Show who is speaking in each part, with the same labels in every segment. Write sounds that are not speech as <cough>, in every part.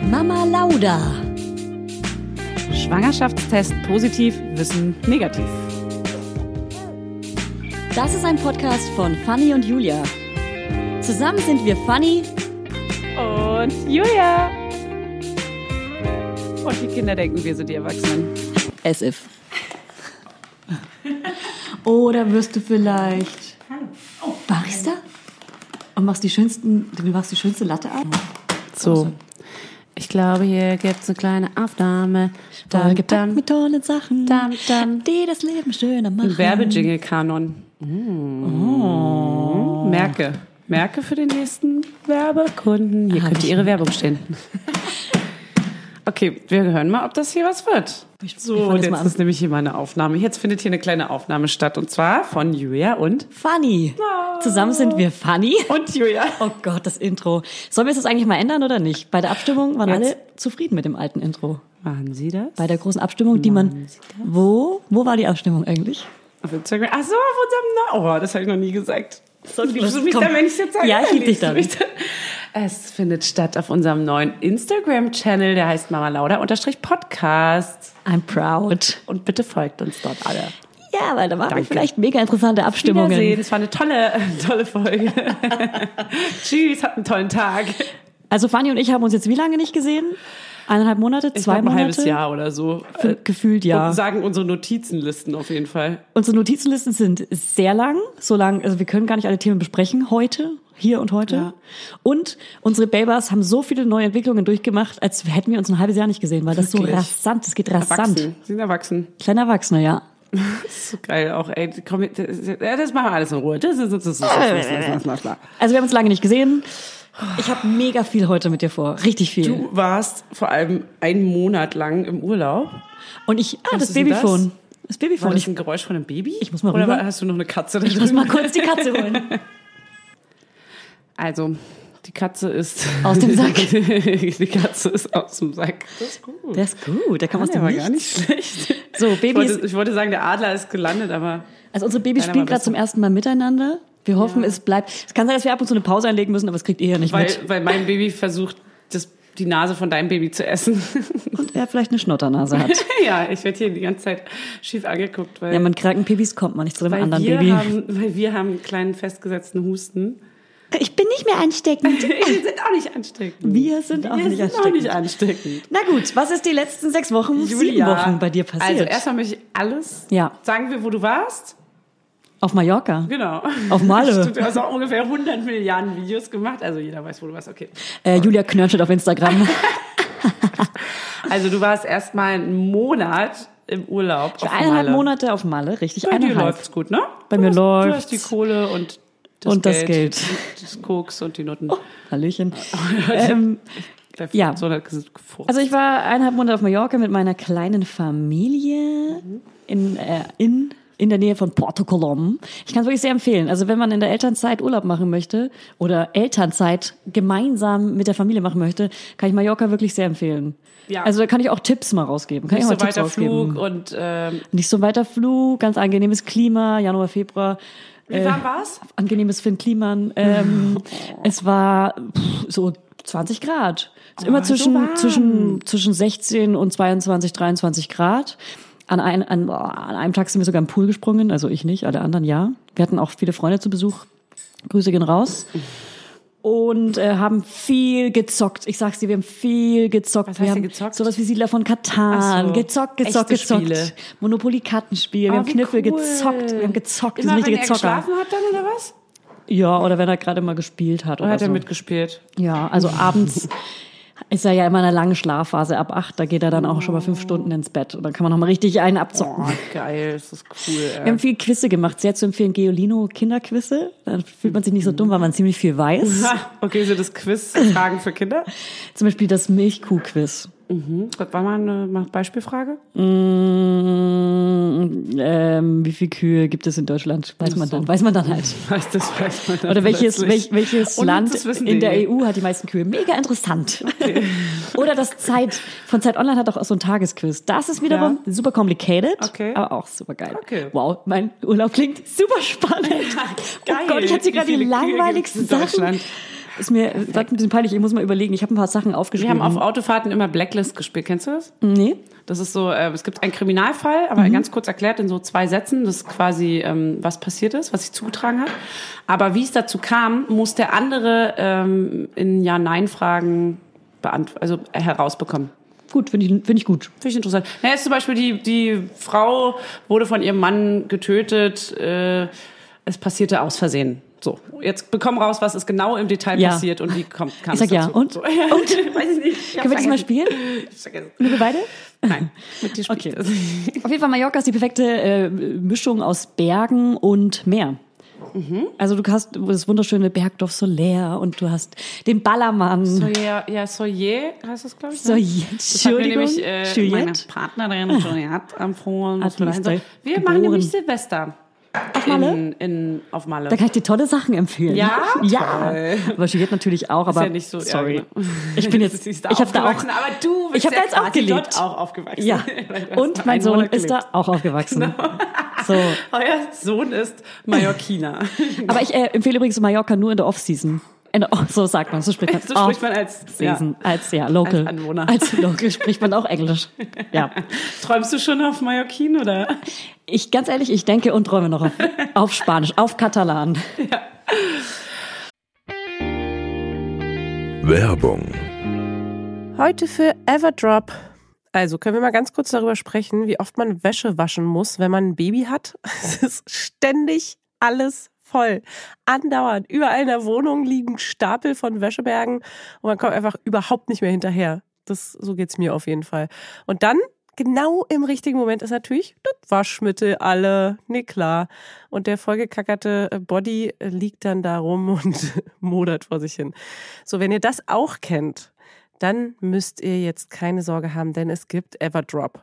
Speaker 1: Mama Lauda.
Speaker 2: Schwangerschaftstest positiv, Wissen negativ.
Speaker 1: Das ist ein Podcast von Fanny und Julia. Zusammen sind wir Fanny
Speaker 2: Und Julia. Und die Kinder denken, wir sind die Erwachsenen.
Speaker 1: as if.
Speaker 3: Oder wirst du vielleicht Barista? Und machst die schönsten, du machst die schönste Latte ab?
Speaker 4: So. Ich glaube, hier gibt es eine kleine Aufnahme. Dann,
Speaker 3: Vollgepackt
Speaker 4: dann,
Speaker 3: mit tollen Sachen,
Speaker 4: dann, dann.
Speaker 3: die das Leben schöner machen.
Speaker 4: Werbejingle-Kanon.
Speaker 3: Oh.
Speaker 4: Mm. Merke. Merke für den nächsten Werbekunden. Hier könnte ihre Werbung
Speaker 3: <laughs>
Speaker 4: stehen. Okay, wir hören mal, ob das hier was wird.
Speaker 3: Ich- ich
Speaker 4: So,
Speaker 3: fang
Speaker 4: und
Speaker 3: das mal
Speaker 4: jetzt
Speaker 3: an.
Speaker 4: ist nämlich hier mal eine Aufnahme. Jetzt findet hier eine kleine Aufnahme statt. Und zwar von Julia und,
Speaker 3: Funny. Zusammen sind wir funny.
Speaker 4: und Julia.
Speaker 3: Oh Gott, das Intro. Sollen wir das eigentlich mal ändern oder nicht? Bei der Abstimmung waren
Speaker 4: Jetzt.
Speaker 3: alle zufrieden mit dem alten Intro.
Speaker 4: Machen Sie das?
Speaker 3: Bei der großen Abstimmung, die man. Wo? Wo war die Abstimmung eigentlich?
Speaker 4: Auf Instagram. Ach so, auf unserem Neu. Oh, das habe ich noch nie gesagt. So, liebst du mich
Speaker 3: komm.
Speaker 4: dann, wenn ich es jetzt sage?
Speaker 3: Ja, ich lieb dich
Speaker 4: Liebst du
Speaker 3: dann.
Speaker 4: mich Es findet statt auf unserem neuen Instagram-Channel, der heißt Mama Lauda unterstrich Podcast.
Speaker 3: I'm proud.
Speaker 4: Und bitte folgt uns dort alle.
Speaker 3: Ja, weil da machen wir
Speaker 4: Danke.
Speaker 3: vielleicht mega interessante
Speaker 4: Wiedersehen.
Speaker 3: Abstimmungen.
Speaker 4: Es war eine tolle, tolle Folge. Tschüss, habt einen tollen Tag.
Speaker 3: Also Fanny und ich haben uns jetzt wie lange nicht gesehen? Eineinhalb Monate?
Speaker 4: Ich
Speaker 3: Zwei
Speaker 4: glaub, ein
Speaker 3: Monate?
Speaker 4: halbes Jahr oder so.
Speaker 3: Ge- Gefühlt ja.
Speaker 4: Und sagen unsere Notizenlisten auf jeden Fall.
Speaker 3: Unsere Notizenlisten sind sehr lang, so lang, also wir können gar nicht alle Themen besprechen heute, hier und heute.
Speaker 4: Ja.
Speaker 3: Und unsere Babers haben so viele neue Entwicklungen durchgemacht, als hätten wir uns ein halbes Jahr nicht gesehen, weil das so
Speaker 4: Wirklich?
Speaker 3: rasant, es geht rasant.
Speaker 4: Erwachsen. Sie sind erwachsen.
Speaker 3: Kleiner Erwachsener, ja.
Speaker 4: So geil auch, ey. Komm, das, das machen wir alles in Ruhe. Das ist, das ist, das ist, das ist, das ist, das ist.
Speaker 3: Also wir haben uns lange nicht gesehen. Ich habe mega viel heute mit dir vor, richtig viel.
Speaker 4: Du warst vor allem einen Monat lang im Urlaub.
Speaker 3: und ich, ah, das
Speaker 4: ist denn das?
Speaker 3: Babyphone. Das
Speaker 4: War
Speaker 3: Babyphone.
Speaker 4: das
Speaker 3: Ich,
Speaker 4: ein Geräusch von einem Baby?
Speaker 3: Ich muss mal
Speaker 4: Oder
Speaker 3: rüber.
Speaker 4: war- hast du noch eine Katze da
Speaker 3: ich muss mal kurz die Katze holen.
Speaker 4: <laughs> Also, die Katze ist... <laughs>
Speaker 3: Aus dem Sack.
Speaker 4: die Katze ist aus dem Sack. Das ist gut.
Speaker 3: Der ist gut, Ah, der kam aus
Speaker 4: Der
Speaker 3: dem
Speaker 4: war
Speaker 3: Nichts.
Speaker 4: gar nicht schlecht. <laughs>
Speaker 3: So,
Speaker 4: ich,
Speaker 3: Baby ist
Speaker 4: wollte, ich wollte sagen, der Adler ist gelandet, aber...
Speaker 3: Also unsere Babys
Speaker 4: Deiner war
Speaker 3: spielen gerade
Speaker 4: besser.
Speaker 3: zum ersten Mal miteinander. Wir hoffen, es bleibt. Es kann sein, dass wir ab und zu eine Pause einlegen müssen, aber das kriegt ihr ja nicht
Speaker 4: Weil,
Speaker 3: mit.
Speaker 4: weil mein Baby versucht, das, die Nase von deinem Baby zu essen. <laughs>
Speaker 3: Und er vielleicht eine Schnotternase hat.
Speaker 4: ja, ich werde hier die ganze Zeit schief angeguckt, weil...
Speaker 3: ja, mit kranken Babys kommt man nicht zu dem
Speaker 4: weil,
Speaker 3: anderen
Speaker 4: wir
Speaker 3: Baby.
Speaker 4: haben, weil wir haben einen kleinen festgesetzten Husten. <laughs>
Speaker 3: Ich bin nicht mehr ansteckend.
Speaker 4: Wir sind auch nicht ansteckend.
Speaker 3: Wir sind auch
Speaker 4: Wir
Speaker 3: nicht
Speaker 4: sind auch
Speaker 3: ansteckend.
Speaker 4: nicht ansteckend.
Speaker 3: Na gut, was ist die letzten sechs Wochen, sieben Wochen bei dir passiert?
Speaker 4: Also erstmal möchte ich alles.
Speaker 3: Ja.
Speaker 4: Sagen wir, wo du warst.
Speaker 3: Auf Mallorca.
Speaker 4: Genau.
Speaker 3: Auf Malle.
Speaker 4: <laughs> Du hast auch ungefähr 100 Milliarden Videos gemacht. Also jeder weiß, wo du warst. Okay.
Speaker 3: Äh, Julia knirschelt auf
Speaker 4: <laughs>
Speaker 3: Instagram.
Speaker 4: Also du warst erstmal einen Monat im Urlaub. auf
Speaker 3: Eineinhalb
Speaker 4: Malle.
Speaker 3: Monate auf Malle, richtig?
Speaker 4: Bei dir
Speaker 3: eineinhalb.
Speaker 4: läuft's gut, ne?
Speaker 3: Bei
Speaker 4: Du
Speaker 3: mir
Speaker 4: hast- Du
Speaker 3: läuft's.
Speaker 4: hast die Kohle und das
Speaker 3: Und das
Speaker 4: Geld.
Speaker 3: Geld.
Speaker 4: Und das Koks und die Nutten. <laughs>
Speaker 3: Hallöchen. ähm, ja.
Speaker 4: So hat gesagt, gefurzt.
Speaker 3: Also ich war eineinhalb Monate auf Mallorca mit meiner kleinen Familie in, äh, in, in der Nähe von Porto Colom. Ich kann es wirklich sehr empfehlen. Also wenn man in der Elternzeit Urlaub machen möchte oder Elternzeit gemeinsam mit der Familie machen möchte, kann ich Mallorca wirklich sehr empfehlen.
Speaker 4: Ja.
Speaker 3: Also da kann ich auch Tipps mal rausgeben. Kann
Speaker 4: nicht
Speaker 3: ich
Speaker 4: so
Speaker 3: auch mal Tipps
Speaker 4: weiter
Speaker 3: rausgeben.
Speaker 4: Flug und ähm,
Speaker 3: Nicht so weiter Flug, ganz angenehmes Klima, Januar, Februar. Äh,
Speaker 4: wie warm war's?
Speaker 3: Angenehmes für den Kliman.
Speaker 4: <laughs>
Speaker 3: Ähm, es war pff, so 20 Grad. Es ist immer zwischen,
Speaker 4: Oh, warm.
Speaker 3: zwischen, zwischen 16 und 22, 23 Grad. An, ein, an, an einem Tag sind wir sogar im Pool gesprungen, also ich nicht, alle anderen ja. Wir hatten auch viele Freunde zu Besuch. Grüße gehen raus. Und äh, haben viel gezockt. Ich sag's dir, wir haben viel gezockt.
Speaker 4: Was
Speaker 3: wir
Speaker 4: hast du
Speaker 3: haben
Speaker 4: gezockt?
Speaker 3: Sowas wie Siedler von Katan.
Speaker 4: Ach so.
Speaker 3: gezockt, gezockt,
Speaker 4: Echte
Speaker 3: gezockt.
Speaker 4: Spiele. Oh,
Speaker 3: Monopoly-Kartenspiel. wir haben Kniffel gezockt. Wir haben gezockt.
Speaker 4: Immer,
Speaker 3: wir sind
Speaker 4: wenn
Speaker 3: richtige
Speaker 4: er
Speaker 3: Zocker.
Speaker 4: geschlafen hat dann oder was? Also
Speaker 3: Ja, oder wenn er gerade mal gespielt hat oder,
Speaker 4: Oder hat
Speaker 3: so.
Speaker 4: er mitgespielt?
Speaker 3: ja,
Speaker 4: <laughs>
Speaker 3: also abends ist er ja immer in einer langen Schlafphase. Ab acht, da geht er dann auch schon mal fünf Stunden ins Bett und dann kann man noch mal richtig einen abzocken.
Speaker 4: <laughs> Oh, geil, das ist cool.
Speaker 3: Wir
Speaker 4: Ey.
Speaker 3: haben viel Quizze gemacht, sehr zu empfehlen Geolino Kinderquizze. Dann fühlt man sich nicht so dumm, weil man ziemlich viel
Speaker 4: <laughs>
Speaker 3: weiß.
Speaker 4: Ha, Okay, so das Quiz Fragen für Kinder.
Speaker 3: Zum Beispiel das Milchkuh-Quiz.
Speaker 4: Mhm. Das war mal eine mal Beispielfrage.
Speaker 3: Mm, ähm, wie viele Kühe gibt es in Deutschland? Weiß man dann, weiß man dann halt.
Speaker 4: Weiß <laughs> das weiß man dann
Speaker 3: Oder welches,
Speaker 4: plötzlich.
Speaker 3: welch, welches
Speaker 4: Und
Speaker 3: Land
Speaker 4: das wissen
Speaker 3: in
Speaker 4: die.
Speaker 3: der EU hat die meisten Kühe? Mega interessant. <laughs> Oder das Zeit von Zeit Online hat auch so ein Tagesquiz. Das ist wiederum super complicated,
Speaker 4: Okay.
Speaker 3: aber auch super geil.
Speaker 4: Okay.
Speaker 3: Wow, mein Urlaub klingt super spannend.
Speaker 4: Ja, <laughs>
Speaker 3: oh Gott, ich hatte
Speaker 4: Wie
Speaker 3: gerade die
Speaker 4: viele Kühe gibt's in
Speaker 3: langweiligsten Sachen.
Speaker 4: Deutschland?
Speaker 3: Ist mir gerade ein bisschen peinlich. Ich muss mal überlegen. Ich habe ein paar Sachen
Speaker 4: Wir
Speaker 3: aufgeschrieben.
Speaker 4: haben auf Autofahrten immer Blacklist gespielt. Kennst du das?
Speaker 3: nee.
Speaker 4: Das ist so, äh, es gibt einen Kriminalfall, aber ganz kurz erklärt in so zwei Sätzen. Das ist quasi, ähm, was passiert ist, was sich zugetragen hat. Aber wie es dazu kam, muss der andere ähm, in Ja-Nein-Fragen beantworten, also äh, herausbekommen.
Speaker 3: Gut, finde ich, find ich gut.
Speaker 4: Finde ich interessant. Na, jetzt zum Beispiel die, die Frau wurde von ihrem Mann getötet. Äh, es passierte aus Versehen. So, jetzt bekomm raus, was ist genau im Detail
Speaker 3: Ja.
Speaker 4: passiert und wie kommt, kam
Speaker 3: Ich sag
Speaker 4: es
Speaker 3: ja.
Speaker 4: dazu.
Speaker 3: Und?
Speaker 4: So.
Speaker 3: <laughs> Und?
Speaker 4: <laughs> Weiß ich nicht. Ich
Speaker 3: Können wir das mal spielen?
Speaker 4: spielen?
Speaker 3: Nur wir beide?
Speaker 4: Nein, mit dir spielt
Speaker 3: Okay.
Speaker 4: das.
Speaker 3: Auf jeden Fall, Mallorca ist die perfekte äh, Mischung aus Bergen und Meer.
Speaker 4: Mhm.
Speaker 3: Also du hast das wunderschöne Bergdorf Soler und du hast den Ballermann.
Speaker 4: Soyer, ja, Soyer heißt das, glaube ich. ne?
Speaker 3: So, jetzt,
Speaker 4: Das hat mir
Speaker 3: Entschuldigung.
Speaker 4: nämlich äh, meine
Speaker 3: Juliette. <laughs>
Speaker 4: Partnerin Juliette empfohlen.
Speaker 3: Ah,
Speaker 4: muss man
Speaker 3: die ist
Speaker 4: dahin
Speaker 3: da
Speaker 4: sagen. Wir machen
Speaker 3: geboren.
Speaker 4: nämlich Silvester. Auf
Speaker 3: Malle?
Speaker 4: In, in, auf Malle.
Speaker 3: Da kann ich dir tolle Sachen empfehlen.
Speaker 4: Ja?
Speaker 3: Ja. Aber Juliette natürlich auch, aber
Speaker 4: ja nicht so- ja,
Speaker 3: sorry.
Speaker 4: genau.
Speaker 3: Ich bin jetzt
Speaker 4: <laughs> Sie
Speaker 3: ich
Speaker 4: ist da
Speaker 3: habe da auch
Speaker 4: aufgewachsen, aber du
Speaker 3: ich
Speaker 4: bist
Speaker 3: hab da
Speaker 4: ja
Speaker 3: jetzt auch
Speaker 4: quasi
Speaker 3: gelebt.
Speaker 4: dort auch aufgewachsen.
Speaker 3: Ja.
Speaker 4: <laughs> Weil du hast
Speaker 3: Und mein
Speaker 4: einen
Speaker 3: Sohn
Speaker 4: Monat
Speaker 3: ist da
Speaker 4: gelebt. Genau.
Speaker 3: auch aufgewachsen. So.
Speaker 4: Euer Sohn ist
Speaker 3: <laughs>
Speaker 4: Mallorquiner. <laughs>
Speaker 3: Aber ich äh, empfehle übrigens Mallorca nur in der Off-Season. In der, Off- so sagt man, so spricht man.
Speaker 4: <laughs> So spricht man als ja.
Speaker 3: Season, als ja, local.
Speaker 4: Als Anwohner.
Speaker 3: <laughs> Als local spricht man auch Englisch. Ja.
Speaker 4: Träumst du schon auf Mallorquin
Speaker 3: <laughs>
Speaker 4: oder?
Speaker 3: Ich ganz ehrlich, ich denke und träume noch auf, auf Spanisch, auf Katalan.
Speaker 5: Werbung.
Speaker 6: Heute für Everdrop. Also können wir mal ganz kurz darüber sprechen, wie oft man Wäsche waschen muss, wenn man ein Baby hat. <laughs> Es ist ständig alles voll. Andauernd. Überall in der Wohnung liegen Stapel von Wäschebergen und man kommt einfach überhaupt nicht mehr hinterher. Das, so geht's mir auf jeden Fall. Und dann, genau im richtigen Moment, ist natürlich das Waschmittel alle. Nee, klar. Und der vollgekackerte äh, Body äh, liegt dann da rum <laughs> und modert vor sich hin. So, wenn ihr das auch kennt, dann müsst ihr jetzt keine Sorge haben, denn es gibt Everdrop.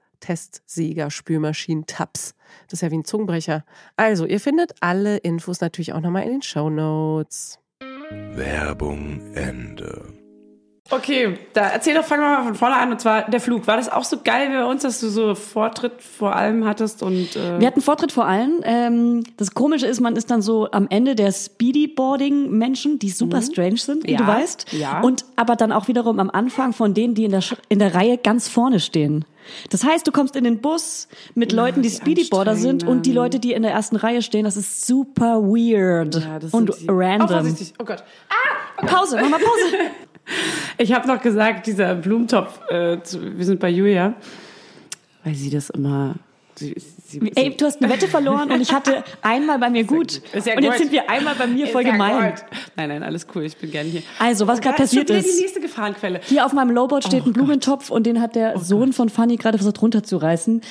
Speaker 6: Testsieger, Spülmaschinen, Tabs. Das ist ja wie ein Zungenbrecher. Also, ihr findet alle Infos natürlich auch nochmal in den Show Notes.
Speaker 5: Werbung Ende.
Speaker 4: Okay, da erzähl doch, fangen wir mal von vorne an. Und zwar der Flug. War das auch so geil wie bei uns, dass du so Vortritt vor allem hattest und äh,
Speaker 3: Wir hatten Vortritt vor allen. Ähm, das Komische ist, man ist dann so am Ende der Speedyboarding-Menschen, die super strange sind, wie
Speaker 4: Mhm. Ja,
Speaker 3: du weißt.
Speaker 4: ja.
Speaker 3: Und aber dann auch wiederum am Anfang von denen, die in der, Sch- in der Reihe ganz vorne stehen. Das heißt, du kommst in den Bus mit Leuten, die Speedyboarder sind und die Leute, die in der ersten Reihe stehen. Das ist super weird
Speaker 4: Ja, das
Speaker 3: und
Speaker 4: sind die- Oh,
Speaker 3: random.
Speaker 4: vorsichtig. Oh Gott.
Speaker 3: Pause, mach mal Pause.
Speaker 4: Ich habe noch gesagt, dieser Blumentopf, äh, zu, wir sind bei Julia, weil sie das immer. Sie, sie, sie,
Speaker 3: Ey, du hast eine Wette verloren und ich hatte einmal bei mir gut.
Speaker 4: Ist ja
Speaker 3: und jetzt
Speaker 4: gut.
Speaker 3: sind wir einmal bei mir voll
Speaker 4: Ist ja
Speaker 3: gemein.
Speaker 4: Gold. Nein, nein, alles cool, ich bin gerne hier. Oh
Speaker 3: Also, was
Speaker 4: Und
Speaker 3: gerade
Speaker 4: da schon
Speaker 3: passiert
Speaker 4: wieder
Speaker 3: ist.
Speaker 4: die nächste Gefahrenquelle. Oh
Speaker 3: Hier auf meinem Lowboard steht ein Blumentopf und den hat der Sohn von Fanny gerade versucht runterzureißen.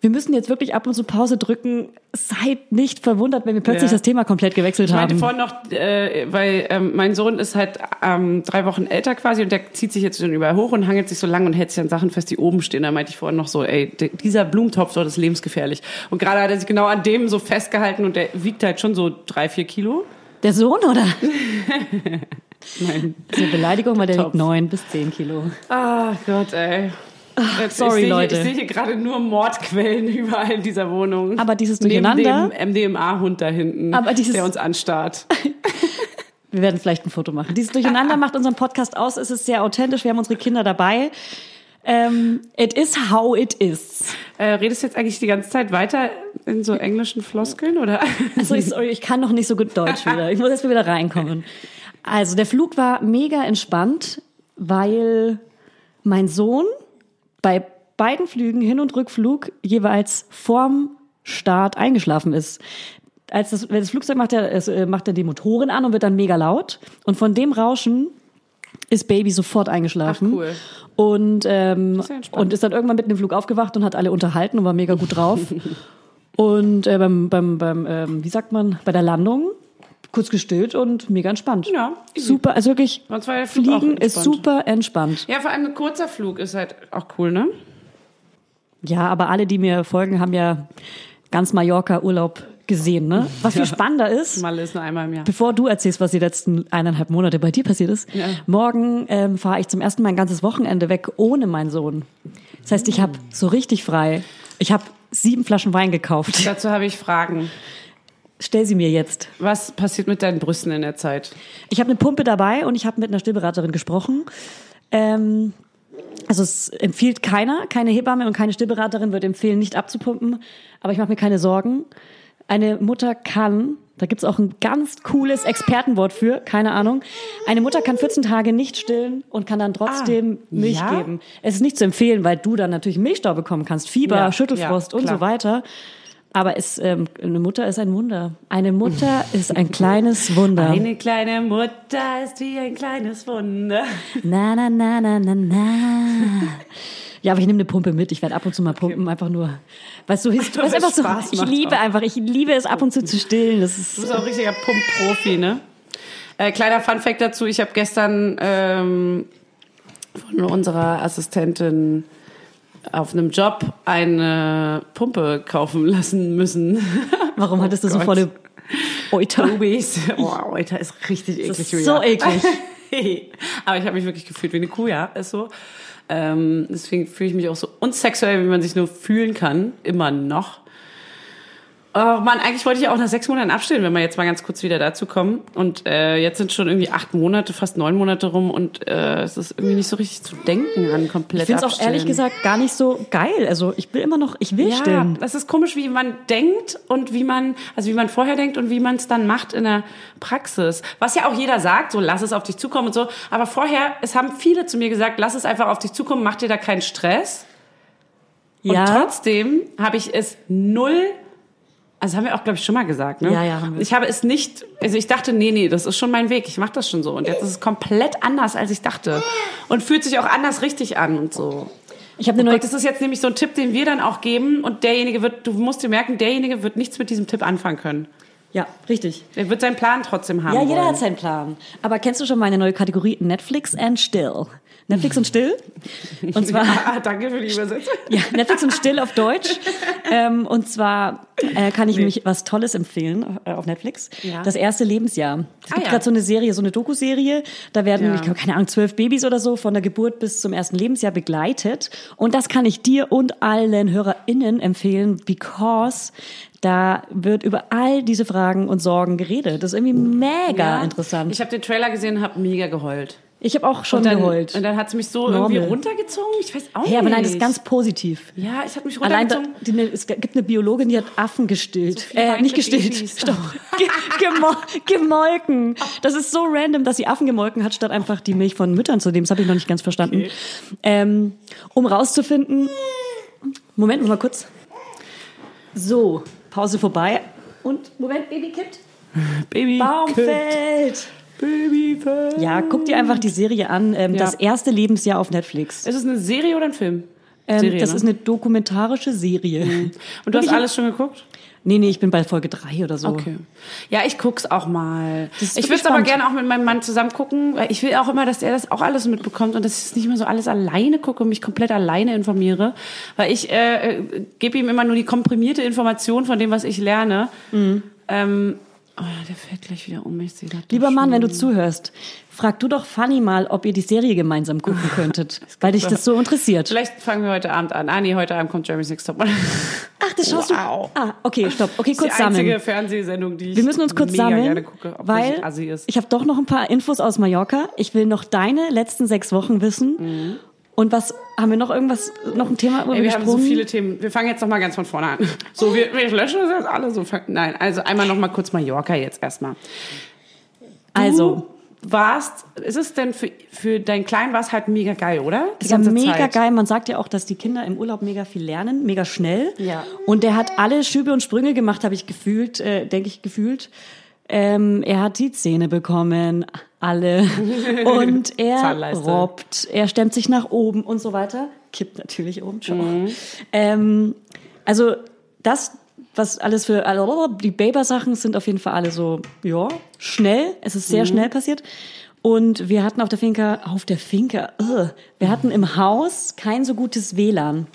Speaker 3: Wir müssen jetzt wirklich ab und zu Pause drücken. Seid nicht verwundert, wenn wir plötzlich
Speaker 4: Ja.
Speaker 3: das Thema komplett gewechselt
Speaker 4: Ich meinte
Speaker 3: haben.
Speaker 4: vorhin noch, äh, weil ähm, mein Sohn ist halt ähm, drei Wochen älter quasi und der zieht sich jetzt schon überall hoch und hangelt sich so lang und hält sich an Sachen fest, die oben stehen. Da meinte ich vorhin noch so, ey, d- dieser Blumentopf dort ist lebensgefährlich. Und gerade hat er sich genau an dem so festgehalten und der wiegt halt schon so drei, vier Kilo.
Speaker 3: Der Sohn,
Speaker 4: <laughs>
Speaker 3: oder?
Speaker 4: Nein.
Speaker 3: Das ist eine Beleidigung, weil der
Speaker 4: Topf.
Speaker 3: wiegt neun bis zehn
Speaker 4: <laughs>
Speaker 3: Kilo.
Speaker 4: Ah Gott, ey. Jetzt,
Speaker 3: sorry,
Speaker 4: ich sehe,
Speaker 3: Leute.
Speaker 4: Hier, ich sehe hier gerade nur Mordquellen <laughs> überall in dieser Wohnung.
Speaker 3: Aber dieses Durcheinander-
Speaker 4: Neben dem MDMA-Hund da hinten,
Speaker 3: Aber dieses-
Speaker 4: der uns <laughs> anstarrt.
Speaker 3: Wir werden vielleicht ein Foto machen. Dieses Durcheinander macht unseren Podcast aus. Es ist sehr authentisch. Wir haben unsere Kinder dabei. Ähm, it is how it is.
Speaker 4: Äh, redest du jetzt eigentlich die ganze Zeit weiter in so englischen Floskeln oder? <laughs>
Speaker 3: Also ich, sorry, ich kann noch nicht so gut Deutsch wieder. Ich muss erst mal wieder reinkommen. Also der Flug war mega entspannt, weil mein Sohn bei beiden Flügen, Hin- und Rückflug, jeweils vorm Start eingeschlafen ist. Als das, wenn das Flugzeug macht, er, es, äh, macht er die Motoren an und wird dann mega laut. Und von dem Rauschen ist Baby sofort eingeschlafen.
Speaker 4: Ach, cool.
Speaker 3: Und, ähm,
Speaker 4: ja entspannt.
Speaker 3: und ist dann irgendwann mitten im Flug aufgewacht und hat alle unterhalten und war mega gut
Speaker 4: <laughs>
Speaker 3: drauf. und äh, beim, beim, beim ähm, wie sagt man, bei der Landung kurz gestillt und mega entspannt.
Speaker 4: Ja, easy.
Speaker 3: Super, also wirklich,
Speaker 4: Und zwar der Flug auch
Speaker 3: Fliegen ist
Speaker 4: entspannt.
Speaker 3: super entspannt.
Speaker 4: Ja, vor allem ein kurzer Flug ist halt auch cool, ne?
Speaker 3: Ja, aber alle, die mir folgen, haben ja ganz Mallorca Urlaub gesehen, ne? Was viel spannender ist,
Speaker 4: Mal ist nur einmal im Jahr.
Speaker 3: bevor du erzählst, was die letzten eineinhalb Monate bei dir passiert ist, morgen ähm, fahre ich zum ersten Mal ein ganzes Wochenende weg ohne meinen Sohn. Das heißt, ich habe so richtig frei. Ich habe sieben Flaschen Wein gekauft.
Speaker 4: Dazu habe ich Fragen.
Speaker 3: Stell sie mir jetzt.
Speaker 4: Was passiert mit deinen Brüsten in der Zeit?
Speaker 3: Ich habe eine Pumpe dabei und ich habe mit einer Stillberaterin gesprochen. Ähm, also es empfiehlt keiner, keine Hebamme und keine Stillberaterin wird empfehlen, nicht abzupumpen. Aber ich mache mir keine Sorgen. Eine Mutter kann, da gibt's auch ein ganz cooles Expertenwort für, keine Ahnung. Eine Mutter kann 14 Tage nicht stillen und kann dann trotzdem Milch
Speaker 4: Ah, ja?
Speaker 3: geben. Es ist nicht zu empfehlen, weil du dann natürlich Milchstau bekommen kannst, Fieber,
Speaker 4: Ja,
Speaker 3: Schüttelfrost
Speaker 4: ja,
Speaker 3: und
Speaker 4: klar.
Speaker 3: so weiter. Aber es, ähm, eine Mutter ist ein Wunder. Eine Mutter ist ein kleines Wunder.
Speaker 4: Eine kleine Mutter ist wie ein kleines Wunder.
Speaker 3: Na, na, na, na, na, na. Ja, aber ich nehme eine Pumpe mit. Ich werde ab und zu mal pumpen, einfach nur. Weißt du, hist-
Speaker 4: Weil
Speaker 3: weißt du, einfach
Speaker 4: es
Speaker 3: so,
Speaker 4: Spaß
Speaker 3: ich
Speaker 4: macht
Speaker 3: liebe
Speaker 4: auch. Oh
Speaker 3: einfach, ich liebe es ab und zu zu stillen. Das
Speaker 4: Du
Speaker 3: ist,
Speaker 4: bist auch ein richtiger Pump-Profi, ne? Äh, kleiner Fun-Fact dazu: Ich habe gestern ähm, von unserer Assistentin auf einem Job eine Pumpe kaufen lassen müssen. <laughs>
Speaker 3: warum hattest du so
Speaker 4: Gott.
Speaker 3: volle Euter?
Speaker 4: Bubis. Oh, Alter, ist richtig eklig.
Speaker 3: Das ist
Speaker 4: Julia.
Speaker 3: so eklig.
Speaker 4: <laughs> Aber ich habe mich wirklich gefühlt wie eine Kuh, ja, ist so. Ähm, deswegen fühle ich mich auch so unsexuell, wie man sich nur fühlen kann, immer noch. Oh Mann, eigentlich wollte ich ja auch nach sechs Monaten abstehen, wenn wir jetzt mal ganz kurz wieder dazu kommen. Und äh, jetzt sind schon irgendwie acht Monate, fast neun Monate rum und äh, es ist irgendwie nicht so richtig zu denken an komplett
Speaker 3: Ich finde es auch
Speaker 4: abstillen.
Speaker 3: ehrlich gesagt gar nicht so geil. Also ich will immer noch, ich will stillen.
Speaker 4: das ist komisch, wie man denkt und wie man, also wie man vorher denkt und wie man es dann macht in der Praxis. Was ja auch jeder sagt, so lass es auf dich zukommen und so. Aber vorher, es haben viele zu mir gesagt, lass es einfach auf dich zukommen, mach dir da keinen Stress.
Speaker 3: ja,
Speaker 4: Und trotzdem habe ich es null. Also haben wir auch, glaube ich, schon mal gesagt. Ne?
Speaker 3: Ja, ja, haben wir.
Speaker 4: Ich habe es nicht. Also ich dachte, nee, nee, das ist schon mein Weg. Ich mache das schon so. Und jetzt ist es komplett anders, als ich dachte. Und fühlt sich auch anders richtig an und so.
Speaker 3: ich habe eine
Speaker 4: Oh
Speaker 3: neue,
Speaker 4: Gott, das ist jetzt nämlich so ein Tipp, den wir dann auch geben und derjenige wird, du musst dir merken, derjenige wird nichts mit diesem Tipp anfangen können.
Speaker 3: ja, richtig.
Speaker 4: Er wird seinen Plan trotzdem haben.
Speaker 3: Ja, jeder
Speaker 4: wollen.
Speaker 3: hat seinen Plan. Aber kennst du schon meine neue Kategorie Netflix and Still? Netflix und
Speaker 4: <laughs>
Speaker 3: Still? Und zwar
Speaker 4: Ah, danke für die Übersetzung.
Speaker 3: Ja, Netflix und Still auf Deutsch. ähm, und zwar äh, kann ich nämlich was Tolles empfehlen äh, auf Netflix.
Speaker 4: Ja.
Speaker 3: Das erste Lebensjahr. Es
Speaker 4: Ah,
Speaker 3: gibt
Speaker 4: ja.
Speaker 3: gerade so eine Serie, so eine Doku-Serie. Da werden,
Speaker 4: Ja.
Speaker 3: ich glaube, keine Ahnung, zwölf Babys oder so von der Geburt bis zum ersten Lebensjahr begleitet. Und das kann ich dir und allen HörerInnen empfehlen, because da wird über all diese Fragen und Sorgen geredet. Das ist irgendwie mega
Speaker 4: Ja.
Speaker 3: interessant.
Speaker 4: Ich habe den Trailer gesehen und habe mega geheult.
Speaker 3: Ich, habe auch schon
Speaker 4: und dann,
Speaker 3: geheult.
Speaker 4: Und dann hat es mich so
Speaker 3: Normal.
Speaker 4: irgendwie runtergezogen. Ich weiß auch nicht.
Speaker 3: ja, aber nein, das ist ganz positiv.
Speaker 4: Ja, ich habe mich
Speaker 3: Allein da,
Speaker 4: runtergezogen.
Speaker 3: die, ne- es gibt eine Biologin, die hat Affen gestillt.
Speaker 4: viele
Speaker 3: äh, nicht
Speaker 4: weibliche
Speaker 3: gestillt.
Speaker 4: Babys.
Speaker 3: Stopp. Ge gemol gemolken. Das ist so random, dass sie Affen gemolken hat, statt einfach die Milch von Müttern zu nehmen. Das habe ich noch nicht ganz verstanden. Ähm, um rauszufinden. Moment, noch mal kurz. So, Pause vorbei. Und Moment, Baby kippt.
Speaker 4: Baby.
Speaker 3: Baum fällt.
Speaker 4: Baby. fällt.
Speaker 3: Ja, guck dir einfach die Serie an. Ähm, Das erste Lebensjahr auf Netflix.
Speaker 4: Ist es eine Serie oder ein Film?
Speaker 3: Ähm,
Speaker 4: Serie,
Speaker 3: das
Speaker 4: ne? Mhm.
Speaker 3: ist eine dokumentarische Serie.
Speaker 4: Und du hast
Speaker 3: ich-
Speaker 4: alles schon geguckt?
Speaker 3: Nee, nee, ich bin bei Folge drei oder so.
Speaker 4: Okay. Ja, ich guck's auch mal.
Speaker 3: Das ist
Speaker 4: Ich
Speaker 3: wirklich
Speaker 4: würde
Speaker 3: spannend.
Speaker 4: aber gerne auch mit meinem Mann zusammen gucken, weil ich will auch immer, dass er das auch alles mitbekommt und dass ich es nicht mehr so alles alleine gucke und mich komplett alleine informiere, weil ich äh, äh, gebe ihm immer nur die komprimierte Information von dem, was ich lerne.
Speaker 3: Mhm.
Speaker 4: Ähm, oh, der fällt gleich wieder um, ich sehe das.
Speaker 3: Lieber Mann, wenn du zuhörst, frag du doch Fanny mal, ob ihr die Serie gemeinsam
Speaker 4: <laughs>
Speaker 3: gucken könntet, weil dich das so interessiert.
Speaker 4: Vielleicht fangen wir heute Abend an. Ah nee, heute Abend kommt Jeremy's Next Top.
Speaker 3: Ach, das schaust
Speaker 4: Wow.
Speaker 3: du. Ah, okay, stopp. Okay,
Speaker 4: Das ist
Speaker 3: kurz
Speaker 4: die einzige
Speaker 3: sammeln.
Speaker 4: Fernsehsendung, die ich
Speaker 3: Wir müssen uns kurz
Speaker 4: mega
Speaker 3: sammeln,
Speaker 4: gerne gucke, obwohl
Speaker 3: weil
Speaker 4: sie assi ist.
Speaker 3: ich habe doch noch ein paar Infos aus Mallorca. Ich will noch deine letzten sechs Wochen wissen. Und was haben wir noch irgendwas, noch ein Thema
Speaker 4: Mhm. Ey, wir haben so
Speaker 3: übersprungen?
Speaker 4: viele Themen. Wir fangen jetzt noch mal ganz von vorne an. So, wir, wir löschen das jetzt alle so. Fang- Nein, also einmal noch mal kurz Mallorca jetzt erstmal.
Speaker 3: Also,
Speaker 4: Du warst, ist es denn für, für deinen Kleinen war es halt mega geil, oder? Die
Speaker 3: es war
Speaker 4: ganze
Speaker 3: mega
Speaker 4: Zeit.
Speaker 3: geil. Man sagt ja auch, dass die Kinder im Urlaub mega viel lernen, mega schnell.
Speaker 4: Ja.
Speaker 3: Und der hat alle Schübe und Sprünge gemacht, habe ich gefühlt, äh, denke ich gefühlt. Ähm, er hat die Zähne bekommen, alle.
Speaker 4: <laughs>
Speaker 3: Und er
Speaker 4: Zahnleiste.
Speaker 3: robbt, er stemmt sich nach oben und so weiter. Kippt natürlich oben schon.
Speaker 4: Mhm.
Speaker 3: Ähm, also das, was alles für also die Baber-Sachen sind auf jeden Fall alle so, ja, schnell. Es ist
Speaker 4: Mhm.
Speaker 3: sehr schnell passiert. Und wir hatten auf der Finca, auf der Finca, ugh, wir hatten im Haus kein so gutes WLAN.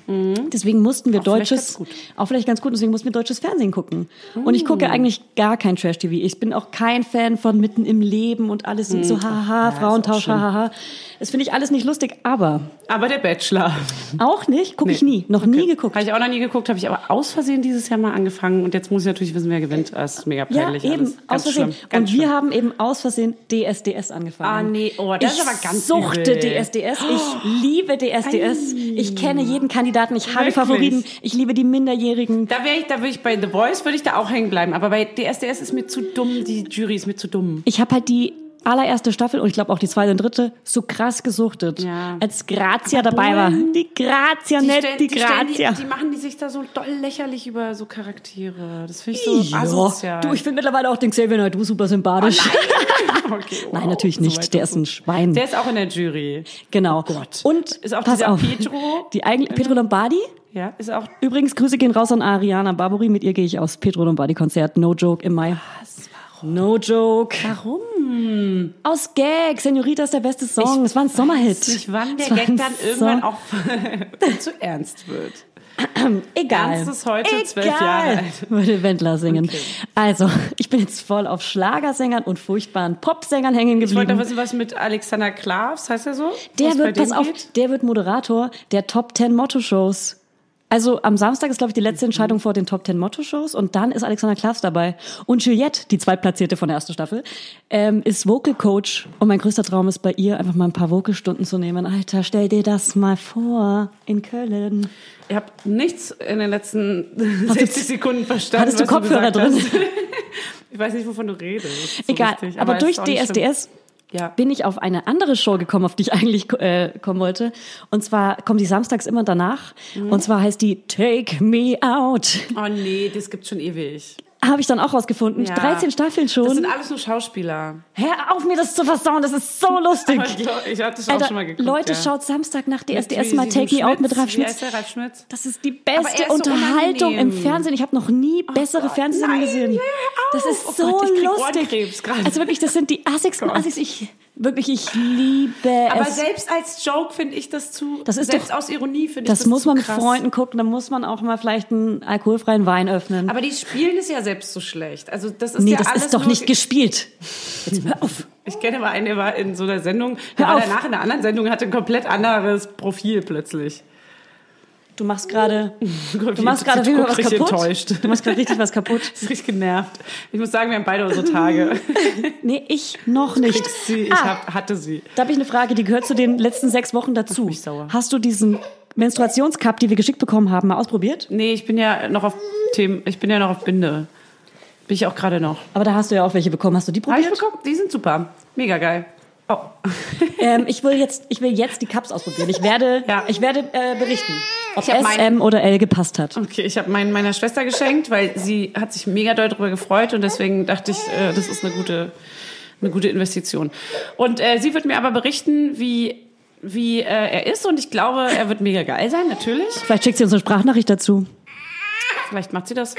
Speaker 3: Deswegen mussten wir
Speaker 4: Mhm. vielleicht
Speaker 3: deutsches,
Speaker 4: ganz gut.
Speaker 3: auch vielleicht ganz gut, deswegen mussten wir deutsches Fernsehen gucken. Und ich
Speaker 4: Mhm.
Speaker 3: gucke eigentlich gar kein Trash-TV. Ich bin auch kein Fan von Mitten im Leben und alles sind
Speaker 4: Mhm.
Speaker 3: so haha, Frauentausch, haha. Das finde ich alles nicht lustig, aber
Speaker 4: Aber der Bachelor.
Speaker 3: auch nicht, gucke ich nie, noch
Speaker 4: <laughs>
Speaker 3: nie geguckt.
Speaker 4: Habe ich auch noch nie geguckt, habe ich aber aus Versehen dieses Jahr mal angefangen. Und jetzt muss ich natürlich wissen, wer gewinnt. Das ist mega
Speaker 3: Ja,
Speaker 4: peinlich.
Speaker 3: eben,
Speaker 4: alles. Ganz
Speaker 3: aus Versehen.
Speaker 4: Schlimm,
Speaker 3: Und
Speaker 4: ganz
Speaker 3: wir
Speaker 4: schlimm.
Speaker 3: haben eben aus Versehen DSDS angefangen.
Speaker 4: Ah, nee, oh, das
Speaker 3: ich
Speaker 4: ist aber ganz
Speaker 3: suchte
Speaker 4: übel. Oh.
Speaker 3: DSDS, ich liebe DSDS. Ich kenne jeden Kandidaten, ich habe
Speaker 4: Wirklich?
Speaker 3: Favoriten, ich liebe die Minderjährigen.
Speaker 4: Da wäre ich, da würde ich bei The Voice würde ich da auch hängen bleiben. Aber bei DSDS ist mir zu dumm, die Jury ist mir zu dumm.
Speaker 3: Ich habe halt die allererste Staffel und ich glaube auch die zweite und dritte so krass gesuchtet,
Speaker 4: Ja.
Speaker 3: als Grazia dabei war. Die Grazia, nicht
Speaker 4: stellen-
Speaker 3: die,
Speaker 4: stellen
Speaker 3: Grazia.
Speaker 4: Die, die machen die sich da so doll lächerlich über so Charaktere. Das finde ich so
Speaker 3: Ja.
Speaker 4: asozial.
Speaker 3: Du, ich
Speaker 4: <laughs>
Speaker 3: finde mittlerweile auch den Xavier Naidoo super sympathisch. <laughs>
Speaker 4: Okay, wow.
Speaker 3: Nein, natürlich
Speaker 4: So
Speaker 3: nicht.
Speaker 4: weit
Speaker 3: Der ist ein Schwein.
Speaker 4: Der ist auch in der Jury.
Speaker 3: genau. Und
Speaker 4: Ist auch
Speaker 3: pass
Speaker 4: dieser
Speaker 3: auf.
Speaker 4: Pietro-
Speaker 3: Die eigentlich Pedro Lombardi?
Speaker 4: Ja, ist auch.
Speaker 3: Übrigens, Grüße gehen raus an Ariana Barbori. Mit ihr gehe ich aufs Pedro Lombardi Konzert. No joke im Mai. Was? Warum? No joke.
Speaker 4: Warum?
Speaker 3: Aus Gag. Senorita ist der beste Song. es war ein Sommerhit.
Speaker 4: Nicht wann der
Speaker 3: Es war
Speaker 4: Gag
Speaker 3: ein
Speaker 4: dann irgendwann
Speaker 3: Song.
Speaker 4: auch <laughs> zu ernst wird.
Speaker 3: Egal.
Speaker 4: Ernst ist heute zwölf
Speaker 3: Egal,
Speaker 4: Jahre alt.
Speaker 3: <laughs> Würde Wendler singen. Also, ich bin jetzt voll auf Schlagersängern und furchtbaren Popsängern hängen
Speaker 4: Ich wollte noch
Speaker 3: geblieben.
Speaker 4: wissen, was mit Alexander Klavs, heißt er so?
Speaker 3: Der
Speaker 4: Was bei
Speaker 3: wird,
Speaker 4: dem
Speaker 3: pass auf,
Speaker 4: geht?
Speaker 3: der wird Moderator der Top 10 Motto-Shows. Also am Samstag ist, glaube ich, die
Speaker 4: Mhm.
Speaker 3: letzte Entscheidung vor den Top 10 Motto-Shows und dann ist Alexander Klavs dabei. Und Juliette, die Zweitplatzierte von der ersten Staffel, ähm, ist Vocal Coach. Und mein größter Traum ist, bei ihr einfach mal ein paar Vocal-Stunden zu nehmen. Alter, stell dir das mal vor in Köln.
Speaker 4: Ihr habt nichts in den letzten <laughs> 60 Sekunden verstanden.
Speaker 3: hattest du
Speaker 4: was
Speaker 3: Kopfhörer
Speaker 4: gesagt
Speaker 3: drin?
Speaker 4: hast. <laughs> ich weiß nicht, wovon du redest. So
Speaker 3: Egal,
Speaker 4: richtig,
Speaker 3: aber,
Speaker 4: ist
Speaker 3: durch
Speaker 4: auch nicht schlimm.
Speaker 3: DSDS
Speaker 4: Ja.
Speaker 3: bin ich auf eine andere Show gekommen, auf die ich eigentlich äh, kommen wollte. Und zwar kommen die samstags immer danach.
Speaker 4: Mhm.
Speaker 3: Und zwar heißt die Take Me Out.
Speaker 4: Oh nee, das gibt's schon ewig.
Speaker 3: Habe ich dann auch rausgefunden.
Speaker 4: Ja.
Speaker 3: 13 Staffeln
Speaker 4: Das
Speaker 3: schon.
Speaker 4: sind alles
Speaker 3: <laughs>
Speaker 4: nur Schauspieler.
Speaker 3: Hör auf, mir das zu versauen. Das ist
Speaker 4: <laughs>
Speaker 3: so lustig.
Speaker 4: Ich, glaub, ich hatte das auch schon mal geguckt.
Speaker 3: Leute,
Speaker 4: ja.
Speaker 3: schaut Samstag nach DSDS
Speaker 4: Mit
Speaker 3: mal
Speaker 4: diesem
Speaker 3: Take Me Out mit Ralf
Speaker 4: Wie
Speaker 3: Schmitz.
Speaker 4: heißt der Ralf Schmitz?
Speaker 3: Das ist die
Speaker 4: Aber er
Speaker 3: beste
Speaker 4: ist so
Speaker 3: Unterhaltung im
Speaker 4: unangenehm.
Speaker 3: Fernsehen. Ich habe noch nie bessere Fernsehsendungen
Speaker 4: Nein,
Speaker 3: gesehen.
Speaker 4: ja, hör auf.
Speaker 3: Das ist
Speaker 4: Oh
Speaker 3: so
Speaker 4: Gott, ich krieg
Speaker 3: lustig.
Speaker 4: Ohrenkrebs gerade.
Speaker 3: Also wirklich, das sind die assigsten Assis. Ich wirklich, ich liebe
Speaker 4: Aber
Speaker 3: es.
Speaker 4: selbst als Joke finde ich das zu.
Speaker 3: Das ist
Speaker 4: selbst
Speaker 3: doch-
Speaker 4: aus Ironie finde ich das
Speaker 3: Das muss
Speaker 4: zu
Speaker 3: man mit
Speaker 4: krass.
Speaker 3: Freunden gucken. Da muss man auch mal vielleicht einen alkoholfreien Wein öffnen.
Speaker 4: Aber die spielen es ja selbst so schlecht. Also das ist
Speaker 3: nee,
Speaker 4: ja
Speaker 3: das
Speaker 4: alles
Speaker 3: ist doch
Speaker 4: nur,
Speaker 3: nicht gespielt. Jetzt hör auf.
Speaker 4: Ich kenne mal einen, der war in so einer Sendung, der
Speaker 3: Hör
Speaker 4: war
Speaker 3: auf.
Speaker 4: danach in einer anderen Sendung, hatte ein komplett anderes Profil plötzlich.
Speaker 3: Du machst gerade,
Speaker 4: Gott,
Speaker 3: du machst
Speaker 4: ich-
Speaker 3: gerade auf jeden Fall
Speaker 4: guck
Speaker 3: was
Speaker 4: richtig
Speaker 3: kaputt.
Speaker 4: enttäuscht.
Speaker 3: Du machst gerade richtig was kaputt.
Speaker 4: <laughs> Das ist richtig genervt. Ich muss sagen, wir haben beide unsere Tage.
Speaker 3: <laughs> Nee, ich noch nicht.
Speaker 4: Ich, sie, ich
Speaker 3: Ah.
Speaker 4: hab, hatte sie.
Speaker 3: Da habe ich eine Frage, die gehört zu den letzten sechs Wochen dazu.
Speaker 4: mich sauer.
Speaker 3: Hast du diesen Menstruationscup, die wir geschickt bekommen haben, mal ausprobiert?
Speaker 4: Nee, ich bin ja noch auf Themen, ich bin ja noch auf Binde. Bin ich auch gerade noch.
Speaker 3: Aber da hast du ja auch welche bekommen. Hast du die
Speaker 4: Hab ich
Speaker 3: probiert?
Speaker 4: bekommen? Die sind super. Mega geil. Oh. <laughs>
Speaker 3: ähm, ich will jetzt, ich will jetzt die Cups ausprobieren. Ich <laughs> werde,
Speaker 4: Ja.
Speaker 3: ich werde äh, berichten, ob
Speaker 4: hab
Speaker 3: S,
Speaker 4: meine-
Speaker 3: M oder L gepasst hat.
Speaker 4: Okay, ich habe meinen meiner Schwester geschenkt, weil sie hat sich mega doll darüber gefreut und deswegen dachte ich, äh, das ist eine gute, eine gute Investition. Und äh, sie wird mir aber berichten, wie wie äh, er ist und ich glaube, er wird mega geil sein, natürlich.
Speaker 3: Vielleicht schickt sie uns eine Sprachnachricht dazu.
Speaker 4: Vielleicht macht sie das.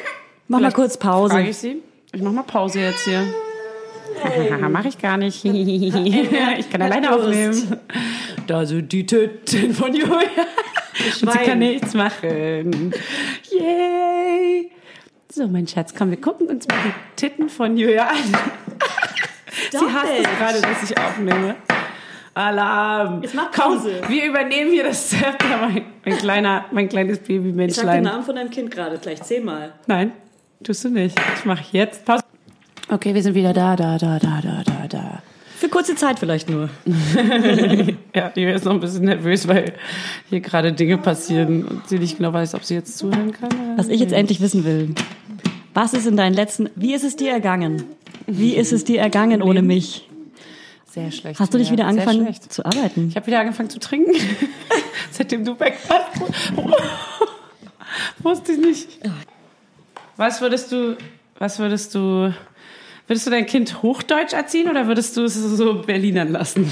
Speaker 3: Mach mal
Speaker 4: Vielleicht
Speaker 3: kurz
Speaker 4: Frage
Speaker 3: Pause.
Speaker 4: ich sie. Ich mach mal Pause jetzt hier. Hahaha, Mach ich gar <laughs> nicht. ich kann alleine aufnehmen. Da sind die Titten von Julia. Und sie kann nichts machen. Yay. So, mein Schatz, komm, wir gucken uns mal die Titten von Julia an. sie hasst es gerade, dass ich aufnehme. Alarm.
Speaker 3: Jetzt mach
Speaker 4: Komm,
Speaker 3: Pause.
Speaker 4: wir übernehmen hier das Zepter, mein, mein, kleiner, mein kleines Babymenschlein.
Speaker 3: von deinem Kind gerade gleich zehnmal.
Speaker 4: Nein, tust du nicht. Ich mache jetzt Pause. Okay, wir sind wieder da, da, da, da, da, da, da.
Speaker 3: Für kurze Zeit vielleicht nur.
Speaker 4: Ja, die ist noch ein bisschen nervös, weil hier gerade Dinge passieren und sie nicht genau weiß, ob sie jetzt zuhören kann. oder
Speaker 3: Was ich jetzt endlich wissen will. Was ist in deinen letzten, wie ist es dir ergangen? Wie ist es dir ergangen ohne mich?
Speaker 4: Sehr schlecht.
Speaker 3: Hast du dich
Speaker 4: Ja,
Speaker 3: wieder
Speaker 4: Sehr
Speaker 3: angefangen
Speaker 4: schlecht.
Speaker 3: zu arbeiten?
Speaker 4: Ich habe wieder angefangen zu trinken, <laughs> seitdem du weg warst. <laughs> Wusste ich nicht. Was würdest du, was würdest du, würdest du dein Kind Hochdeutsch erziehen oder würdest du es so Berlinern lassen?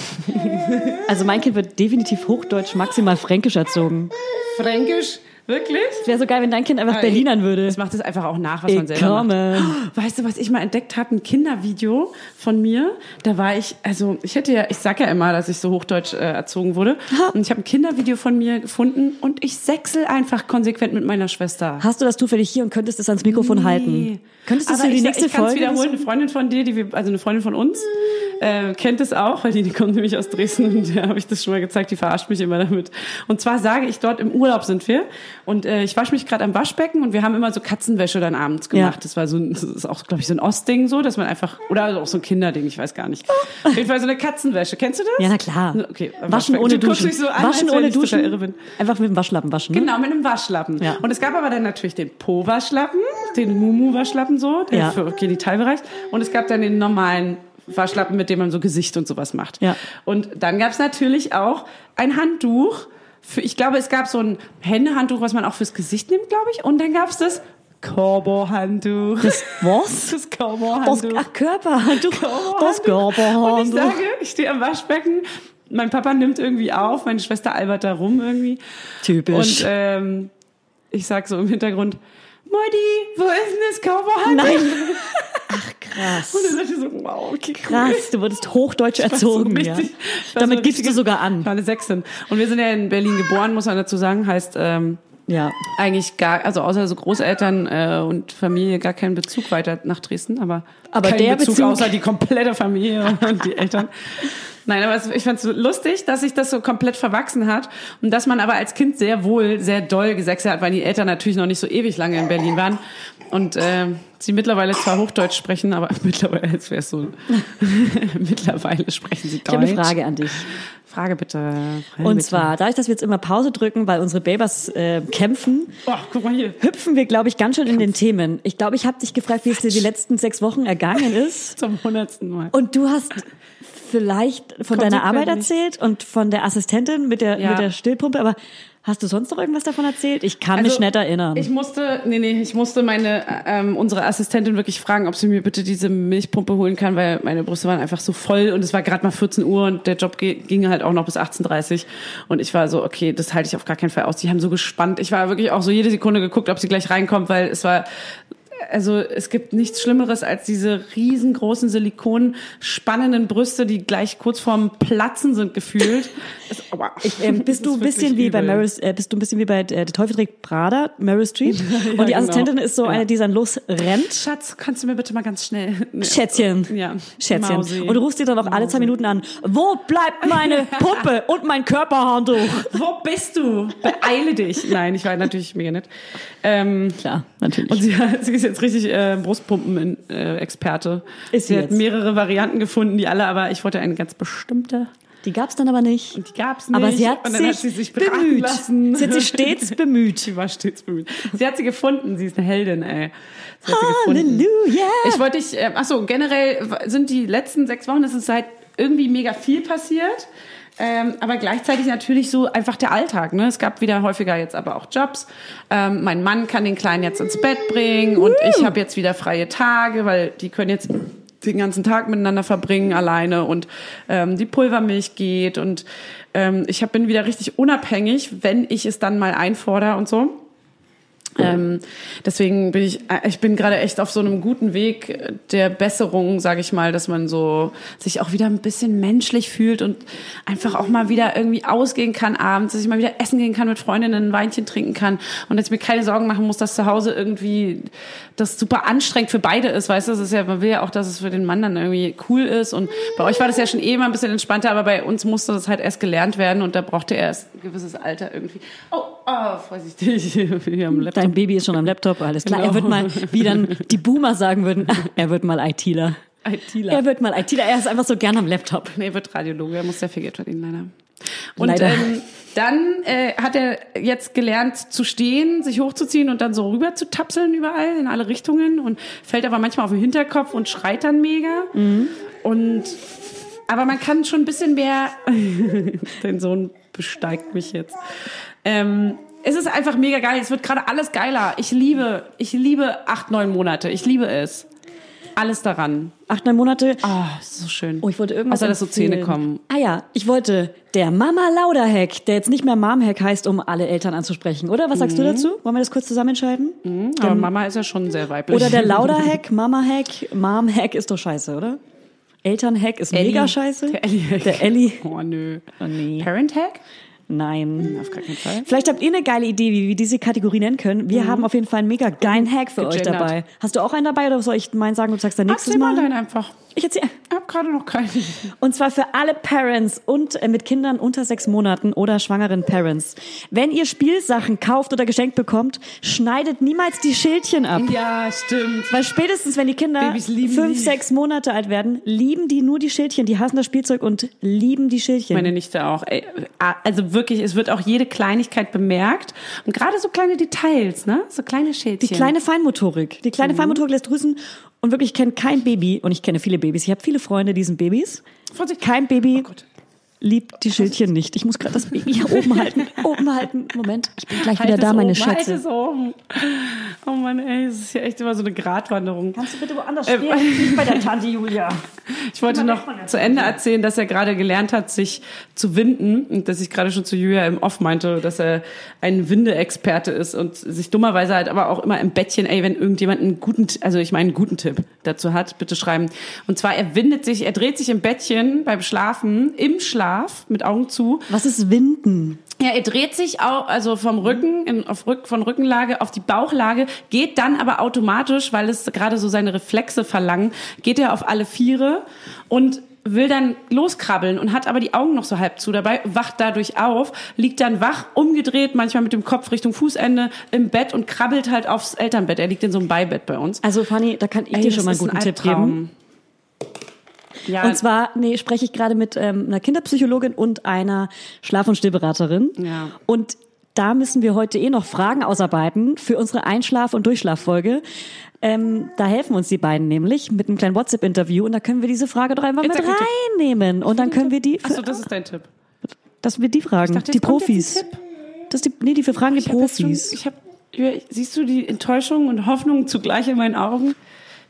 Speaker 3: Also mein Kind wird definitiv Hochdeutsch, maximal Fränkisch erzogen.
Speaker 4: Fränkisch? Wirklich?
Speaker 3: Es wäre so geil, wenn dein Kind einfach Berlinern würde. ähm.
Speaker 4: Das macht es einfach auch nach, was
Speaker 3: Ich
Speaker 4: man selber
Speaker 3: komme.
Speaker 4: macht. Oh, Weißt du, was ich mal entdeckt habe? Ein Kindervideo von mir. Da war ich, also ich hätte ja, ich sag ja immer, dass ich so hochdeutsch äh, erzogen wurde. Und ich habe ein Kindervideo von mir gefunden und ich sechsel einfach konsequent mit meiner Schwester.
Speaker 3: Hast du das zufällig hier und könntest es ans Mikrofon halten? Könntest du es
Speaker 4: Aber
Speaker 3: für die
Speaker 4: ich,
Speaker 3: nächste
Speaker 4: ich kann's
Speaker 3: Folge?
Speaker 4: wiederholen. Eine Freundin von dir, die wir, also eine Freundin von uns, äh, kennt es auch, weil die, die kommt nämlich aus Dresden und der habe ich das schon mal gezeigt. Die verarscht mich immer damit. Und zwar sage ich dort im Urlaub sind wir und äh, ich wasche mich gerade am Waschbecken und wir haben immer so Katzenwäsche dann abends gemacht.
Speaker 3: Ja.
Speaker 4: Das war so, ein, das ist auch glaube ich so ein Ostding so, dass man einfach oder also auch so ein Kinderding, ich weiß gar nicht. Auf jeden Fall so eine Katzenwäsche. Kennst du das?
Speaker 3: Ja, na klar.
Speaker 4: Okay. am
Speaker 3: waschen
Speaker 4: Waschbecken.
Speaker 3: ohne
Speaker 4: du guckst
Speaker 3: Duschen.
Speaker 4: mich so an,
Speaker 3: waschen
Speaker 4: als wenn
Speaker 3: ohne
Speaker 4: ich total
Speaker 3: Duschen.
Speaker 4: Irre bin.
Speaker 3: Einfach mit dem Waschlappen waschen. Ne?
Speaker 4: Genau, mit einem Waschlappen.
Speaker 3: Ja.
Speaker 4: Und es gab aber dann natürlich den Po-Waschlappen, den Mumu-Waschlappen so, der
Speaker 3: Ja.
Speaker 4: für Genitalbereich. Und es gab dann den normalen Waschlappen, mit dem man so Gesicht und sowas macht.
Speaker 3: Ja.
Speaker 4: Und dann gab es natürlich auch ein Handtuch. Für, ich glaube, es gab so ein Händehandtuch, was man auch fürs Gesicht nimmt, glaube ich. Und dann gab es das Korbo-Handtuch. <laughs> Das,
Speaker 3: Was? Das,
Speaker 4: Korbo-Handtuch.
Speaker 3: ach,
Speaker 4: <laughs>
Speaker 3: Körperhandtuch. Das
Speaker 4: Und ich
Speaker 3: Körperhandtuch.
Speaker 4: sage, ich stehe am Waschbecken. Mein Papa nimmt irgendwie auf, meine Schwester albert da rum irgendwie.
Speaker 3: Typisch.
Speaker 4: Und ähm, ich sag so im Hintergrund, Mutti, wo ist denn das Cowboy? <laughs>
Speaker 3: Nein. Ach, krass.
Speaker 4: Und dann sagt sie so, wow, okay, cool.
Speaker 3: Krass, du wurdest hochdeutsch
Speaker 4: Ich <laughs> war so
Speaker 3: erzogen. ja.
Speaker 4: richtig- ich war so
Speaker 3: Damit
Speaker 4: eine
Speaker 3: gibst du
Speaker 4: richtige-
Speaker 3: sogar
Speaker 4: Ich
Speaker 3: an.
Speaker 4: war eine Sechsin. Und wir sind ja in Berlin geboren, muss man dazu sagen, heißt ähm,
Speaker 3: Ja.
Speaker 4: eigentlich gar, also außer so Großeltern äh, und Familie gar keinen Bezug weiter nach Dresden, aber,
Speaker 3: Aber
Speaker 4: kein
Speaker 3: der
Speaker 4: Bezug,
Speaker 3: Bezug- <laughs>
Speaker 4: außer die komplette Familie und die Eltern. Nein, aber es, ich fand es lustig, dass sich das so komplett verwachsen hat und dass man aber als Kind sehr wohl sehr doll gesächselt hat, weil die Eltern natürlich noch nicht so ewig lange in Berlin waren und äh, sie mittlerweile zwar Hochdeutsch sprechen, aber <laughs> mittlerweile, als wäre es so, <laughs> mittlerweile sprechen sie
Speaker 3: Ich
Speaker 4: Deutsch.
Speaker 3: habe eine Frage an dich.
Speaker 4: Frage bitte. Frage
Speaker 3: Und
Speaker 4: bitte.
Speaker 3: zwar, dadurch, dass wir jetzt immer Pause drücken, weil unsere Babers äh, kämpfen,
Speaker 4: oh, guck mal hier, <laughs>
Speaker 3: hüpfen wir, glaube ich, ganz schön in den Themen. Ich glaube, ich habe dich gefragt, wie es dir die letzten sechs Wochen ergangen ist.
Speaker 4: zum hundertsten Mal.
Speaker 3: Und du hast vielleicht von deiner Arbeit
Speaker 4: Konsequent nicht.
Speaker 3: erzählt und von der Assistentin mit der,
Speaker 4: Ja.
Speaker 3: mit der Stillpumpe, aber hast du sonst noch irgendwas davon erzählt? Ich kann mich
Speaker 4: Also,
Speaker 3: nicht erinnern.
Speaker 4: Ich musste, nee, nee, ich musste meine, ähm, unsere Assistentin wirklich fragen, ob sie mir bitte diese Milchpumpe holen kann, weil meine Brüste waren einfach so voll und es war gerade mal 14 Uhr und der Job ge- ging halt auch noch bis 18.30 Uhr und ich war so, okay, das halte ich auf gar keinen Fall aus. Die haben so gespannt. Ich war wirklich auch so jede Sekunde geguckt, ob sie gleich reinkommt, weil es war, also es gibt nichts Schlimmeres als diese riesengroßen Silikon spannenden Brüste, die gleich kurz vorm Platzen sind gefühlt. Das- aua.
Speaker 3: Ähm, bist
Speaker 4: Das
Speaker 3: du
Speaker 4: ist
Speaker 3: ein bisschen
Speaker 4: wirklich
Speaker 3: wie bei
Speaker 4: übel.
Speaker 3: Meryl, äh, bist du ein bisschen wie bei äh, der Teufel trägt Prada, Meryl
Speaker 4: <laughs>
Speaker 3: Streep? und die
Speaker 4: genau.
Speaker 3: Assistentin ist so eine, die dann losrennt.
Speaker 4: Schatz, kannst du mir bitte mal ganz <laughs> schnell. Nee.
Speaker 3: Schätzchen.
Speaker 4: Ja.
Speaker 3: Schätzchen.
Speaker 4: Mausi.
Speaker 3: Und du rufst dir dann auch alle zwei Minuten an. Wo bleibt
Speaker 4: <laughs>
Speaker 3: meine Puppe und mein Körperhandtuch?
Speaker 4: Wo bist du? Beeile dich. Nein, ich war natürlich mega nett. Ähm,
Speaker 3: Klar, natürlich.
Speaker 4: und sie, sie ist jetzt richtig äh, Brustpumpen-Experte.
Speaker 3: Ist sie
Speaker 4: sie hat
Speaker 3: jetzt.
Speaker 4: mehrere Varianten gefunden, die alle, aber ich wollte eine ganz bestimmte.
Speaker 3: die gab's dann aber nicht.
Speaker 4: Und die gab's nicht.
Speaker 3: Aber sie hat,
Speaker 4: und dann
Speaker 3: sich,
Speaker 4: hat sie sich beraten
Speaker 3: bemüht.
Speaker 4: lassen.
Speaker 3: Sie hat sich
Speaker 4: <laughs>
Speaker 3: stets bemüht.
Speaker 4: Sie war stets bemüht. Sie hat sie gefunden. Sie ist eine Heldin, ey. Sie hat sie gefunden.
Speaker 3: Halleluja.
Speaker 4: Ich wollte dich, äh, ach so, generell sind die letzten sechs Wochen, es ist halt irgendwie mega viel passiert. Ähm, aber gleichzeitig natürlich so einfach der Alltag. Ne? Es gab wieder häufiger jetzt aber auch Jobs. Ähm, mein Mann kann den Kleinen jetzt ins Bett bringen und ich habe jetzt wieder freie Tage, weil die können jetzt den ganzen Tag miteinander verbringen alleine und ähm, die Pulvermilch geht und ähm, ich hab, bin wieder richtig unabhängig, wenn ich es dann mal einfordere und so. Ähm, deswegen bin ich, äh, ich bin gerade echt auf so einem guten Weg der Besserung, sage ich mal, dass man so sich auch wieder ein bisschen menschlich fühlt und einfach auch mal wieder irgendwie ausgehen kann abends, dass ich mal wieder essen gehen kann mit Freundinnen, ein Weinchen trinken kann und jetzt mir keine Sorgen machen muss, dass zu Hause irgendwie das super anstrengend für beide ist, weißt du, das ist ja, man will ja auch, dass es für den Mann dann irgendwie cool ist und bei euch war das ja schon eh immer ein bisschen entspannter, aber bei uns musste das halt erst gelernt werden und da brauchte er erst ein gewisses Alter irgendwie. Oh, oh, vorsichtig, <laughs> hier am Laptop.
Speaker 3: Dein Baby ist schon am Laptop, alles klar. Er wird mal, wie dann die Boomer sagen würden, er wird mal ITler.
Speaker 4: <laughs> ITler.
Speaker 3: Er wird mal ITler, er ist einfach so gern am Laptop.
Speaker 4: Nee, wird Radiologe, er muss sehr viel Geld verdienen, leider. Und
Speaker 3: Leider.
Speaker 4: Ähm, dann äh, hat er jetzt gelernt zu stehen, sich hochzuziehen und dann so rüber zu tapseln überall in alle Richtungen und fällt aber manchmal auf den Hinterkopf und schreit dann mega. Und aber man kann schon ein bisschen mehr. <laughs> Dein Sohn besteigt mich jetzt. Ähm, es ist einfach mega geil. Es wird gerade alles geiler. Ich liebe, ich liebe acht, neun Monate. Ich liebe es. Alles daran.
Speaker 3: Acht, neun Monate.
Speaker 4: Ah, ist so schön.
Speaker 3: Oh, ich wollte irgendwas.
Speaker 4: Außer, dass so
Speaker 3: empfehlen.
Speaker 4: Zähne kommen.
Speaker 3: Ah ja, ich wollte der Mama Lauder Hack, der jetzt nicht mehr Mom Hack heißt, um alle Eltern anzusprechen, oder? Was
Speaker 4: Mhm.
Speaker 3: sagst du dazu? Wollen wir das kurz zusammen entscheiden?
Speaker 4: Aber Mama ist ja schon sehr weiblich.
Speaker 3: Oder der Lauder Hack, Mama Hack, Mom Hack ist doch scheiße, oder? Eltern Hack ist mega scheiße.
Speaker 4: Der Ellie Hack.
Speaker 3: Der Ellie.
Speaker 4: <laughs> Oh nö.
Speaker 3: nee.
Speaker 4: Parent Hack?
Speaker 3: Nein.
Speaker 4: Auf gar keinen Fall.
Speaker 3: Vielleicht habt ihr eine geile Idee, wie wir diese Kategorie nennen können.
Speaker 4: Mhm.
Speaker 3: Wir haben auf jeden Fall einen mega geilen Hack für euch
Speaker 4: Gegendert.
Speaker 3: dabei. Hast du auch einen dabei oder soll ich meinen sagen und sagst dann nächstes
Speaker 4: Erzähl mal
Speaker 3: Mal?
Speaker 4: deinen einfach.
Speaker 3: Ich erzähl.
Speaker 4: Ich hab gerade noch keinen.
Speaker 3: <laughs> Und zwar für alle Parents und äh, mit Kindern unter sechs Monaten oder schwangeren Parents. Wenn ihr Spielsachen kauft oder geschenkt bekommt, schneidet niemals die Schildchen ab.
Speaker 4: Ja, stimmt.
Speaker 3: Weil spätestens, wenn die Kinder
Speaker 4: Babys lieben
Speaker 3: fünf,
Speaker 4: die.
Speaker 3: sechs Monate alt werden, lieben die nur die Schildchen. Die hassen das Spielzeug und lieben die Schildchen.
Speaker 4: Meine Nichte auch. Ey, Also wirklich, es wird auch jede Kleinigkeit bemerkt. Und gerade so kleine Details, ne? So kleine Schädchen.
Speaker 3: die kleine Feinmotorik. Die
Speaker 4: Mhm.
Speaker 3: kleine Feinmotorik lässt grüßen. Und wirklich, ich kenne kein Baby. Und ich kenne viele Babys. Ich habe viele Freunde, die sind Babys.
Speaker 4: Vorsicht.
Speaker 3: Kein Baby
Speaker 4: Oh Gott.
Speaker 3: liebt die Schildchen nicht. Ich muss gerade das Baby hier oben
Speaker 4: <laughs>
Speaker 3: halten. Oben halten. Moment, ich bin gleich
Speaker 4: Halt
Speaker 3: wieder
Speaker 4: es
Speaker 3: da, meine
Speaker 4: oben, halt
Speaker 3: Schätze.
Speaker 4: es oben. Oh Mann, ey, es ist ja echt immer so eine Gratwanderung.
Speaker 3: Kannst du bitte woanders
Speaker 4: Ähm. <laughs>
Speaker 3: stehen? Nicht bei der Tante Julia.
Speaker 4: Ich wollte noch zu Ende erzählen, dass er gerade gelernt hat, sich zu winden und dass ich gerade schon zu Julia im Off meinte, dass er ein Windeexperte ist und sich dummerweise halt aber auch immer im Bettchen, ey, wenn irgendjemand einen guten, also ich meine einen guten Tipp dazu hat, bitte schreiben. Und zwar, er windet sich, er dreht sich im Bettchen beim Schlafen, im Schlaf, mit Augen zu
Speaker 3: Was ist Winden?
Speaker 4: ja, er dreht sich auch, also vom
Speaker 3: Mhm.
Speaker 4: Rücken, in, auf Rück, von Rückenlage auf die Bauchlage, geht dann aber automatisch, weil es gerade so seine Reflexe verlangen, geht er auf alle Viere und will dann loskrabbeln und hat aber die Augen noch so halb zu dabei, wacht dadurch auf, liegt dann wach, umgedreht, manchmal mit dem Kopf Richtung Fußende im Bett und krabbelt halt aufs Elternbett. Er liegt in so einem Beibett bei uns.
Speaker 3: Also, Fanny, da kann ich
Speaker 4: Ey,
Speaker 3: dir
Speaker 4: das
Speaker 3: schon mal einen
Speaker 4: ist ein
Speaker 3: guten Tipp
Speaker 4: Albtraum.
Speaker 3: geben.
Speaker 4: Ja,
Speaker 3: Und zwar, nee, spreche ich gerade mit ähm, einer Kinderpsychologin und einer Schlaf- und Stillberaterin.
Speaker 4: Ja.
Speaker 3: Und da müssen wir heute eh noch Fragen ausarbeiten für unsere Einschlaf- und Durchschlaffolge. Ähm, da helfen uns die beiden nämlich mit einem kleinen WhatsApp-Interview und da können wir diese Frage doch einfach
Speaker 4: Jetzt
Speaker 3: mit
Speaker 4: sag einen Tipp.
Speaker 3: reinnehmen. Und dann können wir die,
Speaker 4: Achso, das ist dein Tipp.
Speaker 3: dass wir die fragen,
Speaker 4: dachte,
Speaker 3: die
Speaker 4: jetzt kommt jetzt ein
Speaker 3: Profis.
Speaker 4: Tipp.
Speaker 3: Das die, nee, die wir fragen die
Speaker 4: Ich hab jetzt
Speaker 3: Profis.
Speaker 4: Schon, ich hab, ja, siehst du die Enttäuschung und Hoffnung zugleich in meinen Augen?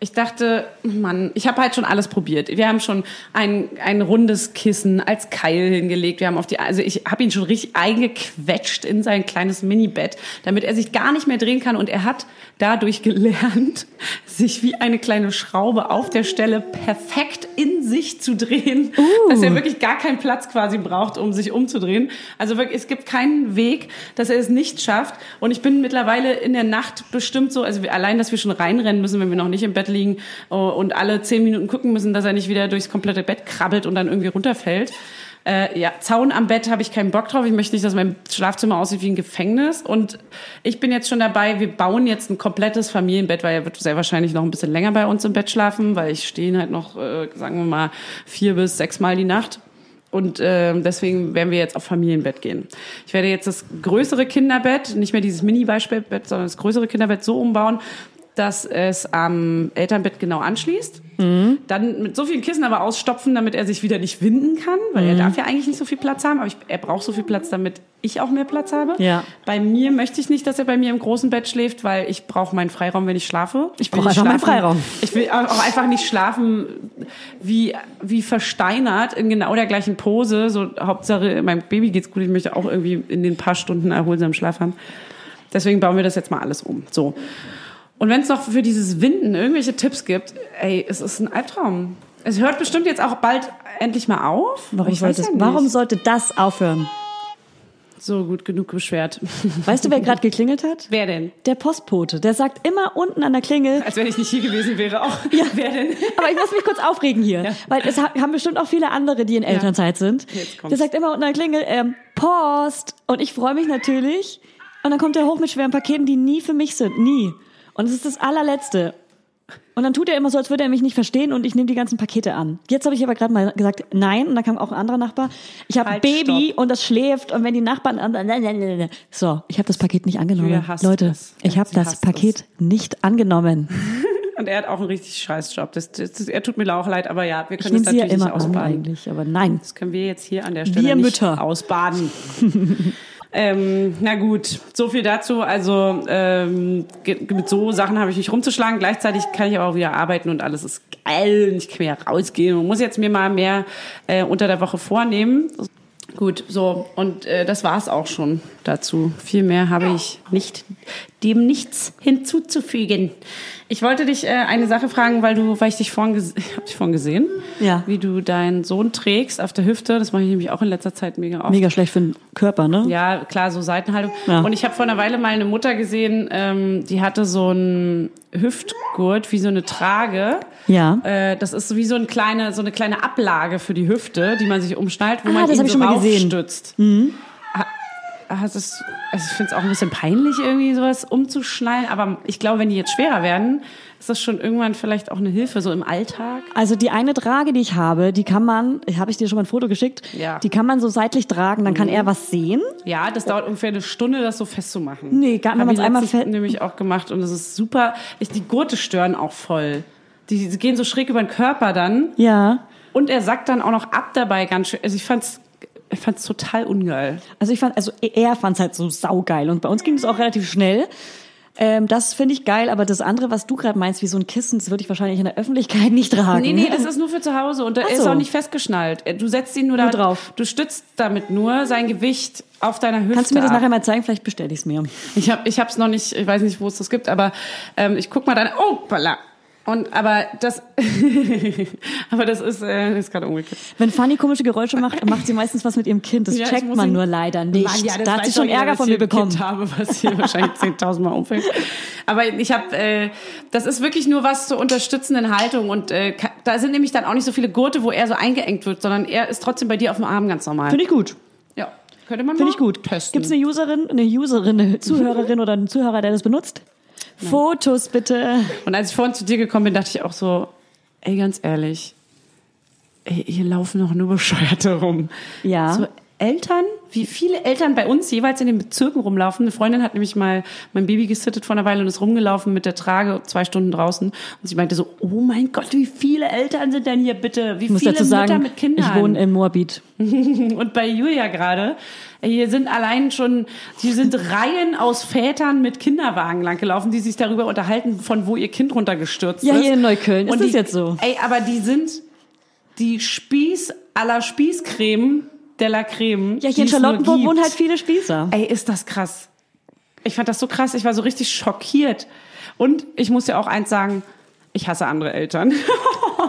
Speaker 4: Ich dachte, Mann, ich habe halt schon alles probiert. Wir haben schon ein, ein rundes Kissen als Keil hingelegt. Wir haben auf die, also ich habe ihn schon richtig eingequetscht in sein kleines Minibett, damit er sich gar nicht mehr drehen kann. Und er hat dadurch gelernt, <laughs> sich wie eine kleine Schraube auf der Stelle perfekt in sich zu drehen, dass er wirklich gar keinen Platz quasi braucht, um sich umzudrehen. Also wirklich, es gibt keinen Weg, dass er es nicht schafft. Und ich bin mittlerweile in der Nacht bestimmt so, also wir- allein, dass wir schon reinrennen müssen, wenn wir noch nicht im Bett liegen äh, und alle zehn Minuten gucken müssen, dass er nicht wieder durchs komplette Bett krabbelt und dann irgendwie runterfällt. Äh, ja, Zaun am Bett habe ich keinen Bock drauf. Ich möchte nicht, dass mein Schlafzimmer aussieht wie ein Gefängnis. Und ich bin jetzt schon dabei, wir bauen jetzt ein komplettes Familienbett, weil er wird sehr wahrscheinlich noch ein bisschen länger bei uns im Bett schlafen, weil ich stehe ihn halt noch, äh, sagen wir mal, vier bis sechs Mal die Nacht. Und ähm, deswegen werden wir jetzt auf Familienbett gehen. Ich werde jetzt das größere Kinderbett, nicht mehr dieses Mini-Beispielbett, sondern das größere Kinderbett so umbauen, dass es am Elternbett genau anschließt. Dann mit so vielen Kissen aber ausstopfen, damit er sich wieder nicht winden kann, weil er darf ja eigentlich nicht so viel Platz haben, aber ich, er braucht so viel Platz, damit ich auch mehr Platz habe.
Speaker 3: Ja.
Speaker 4: Bei mir möchte ich nicht, dass er bei mir im großen Bett schläft, weil ich brauche meinen Freiraum, wenn ich schlafe. Ich will
Speaker 3: brauch
Speaker 4: nicht
Speaker 3: einfach meinen
Speaker 4: schlafen.
Speaker 3: Freiraum.
Speaker 4: Ich will auch einfach nicht schlafen, wie, wie versteinert in genau der gleichen Pose. So, Hauptsache, meinem Baby geht's gut, ich möchte auch irgendwie in den paar Stunden erholsamen Schlaf haben. Deswegen bauen wir das jetzt mal alles um. So. Und wenn es noch für dieses Winden irgendwelche Tipps gibt, ey, es ist ein Albtraum. Es hört bestimmt jetzt auch bald endlich mal auf.
Speaker 3: Warum
Speaker 4: Ich weiß
Speaker 3: sollte,
Speaker 4: ja nicht.
Speaker 3: warum sollte das aufhören?
Speaker 4: So gut genug beschwert. <laughs>
Speaker 3: Weißt du, wer gerade geklingelt hat?
Speaker 4: Wer denn?
Speaker 3: Der Postbote. Der sagt immer unten an der Klingel,
Speaker 4: Als wenn ich nicht hier gewesen wäre. Auch. Wer denn?
Speaker 3: Aber ich muss mich kurz aufregen hier, weil es ha- haben bestimmt auch viele andere, die in Elternzeit sind.
Speaker 4: Jetzt kommt's.
Speaker 3: Der sagt immer unter der Klingel, ähm, Post. Und ich freue mich natürlich. Und dann kommt er hoch mit schweren Paketen, die nie für mich sind. Nie. Und es ist das allerletzte. Und dann tut er immer so, als würde er mich nicht verstehen und ich nehme die ganzen Pakete an. Jetzt habe ich aber gerade mal gesagt, nein. Und dann kam auch ein anderer Nachbar. Ich habe ein
Speaker 4: Halt,
Speaker 3: Baby und das schläft. Und wenn die Nachbarn... So, ich habe das Paket nicht angenommen.
Speaker 4: Julia hasst
Speaker 3: Leute,
Speaker 4: es.
Speaker 3: ich habe
Speaker 4: Sie
Speaker 3: das
Speaker 4: hasst es.
Speaker 3: Paket nicht angenommen.
Speaker 4: Und er hat auch einen richtig scheiß Job. Das, das, das, er tut mir auch leid, aber ja, wir
Speaker 3: Ich
Speaker 4: können
Speaker 3: nehme
Speaker 4: das
Speaker 3: sie ja
Speaker 4: natürlich
Speaker 3: immer
Speaker 4: nicht
Speaker 3: an
Speaker 4: ausbaden.
Speaker 3: eigentlich, aber nein.
Speaker 4: Das können wir jetzt hier an der Stelle
Speaker 3: Wir
Speaker 4: nicht
Speaker 3: Mütter.
Speaker 4: ausbaden. <laughs> ähm, na gut, so viel dazu. Also ähm, ge- mit so Sachen habe ich mich rumzuschlagen. Gleichzeitig kann ich aber auch wieder arbeiten und alles ist geil. Und Ich kann mehr rausgehen und muss jetzt mir mal mehr äh, unter der Woche vornehmen. Gut, so und äh, das war's auch schon dazu. Viel mehr habe ich nicht dem nichts hinzuzufügen. Ich wollte dich äh, eine Sache fragen, weil du, weil ich dich vorhin, ges- <laughs> hab dich vorhin gesehen,
Speaker 3: Ja.
Speaker 4: wie du deinen Sohn trägst auf der Hüfte. Das mache ich nämlich auch in letzter Zeit mega oft.
Speaker 3: Mega schlecht für den Körper, ne?
Speaker 4: Ja, klar, so Seitenhaltung.
Speaker 3: Ja.
Speaker 4: Und ich habe vor einer Weile mal eine Mutter gesehen, ähm, die hatte so einen Hüftgurt wie so eine Trage.
Speaker 3: Ja.
Speaker 4: Äh, das ist so wie so, ein kleine, so eine kleine Ablage für die Hüfte, die man sich umschnallt, wo
Speaker 3: Ah,
Speaker 4: man
Speaker 3: das
Speaker 4: ihn
Speaker 3: hab ich
Speaker 4: so
Speaker 3: schon mal gesehen. Mhm.
Speaker 4: raufstützt. Ah, ah, das ist, also ich finde es auch ein bisschen peinlich, irgendwie sowas umzuschnallen. Aber ich glaube, wenn die jetzt schwerer werden, ist das schon irgendwann vielleicht auch eine Hilfe, so im Alltag.
Speaker 3: Also die eine Trage, die ich habe, die kann man, habe ich dir schon mal ein Foto geschickt,
Speaker 4: Ja. Mhm.
Speaker 3: die kann man so seitlich tragen, dann kann er was sehen.
Speaker 4: Ja, das dauert ungefähr eine Stunde, das so festzumachen.
Speaker 3: Nee, gar- wenn
Speaker 4: Hab
Speaker 3: man's
Speaker 4: ich
Speaker 3: einmal
Speaker 4: letztens
Speaker 3: fe-
Speaker 4: nämlich auch gemacht und das ist super. Ich, die Gurte stören auch voll. Die, die gehen so schräg über den Körper dann
Speaker 3: Ja.
Speaker 4: und er sackt dann auch noch ab dabei ganz schön. Also ich fand's ich fand's total ungeil.
Speaker 3: Also ich fand, also er fand es halt so saugeil und bei uns ging es auch relativ schnell. Ähm, das finde ich geil, aber das andere, was du gerade meinst, wie so ein Kissen, das würde ich wahrscheinlich in der Öffentlichkeit nicht tragen.
Speaker 4: Nee, nee, das ist nur für zu Hause und er
Speaker 3: Ach
Speaker 4: ist
Speaker 3: so.
Speaker 4: auch nicht festgeschnallt. Äh, Du setzt ihn nur da
Speaker 3: Nur drauf.
Speaker 4: Du stützt damit nur sein Gewicht auf deiner Hüfte.
Speaker 3: Kannst du mir das
Speaker 4: ab.
Speaker 3: nachher mal zeigen? Vielleicht bestelle ich es mir.
Speaker 4: Ich habe ich hab's noch nicht, ich weiß nicht, wo es das gibt, aber ähm, ich guck mal dann. Oh, balla. Und aber das <laughs> aber das ist äh, ist gerade umgekippt.
Speaker 3: Wenn Fanny komische Geräusche
Speaker 4: <laughs>
Speaker 3: macht, macht sie meistens was mit ihrem Kind. Das
Speaker 4: Ja, ich
Speaker 3: checkt
Speaker 4: muss
Speaker 3: man
Speaker 4: ihn-
Speaker 3: nur leider nicht.
Speaker 4: Mann, ja, das
Speaker 3: da hat
Speaker 4: weiß
Speaker 3: sie
Speaker 4: doch
Speaker 3: schon
Speaker 4: jeder,
Speaker 3: Ärger
Speaker 4: dass
Speaker 3: von
Speaker 4: ich
Speaker 3: mir
Speaker 4: ein
Speaker 3: bekommen.
Speaker 4: Kind habe, was hier
Speaker 3: <laughs>
Speaker 4: wahrscheinlich 10.000 Mal umfällt. Aber ich habe, äh, das ist wirklich nur was zur unterstützenden Haltung und äh, ka- da sind nämlich dann auch nicht so viele Gurte, wo er so eingeengt wird, sondern er ist trotzdem bei dir auf dem Arm ganz normal.
Speaker 3: Finde ich gut.
Speaker 4: ja, könnte man
Speaker 3: Finde
Speaker 4: mal
Speaker 3: ich gut.
Speaker 4: testen.
Speaker 3: Gibt es eine Userin, eine Userin, eine Zuhörerin oder einen Zuhörer, der das benutzt? Fotos bitte.
Speaker 4: Und als ich vorhin zu dir gekommen bin, dachte ich auch so, ey, ganz ehrlich, ey, hier laufen noch nur Bescheuerte rum.
Speaker 3: Ja.
Speaker 4: So Eltern, wie viele Eltern bei uns jeweils in den Bezirken rumlaufen. Eine Freundin hat nämlich mal mein Baby gesittet vor einer Weile und ist rumgelaufen mit der Trage zwei Stunden draußen. Und sie meinte so, oh mein Gott, wie viele Eltern sind denn hier bitte? Wie
Speaker 3: Ich muss
Speaker 4: viele
Speaker 3: dazu sagen,
Speaker 4: Mütter mit Kindern?
Speaker 3: ich wohne in Moabit.
Speaker 4: Und bei Julia gerade, hier sind allein schon, hier sind Reihen aus Vätern mit Kinderwagen langgelaufen, die sich darüber unterhalten, von wo ihr Kind runtergestürzt
Speaker 3: Ja,
Speaker 4: ist.
Speaker 3: hier in Neukölln. Ist
Speaker 4: Und
Speaker 3: das
Speaker 4: die,
Speaker 3: jetzt so?
Speaker 4: Ey, aber die sind die Spieß aller Spießcreme de la Creme.
Speaker 3: Ja, hier in
Speaker 4: die es nur
Speaker 3: Charlottenburg
Speaker 4: gibt.
Speaker 3: wohnen halt viele Spießer.
Speaker 4: Ey, ist das krass. Ich fand das so krass, ich war so richtig schockiert. Und ich muss ja auch eins sagen, ich hasse andere Eltern. <laughs>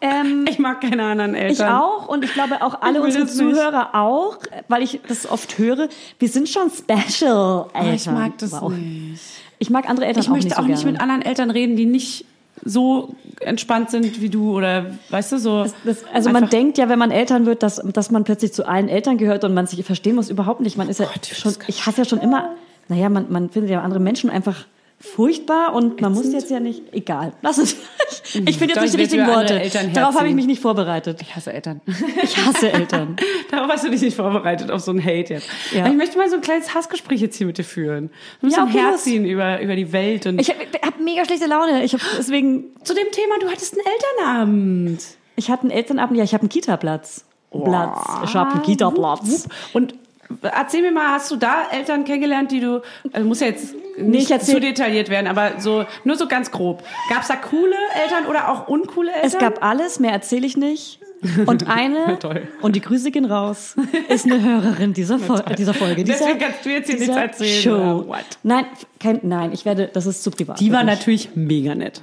Speaker 3: Ähm,
Speaker 4: ich mag keine anderen Eltern.
Speaker 3: Ich auch und ich glaube auch alle
Speaker 4: Ich will
Speaker 3: unsere
Speaker 4: das nicht.
Speaker 3: Zuhörer auch, weil ich das oft höre. Wir sind schon special Eltern.
Speaker 4: Ich mag das
Speaker 3: Wow.
Speaker 4: nicht.
Speaker 3: Ich mag andere Eltern
Speaker 4: Ich möchte
Speaker 3: auch
Speaker 4: auch
Speaker 3: nicht
Speaker 4: nicht
Speaker 3: so
Speaker 4: mit
Speaker 3: gerne.
Speaker 4: anderen Eltern reden, die nicht so entspannt sind wie du oder weißt du so.
Speaker 3: das, also man
Speaker 4: Einfach-
Speaker 3: denkt ja, wenn man Eltern wird, dass, dass man plötzlich zu allen Eltern gehört und man sich verstehen muss. Überhaupt nicht. Man ist ja schon, Oh ich hasse ja schon immer, naja, man, man findet ja andere Menschen einfach furchtbar und man muss jetzt ja nicht, egal. Lass uns, Mhm. ich finde jetzt
Speaker 4: Dann
Speaker 3: nicht die
Speaker 4: wird
Speaker 3: richtigen
Speaker 4: über alle
Speaker 3: Worte.
Speaker 4: Elternherzen.
Speaker 3: Darauf habe ich mich nicht vorbereitet.
Speaker 4: ich hasse Eltern.
Speaker 3: Ich hasse
Speaker 4: <laughs>
Speaker 3: Eltern.
Speaker 4: Darauf hast du dich nicht vorbereitet auf so einen Hate jetzt.
Speaker 3: Ja.
Speaker 4: Aber ich möchte mal so ein kleines Hassgespräch jetzt hier mit dir führen. Du musst
Speaker 3: Ja,
Speaker 4: ja, ein
Speaker 3: okay,
Speaker 4: Herz
Speaker 3: los.
Speaker 4: ziehen über, über die Welt und
Speaker 3: <laughs> Ich habe hab mega schlechte Laune. Ich habe deswegen
Speaker 4: zu dem Thema, du hattest einen Elternabend.
Speaker 3: Ich hatte einen Elternabend, ja, ich habe einen Kita-Platz. Platz. Ich habe einen Kita-Platz.
Speaker 4: Und erzähl mir mal, hast du da Eltern kennengelernt, die du, also muss ja jetzt nicht
Speaker 3: ich erzähl-
Speaker 4: zu detailliert werden, aber so nur so ganz grob. Gab es da coole Eltern oder auch uncoole Eltern?
Speaker 3: Es gab alles, mehr erzähle ich
Speaker 4: <laughs>
Speaker 3: nicht. Und eine,
Speaker 4: Toll.
Speaker 3: und die Grüße gehen raus, ist eine Hörerin
Speaker 4: <laughs>
Speaker 3: dieser, Fol dieser Folge. Dieser,
Speaker 4: Deswegen kannst du jetzt hier nichts
Speaker 3: dieser
Speaker 4: erzählen.
Speaker 3: Show.
Speaker 4: What?
Speaker 3: Nein, kein, nein, ich werde, das ist zu privat.
Speaker 4: Die war
Speaker 3: Wirklich.
Speaker 4: natürlich mega nett.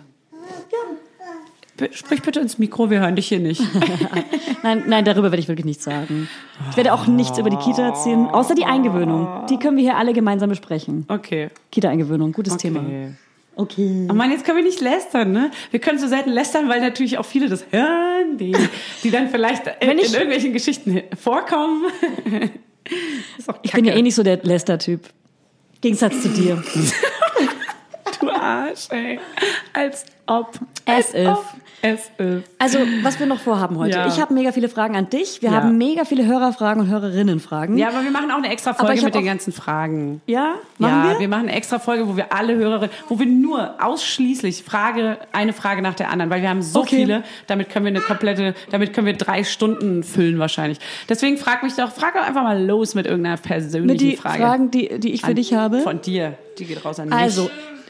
Speaker 4: B- Sprich bitte ins Mikro, wir hören dich hier nicht.
Speaker 3: Nein, nein, darüber werde ich wirklich nichts sagen. Ich werde auch nichts über die Kita erzählen, außer die Eingewöhnung. Die können wir hier alle gemeinsam besprechen.
Speaker 4: Okay.
Speaker 3: Kita-Eingewöhnung, gutes Thema.
Speaker 4: okay.
Speaker 3: Okay.
Speaker 4: Oh Mann, jetzt können wir nicht lästern, ne? Wir können so selten lästern, weil natürlich auch viele das hören, die, die dann vielleicht äh, in,
Speaker 3: Wenn ich-
Speaker 4: in irgendwelchen Geschichten vorkommen.
Speaker 3: <laughs>
Speaker 4: Ist doch
Speaker 3: Ich bin ja
Speaker 4: Kacke.
Speaker 3: eh nicht so der Lester-Typ. Gegensatz zu dir.
Speaker 4: Du Arsch, ey. Als ob.
Speaker 3: eh- As if.
Speaker 4: As if.
Speaker 3: Also, was wir noch vorhaben heute.
Speaker 4: Ja.
Speaker 3: Ich habe mega viele Fragen an dich. Wir
Speaker 4: Ja.
Speaker 3: haben mega viele Hörerfragen und Hörerinnenfragen.
Speaker 4: Ja, aber wir machen auch eine extra
Speaker 3: ich
Speaker 4: Folge
Speaker 3: hab
Speaker 4: mit den
Speaker 3: auch-
Speaker 4: ganzen Fragen.
Speaker 3: Ja? Machen
Speaker 4: ja,
Speaker 3: wir?
Speaker 4: machen eine extra Folge, wo wir alle Hörerinnen, wo wir nur ausschließlich Frage, eine Frage nach der anderen, weil wir haben so
Speaker 3: Okay.
Speaker 4: viele, damit können wir eine komplette, damit können wir drei Stunden füllen wahrscheinlich. Deswegen frag mich doch, frag doch einfach mal los mit irgendeiner persönlichen
Speaker 3: Mit die
Speaker 4: Frage.
Speaker 3: Fragen, die, die ich für
Speaker 4: An-
Speaker 3: dich habe.
Speaker 4: Von dir. Die geht raus an mich.
Speaker 3: Also,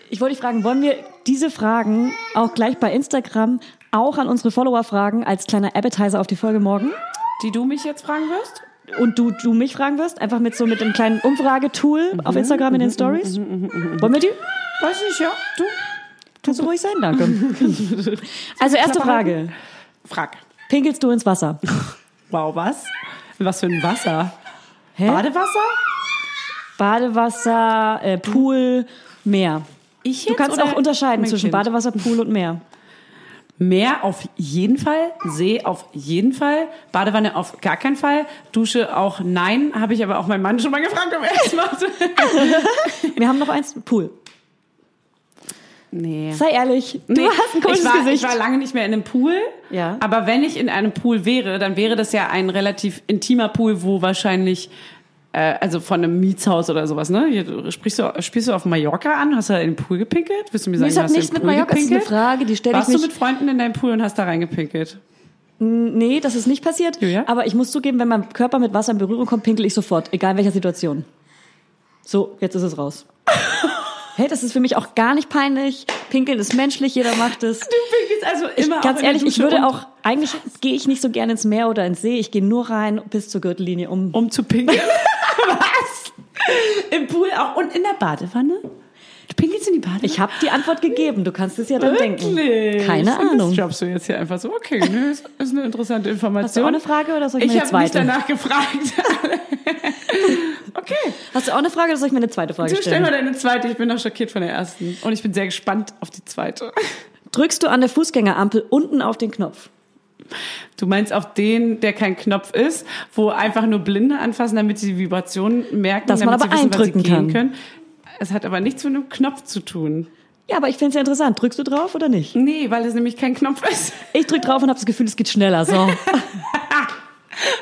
Speaker 3: ich wollte dich fragen, wollen wir diese Fragen auch gleich bei Instagram auch an unsere Follower fragen, als kleiner Appetizer auf die Folge morgen?
Speaker 4: Die du mich jetzt fragen wirst?
Speaker 3: Und du, du mich fragen wirst, einfach mit so mit dem kleinen Umfragetool auf Instagram in den Stories? Wollen wir die?
Speaker 4: Weiß ich, ja. Du?
Speaker 3: Kannst du ruhig sein,
Speaker 4: <laughs>
Speaker 3: danke. also, erste Frage.
Speaker 4: Frag.
Speaker 3: Pinkelst du ins Wasser?
Speaker 4: Wow, was? Was für ein Wasser?
Speaker 3: Hä?
Speaker 4: Badewasser?
Speaker 3: Badewasser, äh, Pool, Meer.
Speaker 4: Ich
Speaker 3: Du kannst auch unterscheiden zwischen
Speaker 4: Badewasser.
Speaker 3: Badewasser, Pool und Meer.
Speaker 4: Meer auf jeden Fall, See auf jeden Fall, Badewanne auf gar keinen Fall, Dusche auch nein, habe ich aber auch meinen Mann schon mal gefragt, ob er es
Speaker 3: <laughs>
Speaker 4: macht.
Speaker 3: Wir haben noch eins, Pool.
Speaker 4: Nee.
Speaker 3: Sei ehrlich, du hast ein komisches
Speaker 4: ich war,
Speaker 3: Gesicht.
Speaker 4: Ich war lange nicht mehr in einem Pool.
Speaker 3: Ja.
Speaker 4: Aber wenn ich in einem Pool wäre, dann wäre das ja ein relativ intimer Pool, wo wahrscheinlich, äh, also von einem Mietshaus oder sowas, ne? Hier, sprichst du, spielst du auf Mallorca an? Hast du da in den Pool gepinkelt? Willst du mir sagen,
Speaker 3: Das
Speaker 4: du
Speaker 3: hat
Speaker 4: hast in
Speaker 3: nichts
Speaker 4: den
Speaker 3: mit
Speaker 4: Pool
Speaker 3: Mallorca, das ist eine
Speaker 4: gepinkelt?
Speaker 3: Frage, die stelle ich
Speaker 4: Warst
Speaker 3: mich.
Speaker 4: du mit Freunden in deinem Pool und hast da reingepinkelt?
Speaker 3: nee, das ist nicht passiert.
Speaker 4: Julia?
Speaker 3: Aber ich muss zugeben, wenn mein Körper mit Wasser in Berührung kommt, pinkel ich sofort, egal in welcher Situation. So, jetzt ist es
Speaker 4: <laughs>
Speaker 3: raus. Hey, das ist für mich auch gar nicht peinlich. Pinkeln ist menschlich, jeder macht es.
Speaker 4: Pinkelst also immer auch in
Speaker 3: Ganz
Speaker 4: der
Speaker 3: ehrlich, ich
Speaker 4: Dusche und-
Speaker 3: würde auch, eigentlich gehe ich nicht so gerne ins Meer oder ins See. Ich gehe nur rein bis zur Gürtellinie, um
Speaker 4: um zu <laughs> pinkeln. Was? Im Pool auch und in der Badewanne? Du pinkelst in die Badewanne?
Speaker 3: Ich habe die Antwort gegeben. Du kannst es ja dann denken.
Speaker 4: Wirklich?
Speaker 3: Keine
Speaker 4: Und Das
Speaker 3: Ahnung.
Speaker 4: droppst du jetzt hier einfach so. Okay, ne, ist, ist eine interessante Information.
Speaker 3: Hast du auch eine Frage oder soll ich,
Speaker 4: Ich
Speaker 3: mir eine
Speaker 4: habe mich
Speaker 3: zweite?
Speaker 4: danach gefragt.
Speaker 3: <laughs>
Speaker 4: okay,
Speaker 3: Hast du auch eine Frage oder soll ich mir eine zweite Frage
Speaker 4: du stell
Speaker 3: stellen?
Speaker 4: mal deine zweite. Ich bin noch schockiert von der ersten. Und ich bin sehr gespannt auf die zweite.
Speaker 3: Drückst du an der Fußgängerampel unten auf den Knopf?
Speaker 4: Du meinst auf den, der kein Knopf ist, wo einfach nur Blinde anfassen, damit sie die Vibrationen merken,
Speaker 3: Dass man
Speaker 4: damit
Speaker 3: aber
Speaker 4: sie wissen, was sie
Speaker 3: eindrücken
Speaker 4: gehen
Speaker 3: kann.
Speaker 4: können. Es hat aber nichts mit einem Knopf zu tun.
Speaker 3: Ja, aber ich find's ja interessant. Drückst du drauf oder nicht?
Speaker 4: Nee, weil es nämlich kein Knopf <laughs> ist.
Speaker 3: Ich drück drauf und habe das Gefühl, es geht schneller. So.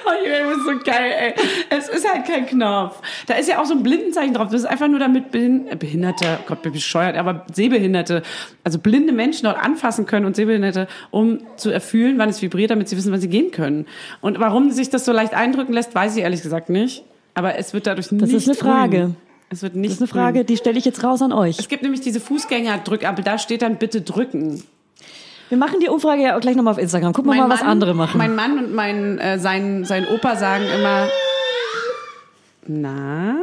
Speaker 4: Oh, Julian, du bist so geil, ey. Es ist halt kein Knopf. Da ist ja auch so ein Blindenzeichen drauf. Das ist einfach nur damit Behin äh, Behinderte, Gott, bin ich bescheuert, aber Sehbehinderte, also blinde Menschen dort anfassen können und Sehbehinderte, um zu erfühlen, wann es vibriert, damit sie wissen, wann sie gehen können. Und warum sich das so leicht eindrücken lässt, weiß ich ehrlich gesagt nicht. Aber es wird dadurch nicht
Speaker 3: ist eine Frage.
Speaker 4: grün. Es wird nicht
Speaker 3: Das ist eine
Speaker 4: grün.
Speaker 3: Frage, die stelle ich jetzt raus an euch.
Speaker 4: Es gibt nämlich diese Fußgängerdrückampel, da steht dann bitte drücken.
Speaker 3: Wir machen die Umfrage ja auch gleich nochmal auf Instagram. Gucken wir mal, was
Speaker 4: Mann-
Speaker 3: andere machen.
Speaker 4: Mein Mann und mein, äh, sein, sein Opa sagen immer, na,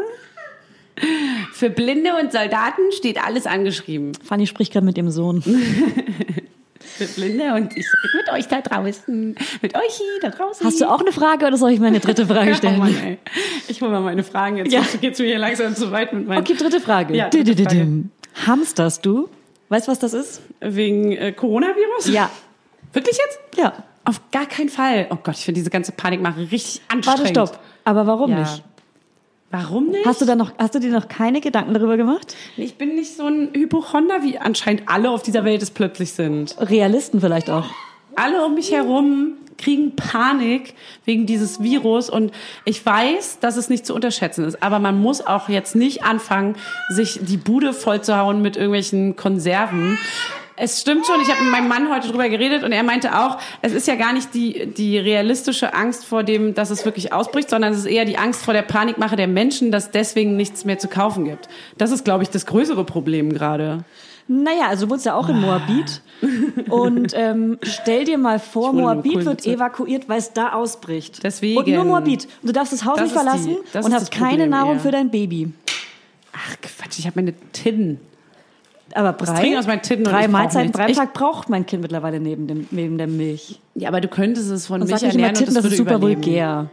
Speaker 4: für Blinde und Soldaten steht alles angeschrieben.
Speaker 3: Fanny spricht gerade mit ihrem
Speaker 4: <laughs>
Speaker 3: Sohn.
Speaker 4: Für Blinde und ich rede mit euch da draußen. Mit euch hier da draußen.
Speaker 3: Hast du auch eine Frage oder soll ich mir eine dritte Frage
Speaker 4: <laughs> Oh Mann,
Speaker 3: stellen?
Speaker 4: ey. Ich hole mal meine Fragen. Jetzt
Speaker 3: Ja.
Speaker 4: geht's mir hier langsam zu weit mit meinen.
Speaker 3: Okay, dritte Frage.
Speaker 4: Ja, dritte Frage.
Speaker 3: Didididim. Hamsterst du? Weißt du, was das ist?
Speaker 4: Wegen äh, Coronavirus?
Speaker 3: Ja.
Speaker 4: Wirklich jetzt?
Speaker 3: Ja.
Speaker 4: Auf gar keinen Fall. Oh Gott, ich finde diese ganze Panikmache richtig
Speaker 3: Warte,
Speaker 4: anstrengend.
Speaker 3: stopp. Aber warum
Speaker 4: Ja.
Speaker 3: nicht?
Speaker 4: Warum nicht?
Speaker 3: Hast du, da noch, hast du dir noch keine Gedanken darüber gemacht?
Speaker 4: Ich bin nicht so ein Hypochonder, wie anscheinend alle auf dieser Welt es plötzlich sind.
Speaker 3: Realisten vielleicht auch.
Speaker 4: Alle um mich herum kriegen Panik wegen dieses Virus und ich weiß, dass es nicht zu unterschätzen ist, aber man muss auch jetzt nicht anfangen, sich die Bude vollzuhauen mit irgendwelchen Konserven. Es stimmt schon, ich habe mit meinem Mann heute drüber geredet und er meinte auch, es ist ja gar nicht die, die realistische Angst vor dem, dass es wirklich ausbricht, sondern es ist eher die Angst vor der Panikmache der Menschen, dass deswegen nichts mehr zu kaufen gibt. Das ist, glaube ich, das größere Problem gerade.
Speaker 3: Naja, also du wohnst ja auch in Moabit. Und ähm, stell dir mal vor,
Speaker 4: nur
Speaker 3: Moabit
Speaker 4: coolen
Speaker 3: wird
Speaker 4: Bezug.
Speaker 3: evakuiert, weil es da ausbricht.
Speaker 4: Deswegen.
Speaker 3: Und nur Moabit. Und du darfst das Haus
Speaker 4: Das
Speaker 3: nicht
Speaker 4: ist die-
Speaker 3: verlassen
Speaker 4: das
Speaker 3: und
Speaker 4: ist
Speaker 3: hast
Speaker 4: das
Speaker 3: keine
Speaker 4: Problem,
Speaker 3: Nahrung
Speaker 4: ja.
Speaker 3: für dein Baby.
Speaker 4: Ach Quatsch, ich habe meine Titten.
Speaker 3: Aber
Speaker 4: Trinken
Speaker 3: drei,
Speaker 4: aus meinen Titten und ich
Speaker 3: drei
Speaker 4: brauch
Speaker 3: Mahlzeiten,
Speaker 4: nichts.
Speaker 3: drei am
Speaker 4: Ich-
Speaker 3: Tag braucht mein Kind mittlerweile neben, dem, neben der Milch.
Speaker 4: Ja, aber du könntest es von
Speaker 3: Und
Speaker 4: Milch
Speaker 3: sag nicht immer
Speaker 4: ernähren
Speaker 3: Titten,
Speaker 4: und das,
Speaker 3: das, ist
Speaker 4: würde
Speaker 3: super
Speaker 4: überleben.
Speaker 3: vulgär.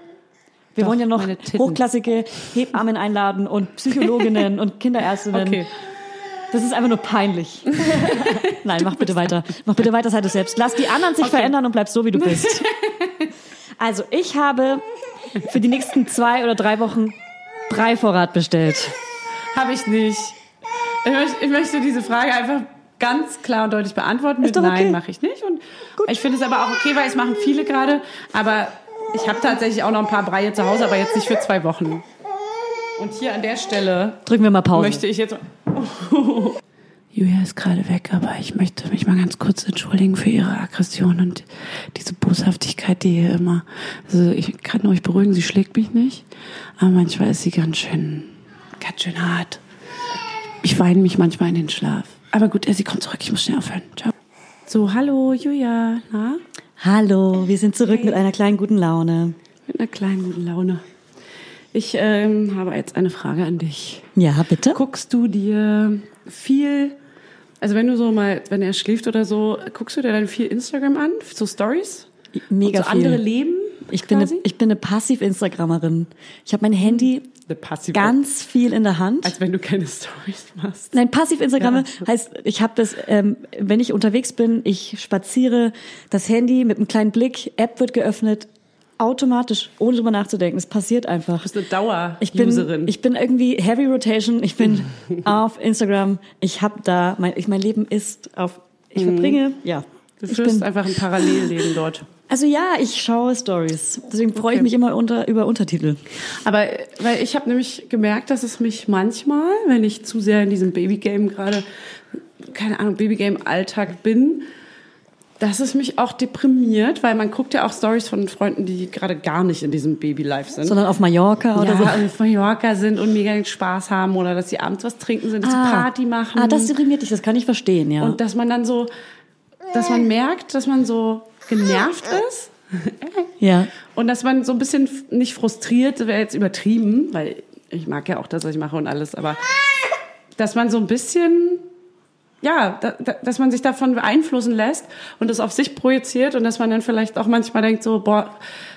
Speaker 3: Wir
Speaker 4: Doch,
Speaker 3: wollen ja noch
Speaker 4: meine Titten.
Speaker 3: hochklassige Hebammen einladen und Psychologinnen
Speaker 4: <laughs>
Speaker 3: und Kinderärztinnen.
Speaker 4: Okay.
Speaker 3: Das ist einfach nur
Speaker 4: <laughs>
Speaker 3: peinlich. Nein, mach bitte weiter. Mach bitte weiter, sei du selbst. Lass die anderen sich verändern und bleib so, wie du
Speaker 4: <laughs>
Speaker 3: bist. Also, ich habe für die nächsten zwei oder drei Wochen drei Vorrat bestellt.
Speaker 4: Habe ich nicht. Ich möchte, ich möchte diese Frage einfach ganz klar und deutlich beantworten. Mit
Speaker 3: doch okay.
Speaker 4: Nein mache ich nicht. Und ich finde es aber auch okay, weil es machen viele gerade. Aber ich habe tatsächlich auch noch ein paar Breie zu Hause, aber jetzt nicht für zwei Wochen. Und hier an der Stelle
Speaker 3: Drücken wir mal Pause.
Speaker 4: möchte ich jetzt. <laughs> Julia ist gerade weg, aber ich möchte mich mal ganz kurz entschuldigen für ihre Aggression und diese Boshaftigkeit, die hier immer. Also ich kann euch beruhigen, sie schlägt mich nicht, aber manchmal ist sie ganz schön, ganz schön hart. Ich weine mich manchmal in den Schlaf. Aber gut, äh, sie kommt zurück, ich muss schnell aufhören. Ciao. So, hallo Julia, na?
Speaker 3: Hallo, wir sind zurück mit einer kleinen guten Laune.
Speaker 4: Mit einer kleinen guten Laune. Ich ähm, habe jetzt eine Frage an dich.
Speaker 3: Ja, bitte.
Speaker 4: Guckst du dir viel, also wenn du so mal, wenn er schläft oder so, guckst du dir dann viel Instagram an, so Stories?
Speaker 3: Mega
Speaker 4: und so
Speaker 3: viel.
Speaker 4: andere Leben?
Speaker 3: Ich bin, eine,
Speaker 4: quasi?
Speaker 3: ich bin eine Passiv-Instagrammerin. Ich habe mein Handy
Speaker 4: eine passive.
Speaker 3: ganz viel in der Hand.
Speaker 4: Als wenn du keine <laughs> Stories machst.
Speaker 3: Nein, Passiv-Instagramme heißt, ich habe das, ähm, wenn ich unterwegs bin, ich spaziere, das Handy mit einem kleinen Blick, App wird geöffnet, automatisch, ohne drüber nachzudenken. Es passiert einfach.
Speaker 4: Du bist eine Dauer-Userin.
Speaker 3: Ich bin, ich bin irgendwie Heavy Rotation, ich
Speaker 4: <laughs>
Speaker 3: bin auf Instagram, ich habe da, mein, ich, mein Leben ist auf, ich verbringe, ja.
Speaker 4: Mhm. du
Speaker 3: ich
Speaker 4: führst
Speaker 3: bin-
Speaker 4: einfach ein Parallelleben dort.
Speaker 3: Also ja, ich schaue Stories. Deswegen freue ich mich immer unter, über Untertitel.
Speaker 4: Aber äh, weil ich habe nämlich gemerkt, dass es mich manchmal, wenn ich zu sehr in diesem Babygame gerade, keine Ahnung, Babygame-Alltag bin, dass es mich auch deprimiert, weil man guckt ja auch Stories von Freunden, die gerade gar nicht in diesem Baby-Life sind.
Speaker 3: Sondern auf Mallorca oder
Speaker 4: ja,
Speaker 3: so.
Speaker 4: auf Mallorca sind und mega den Spaß haben oder dass sie abends was trinken sind, dass sie Party machen.
Speaker 3: Ah, das deprimiert dich, das kann ich verstehen, ja.
Speaker 4: Und dass man dann so, dass man merkt, dass man so genervt ist
Speaker 3: ja.
Speaker 4: und dass man so ein bisschen f- nicht frustriert, wäre jetzt übertrieben, weil ich mag ja auch das, was ich mache und alles, aber dass man so ein bisschen, ja, da, da, dass man sich davon beeinflussen lässt und das auf sich projiziert und dass man dann vielleicht auch manchmal denkt so, boah,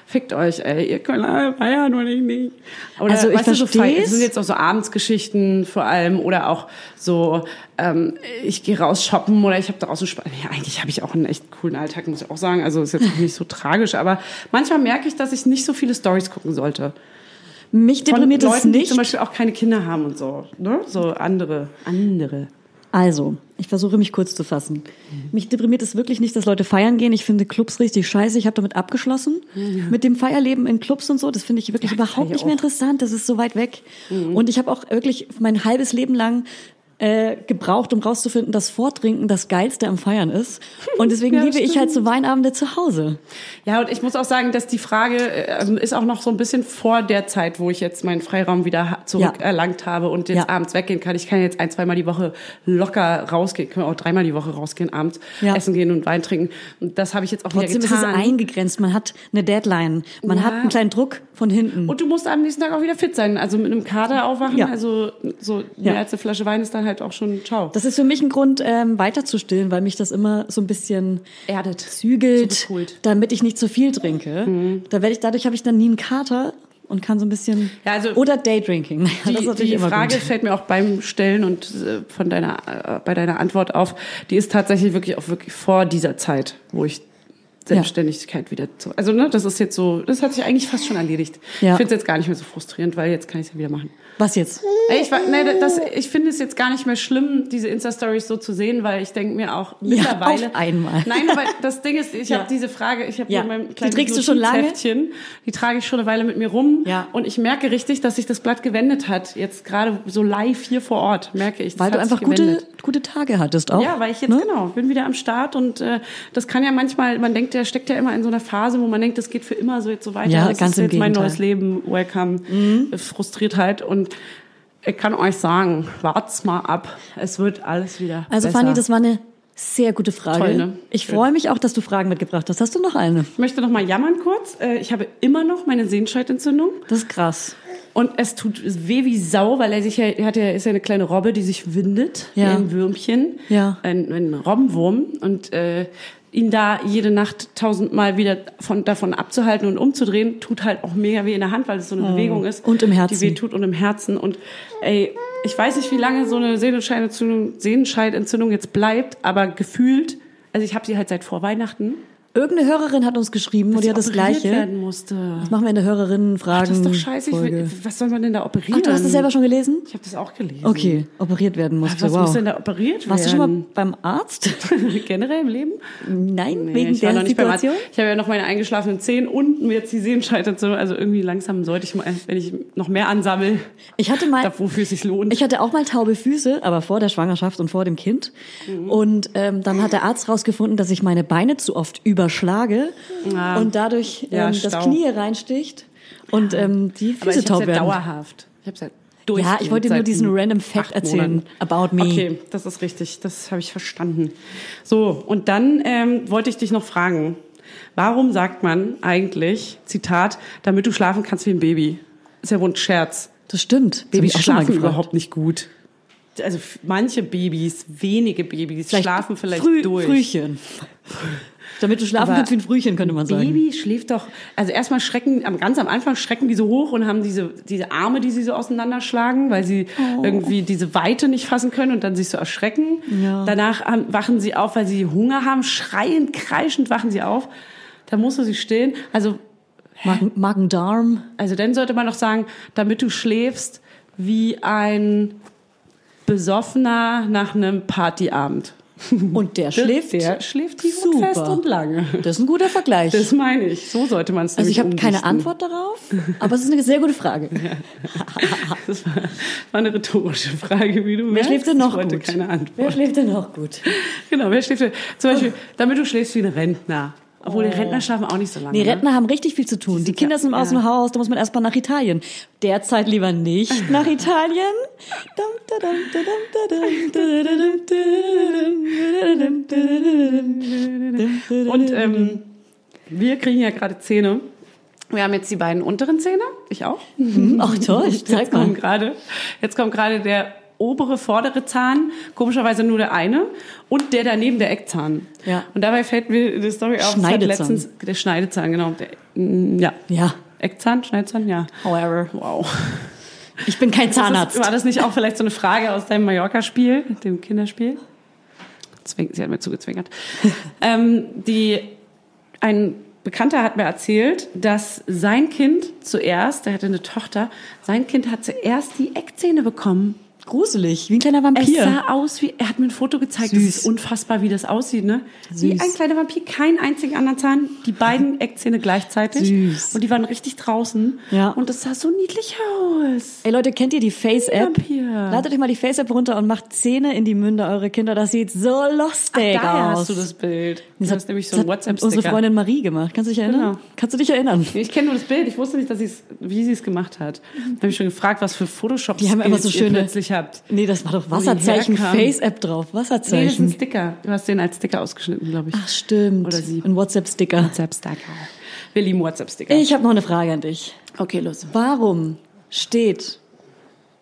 Speaker 4: fickt euch, ey, ihr könnt alle feiern und ich nicht. Oder,
Speaker 3: Also ich
Speaker 4: weißt du, so
Speaker 3: versteh's.
Speaker 4: Feier- es sind jetzt auch so Abendsgeschichten vor allem oder auch so, ähm, ich gehe raus shoppen oder ich habe draußen Spaß. Ja, eigentlich habe ich auch einen echt coolen Alltag, muss ich auch sagen. Also ist jetzt auch nicht so tragisch, aber manchmal merke ich, dass ich nicht so viele Stories gucken sollte.
Speaker 3: Mich
Speaker 4: Von
Speaker 3: deprimiert es
Speaker 4: Leuten, die
Speaker 3: nicht.
Speaker 4: zum Beispiel auch keine Kinder haben und so. Ne? So andere. Andere.
Speaker 3: Also, ich versuche mich kurz zu fassen.
Speaker 4: Mhm.
Speaker 3: Mich deprimiert es wirklich nicht, dass Leute feiern gehen. Ich finde Clubs richtig scheiße. Ich habe damit abgeschlossen. Mit dem Feierleben in Clubs und so, das finde ich wirklich überhaupt nicht mehr interessant. Das ist so weit weg.
Speaker 4: Mhm.
Speaker 3: Und ich habe auch wirklich mein halbes Leben lang äh, gebraucht, um rauszufinden, dass Vortrinken das Geilste am Feiern ist. Und deswegen
Speaker 4: <laughs> Ja,
Speaker 3: liebe ich halt
Speaker 4: stimmt.
Speaker 3: so Weinabende zu Hause.
Speaker 4: Ja, und ich muss auch sagen, dass die Frage ähm, ist auch noch so ein bisschen vor der Zeit, wo ich jetzt meinen Freiraum wieder ha- zurückerlangt habe und jetzt
Speaker 3: Ja.
Speaker 4: abends weggehen kann. Ich kann jetzt ein, zweimal die Woche locker rausgehen, können auch dreimal die Woche rausgehen, abends
Speaker 3: Ja.
Speaker 4: essen gehen und Wein trinken. Und das habe ich jetzt auch
Speaker 3: Trotzdem
Speaker 4: wieder
Speaker 3: ist es
Speaker 4: getan.
Speaker 3: eingegrenzt. Man hat eine Deadline. Man
Speaker 4: Ja.
Speaker 3: hat einen kleinen Druck von hinten.
Speaker 4: und du musst am nächsten Tag auch wieder fit sein. Also mit einem Kader aufwachen.
Speaker 3: Ja.
Speaker 4: Also so
Speaker 3: Ja.
Speaker 4: mehr als eine Flasche Wein ist dann halt auch schon ciao.
Speaker 3: Das ist für mich ein Grund, ähm, weiterzustillen, weil mich das immer so ein bisschen
Speaker 4: Erdet.
Speaker 3: zügelt,
Speaker 4: So Mhm. bekohlt.
Speaker 3: damit ich nicht zu viel trinke. Da werde ich, dadurch habe ich dann nie einen Kater und kann so ein bisschen
Speaker 4: Ja, also-
Speaker 3: oder Daydrinking. <laughs> Naja, das ist
Speaker 4: Die,
Speaker 3: natürlich
Speaker 4: die
Speaker 3: immer
Speaker 4: Frage
Speaker 3: gut.
Speaker 4: fällt mir auch beim Stellen und äh, von deiner, äh, bei deiner Antwort auf. Die ist tatsächlich wirklich auch wirklich vor dieser Zeit, wo ich Selbstständigkeit wieder zu. Also ne, das ist jetzt so, das hat sich eigentlich fast schon erledigt.
Speaker 3: Ja.
Speaker 4: Ich finde es jetzt gar nicht mehr so frustrierend, weil jetzt kann ich es ja wieder machen.
Speaker 3: Was jetzt?
Speaker 4: Ey, Ich, wa- nee, das, ich finde es jetzt gar nicht mehr schlimm, diese Insta-Stories so zu sehen, weil ich denke mir auch mittlerweile.
Speaker 3: auf einmal.
Speaker 4: Nein, aber das Ding ist, ich habe diese Frage, ich habe
Speaker 3: Ja.
Speaker 4: hier mein
Speaker 3: Die
Speaker 4: kleines
Speaker 3: trägst du schon lange?
Speaker 4: Notizheftchen, die trage ich schon eine Weile mit mir rum.
Speaker 3: Ja.
Speaker 4: Und ich merke richtig, dass sich das Blatt gewendet hat. Jetzt gerade so live hier vor Ort merke ich. das
Speaker 3: Weil du
Speaker 4: hat sich
Speaker 3: einfach gute,
Speaker 4: gewendet.
Speaker 3: gute Tage hattest auch. Ne?
Speaker 4: Ja, weil ich jetzt genau bin wieder am Start und äh, das kann ja manchmal, man denkt, der steckt ja immer in so einer Phase, wo man denkt, das geht für immer so jetzt so weiter.
Speaker 3: Ja,
Speaker 4: das
Speaker 3: ganz
Speaker 4: ist
Speaker 3: im
Speaker 4: jetzt mein
Speaker 3: Gegenteil. Mhm.
Speaker 4: neues Leben, welcome, äh, frustriert halt und ich kann euch sagen, wart's mal ab, es wird alles wieder
Speaker 3: Also
Speaker 4: besser.
Speaker 3: Fanny, das war eine sehr gute Frage.
Speaker 4: Toll, ne?
Speaker 3: Ich
Speaker 4: Schön.
Speaker 3: freue mich auch, dass du Fragen mitgebracht hast. Hast du noch eine?
Speaker 4: ich möchte noch mal jammern kurz. Äh, Ich habe immer noch meine Sehnscheidentzündung.
Speaker 3: Das ist krass.
Speaker 4: Und es tut weh wie Sau, weil er sich ja, er hat ja, ist ja eine kleine Robbe, die sich windet,
Speaker 3: Ja.
Speaker 4: wie ein Würmchen,
Speaker 3: Ja.
Speaker 4: ein, ein Robbenwurm und äh, ihn da jede Nacht tausendmal wieder von, davon abzuhalten und umzudrehen, tut halt auch mega weh in der Hand, weil es so eine Bewegung ist.
Speaker 3: Oh. Und im Herzen.
Speaker 4: Die weh tut und im Herzen. Und ey, ich weiß nicht, wie lange so eine Sehnenscheidentzündung, Sehnenscheidentzündung jetzt bleibt, aber gefühlt, also ich habe sie halt seit vor Weihnachten,
Speaker 3: Irgendeine Hörerin hat uns geschrieben und die
Speaker 4: sie
Speaker 3: hat das
Speaker 4: operiert
Speaker 3: Gleiche.
Speaker 4: werden musste.
Speaker 3: Machen wir in der Hörerinnen-Fragen.
Speaker 4: Das ist doch scheiße. Ich
Speaker 3: Folge.
Speaker 4: will, was soll man denn da operieren?
Speaker 3: Ach, du hast das selber schon gelesen?
Speaker 4: Ich habe das auch gelesen.
Speaker 3: Okay, operiert werden musste.
Speaker 4: Was
Speaker 3: wow.
Speaker 4: muss denn da operiert
Speaker 3: Warst du schon mal
Speaker 4: werden?
Speaker 3: beim Arzt? <laughs>
Speaker 4: <laughs> generell im Leben?
Speaker 3: Nein,
Speaker 4: Nee,
Speaker 3: wegen
Speaker 4: ich war
Speaker 3: der
Speaker 4: noch nicht beim Arzt.
Speaker 3: Situation?
Speaker 4: Ich habe ja noch meine eingeschlafenen Zehen und mir jetzt die Sehnen scheitert so. Also irgendwie langsam sollte ich mal, wenn ich noch mehr ansammel,
Speaker 3: Ich hatte mal,
Speaker 4: da, wofür es sich lohnt.
Speaker 3: ich hatte auch mal taube Füße, aber vor der Schwangerschaft und vor dem Kind.
Speaker 4: Mhm.
Speaker 3: Und ähm, dann hat der Arzt rausgefunden, dass ich meine Beine zu oft überschlage
Speaker 4: Ja.
Speaker 3: und dadurch ähm,
Speaker 4: Ah. Ja,
Speaker 3: das
Speaker 4: Stau.
Speaker 3: Knie reinsticht und ähm, die
Speaker 4: Aber ich
Speaker 3: Füße
Speaker 4: hab's
Speaker 3: taub
Speaker 4: ja
Speaker 3: werden.
Speaker 4: dauerhaft. Ich habe es ja
Speaker 3: Ja, ich wollte dir nur diesen random Fact erzählen about me.
Speaker 4: Okay, das ist richtig. Das habe ich verstanden. So, und dann ähm, wollte ich dich noch fragen. Warum sagt man eigentlich, Zitat, damit du schlafen kannst wie ein Baby? Ist ja wohl ein Scherz.
Speaker 3: Das stimmt.
Speaker 4: Das
Speaker 3: Baby
Speaker 4: hab
Speaker 3: auch schon mal
Speaker 4: schlafen
Speaker 3: gefragt.
Speaker 4: überhaupt nicht gut. Also f- manche Babys, wenige Babys schlafen vielleicht
Speaker 3: Früh-
Speaker 4: durch.
Speaker 3: Frühchen.
Speaker 4: <laughs>
Speaker 3: Damit du schlafen
Speaker 4: Aber
Speaker 3: kannst wie ein Frühchen, könnte man sagen.
Speaker 4: Baby schläft doch, also erstmal schrecken, am ganz am Anfang schrecken die so hoch und haben diese, diese Arme, die sie so auseinanderschlagen, weil sie
Speaker 3: Oh.
Speaker 4: irgendwie diese Weite nicht fassen können und dann sich so erschrecken.
Speaker 3: Ja.
Speaker 4: Danach haben, wachen sie auf, weil sie Hunger haben, schreiend, kreischend wachen sie auf. Da musst du sie stillen. Also,
Speaker 3: Magen, Magen-Darm.
Speaker 4: also dann sollte man doch sagen, damit du schläfst wie ein Besoffener nach einem Partyabend.
Speaker 3: Und der schläft.
Speaker 4: Der schläft die
Speaker 3: Super.
Speaker 4: fest und lange.
Speaker 3: Das ist ein guter Vergleich.
Speaker 4: Das meine ich. So sollte man es
Speaker 3: also ich habe
Speaker 4: umdichten.
Speaker 3: keine Antwort darauf, aber es ist eine sehr gute
Speaker 4: <laughs>
Speaker 3: Frage.
Speaker 4: Das war, war eine rhetorische Frage, wie du
Speaker 3: Wer
Speaker 4: merkst.
Speaker 3: schläft denn noch
Speaker 4: ich wollte
Speaker 3: gut?
Speaker 4: keine Antwort.
Speaker 3: Wer schläft denn noch gut?
Speaker 4: Genau, wer schläft denn? Zum
Speaker 3: Oh.
Speaker 4: Beispiel, damit du schläfst wie ein Rentner. Obwohl, die Rentner schlafen auch nicht so lange.
Speaker 3: Die
Speaker 4: ne?
Speaker 3: Rentner haben richtig viel zu tun. Die Kinder
Speaker 4: ja-
Speaker 3: sind aus
Speaker 4: ja.
Speaker 3: dem Haus, da muss man erstmal nach Italien. Derzeit lieber
Speaker 4: <laughs>
Speaker 3: nicht nach Italien. Dum, dadum, dadum, dadum, dadum, dadum, dadum, dadum, dadum.
Speaker 4: Und ähm, wir kriegen ja gerade Zähne. Wir haben jetzt die beiden unteren Zähne. Ich auch.
Speaker 3: Ach toll, <laughs> zeig
Speaker 4: Jetzt kommt
Speaker 3: mal.
Speaker 4: gerade, jetzt kommt gerade der obere vordere Zahn, komischerweise nur der eine und der daneben der Eckzahn.
Speaker 3: Ja.
Speaker 4: Und dabei fällt mir die Story auf, es hat
Speaker 3: Schneidezahn.
Speaker 4: letztens der Schneidezahn, genau, der, mm, ja.
Speaker 3: Ja,
Speaker 4: Eckzahn, Schneidezahn, ja.
Speaker 3: however. <laughs>
Speaker 4: Wow.
Speaker 3: Ich bin kein
Speaker 4: Das
Speaker 3: Zahnarzt.
Speaker 4: ist, war das nicht auch vielleicht so eine Frage aus deinem Mallorca-Spiel, dem Kinderspiel? Zwing, sie hat
Speaker 3: <laughs>
Speaker 4: mir zugezwinkert. ähm, die, ein Bekannter hat mir erzählt, dass sein Kind zuerst, der hatte eine Tochter, sein Kind hat zuerst die Eckzähne bekommen.
Speaker 3: Gruselig, wie ein kleiner
Speaker 4: Es
Speaker 3: Vampir.
Speaker 4: sah aus wie, er hat mir ein Foto gezeigt,
Speaker 3: Süß.
Speaker 4: das ist unfassbar, wie das aussieht, ne? Wie
Speaker 3: Süß.
Speaker 4: ein kleiner Vampir, kein einziger anderen Zahn,
Speaker 3: <laughs>
Speaker 4: die beiden Eckzähne gleichzeitig.
Speaker 3: Süß.
Speaker 4: Und die waren richtig draußen.
Speaker 3: Ja.
Speaker 4: Und das sah so niedlich aus.
Speaker 3: Ey Leute, kennt ihr die Face-App?
Speaker 4: Vampir.
Speaker 3: Ladet euch mal die Face-App runter und macht Zähne in die Münder eurer Kinder. Das sieht so lustig
Speaker 4: Ach, daher
Speaker 3: aus.
Speaker 4: hast du das Bild. Das,
Speaker 3: hat-
Speaker 4: ist nämlich so
Speaker 3: das
Speaker 4: ein
Speaker 3: hat Unsere
Speaker 4: WhatsApp-Sticker.
Speaker 3: Freundin Marie gemacht. Kannst du dich erinnern?
Speaker 4: Genau.
Speaker 3: Kannst du dich erinnern?
Speaker 4: Ich kenne nur das Bild. Ich wusste nicht, dass sie's, wie sie es gemacht hat. Da habe ich schon gefragt, was für Photoshop
Speaker 3: Mhm. Die haben immer so schöne-
Speaker 4: ihr plötzlich habt.
Speaker 3: Nee, das war doch Wasserzeichen,
Speaker 4: herkam.
Speaker 3: Face-App drauf.
Speaker 4: Nee, das ist ein
Speaker 3: Wasserzeichen.
Speaker 4: Sticker. Du hast den als Sticker ausgeschnitten, glaube ich.
Speaker 3: Ach, stimmt.
Speaker 4: Oder sie.
Speaker 3: Ein WhatsApp-Sticker.
Speaker 4: WhatsApp-Sticker. Wir lieben WhatsApp-Sticker.
Speaker 3: Ich habe noch eine Frage an dich.
Speaker 4: Okay, los.
Speaker 3: Warum steht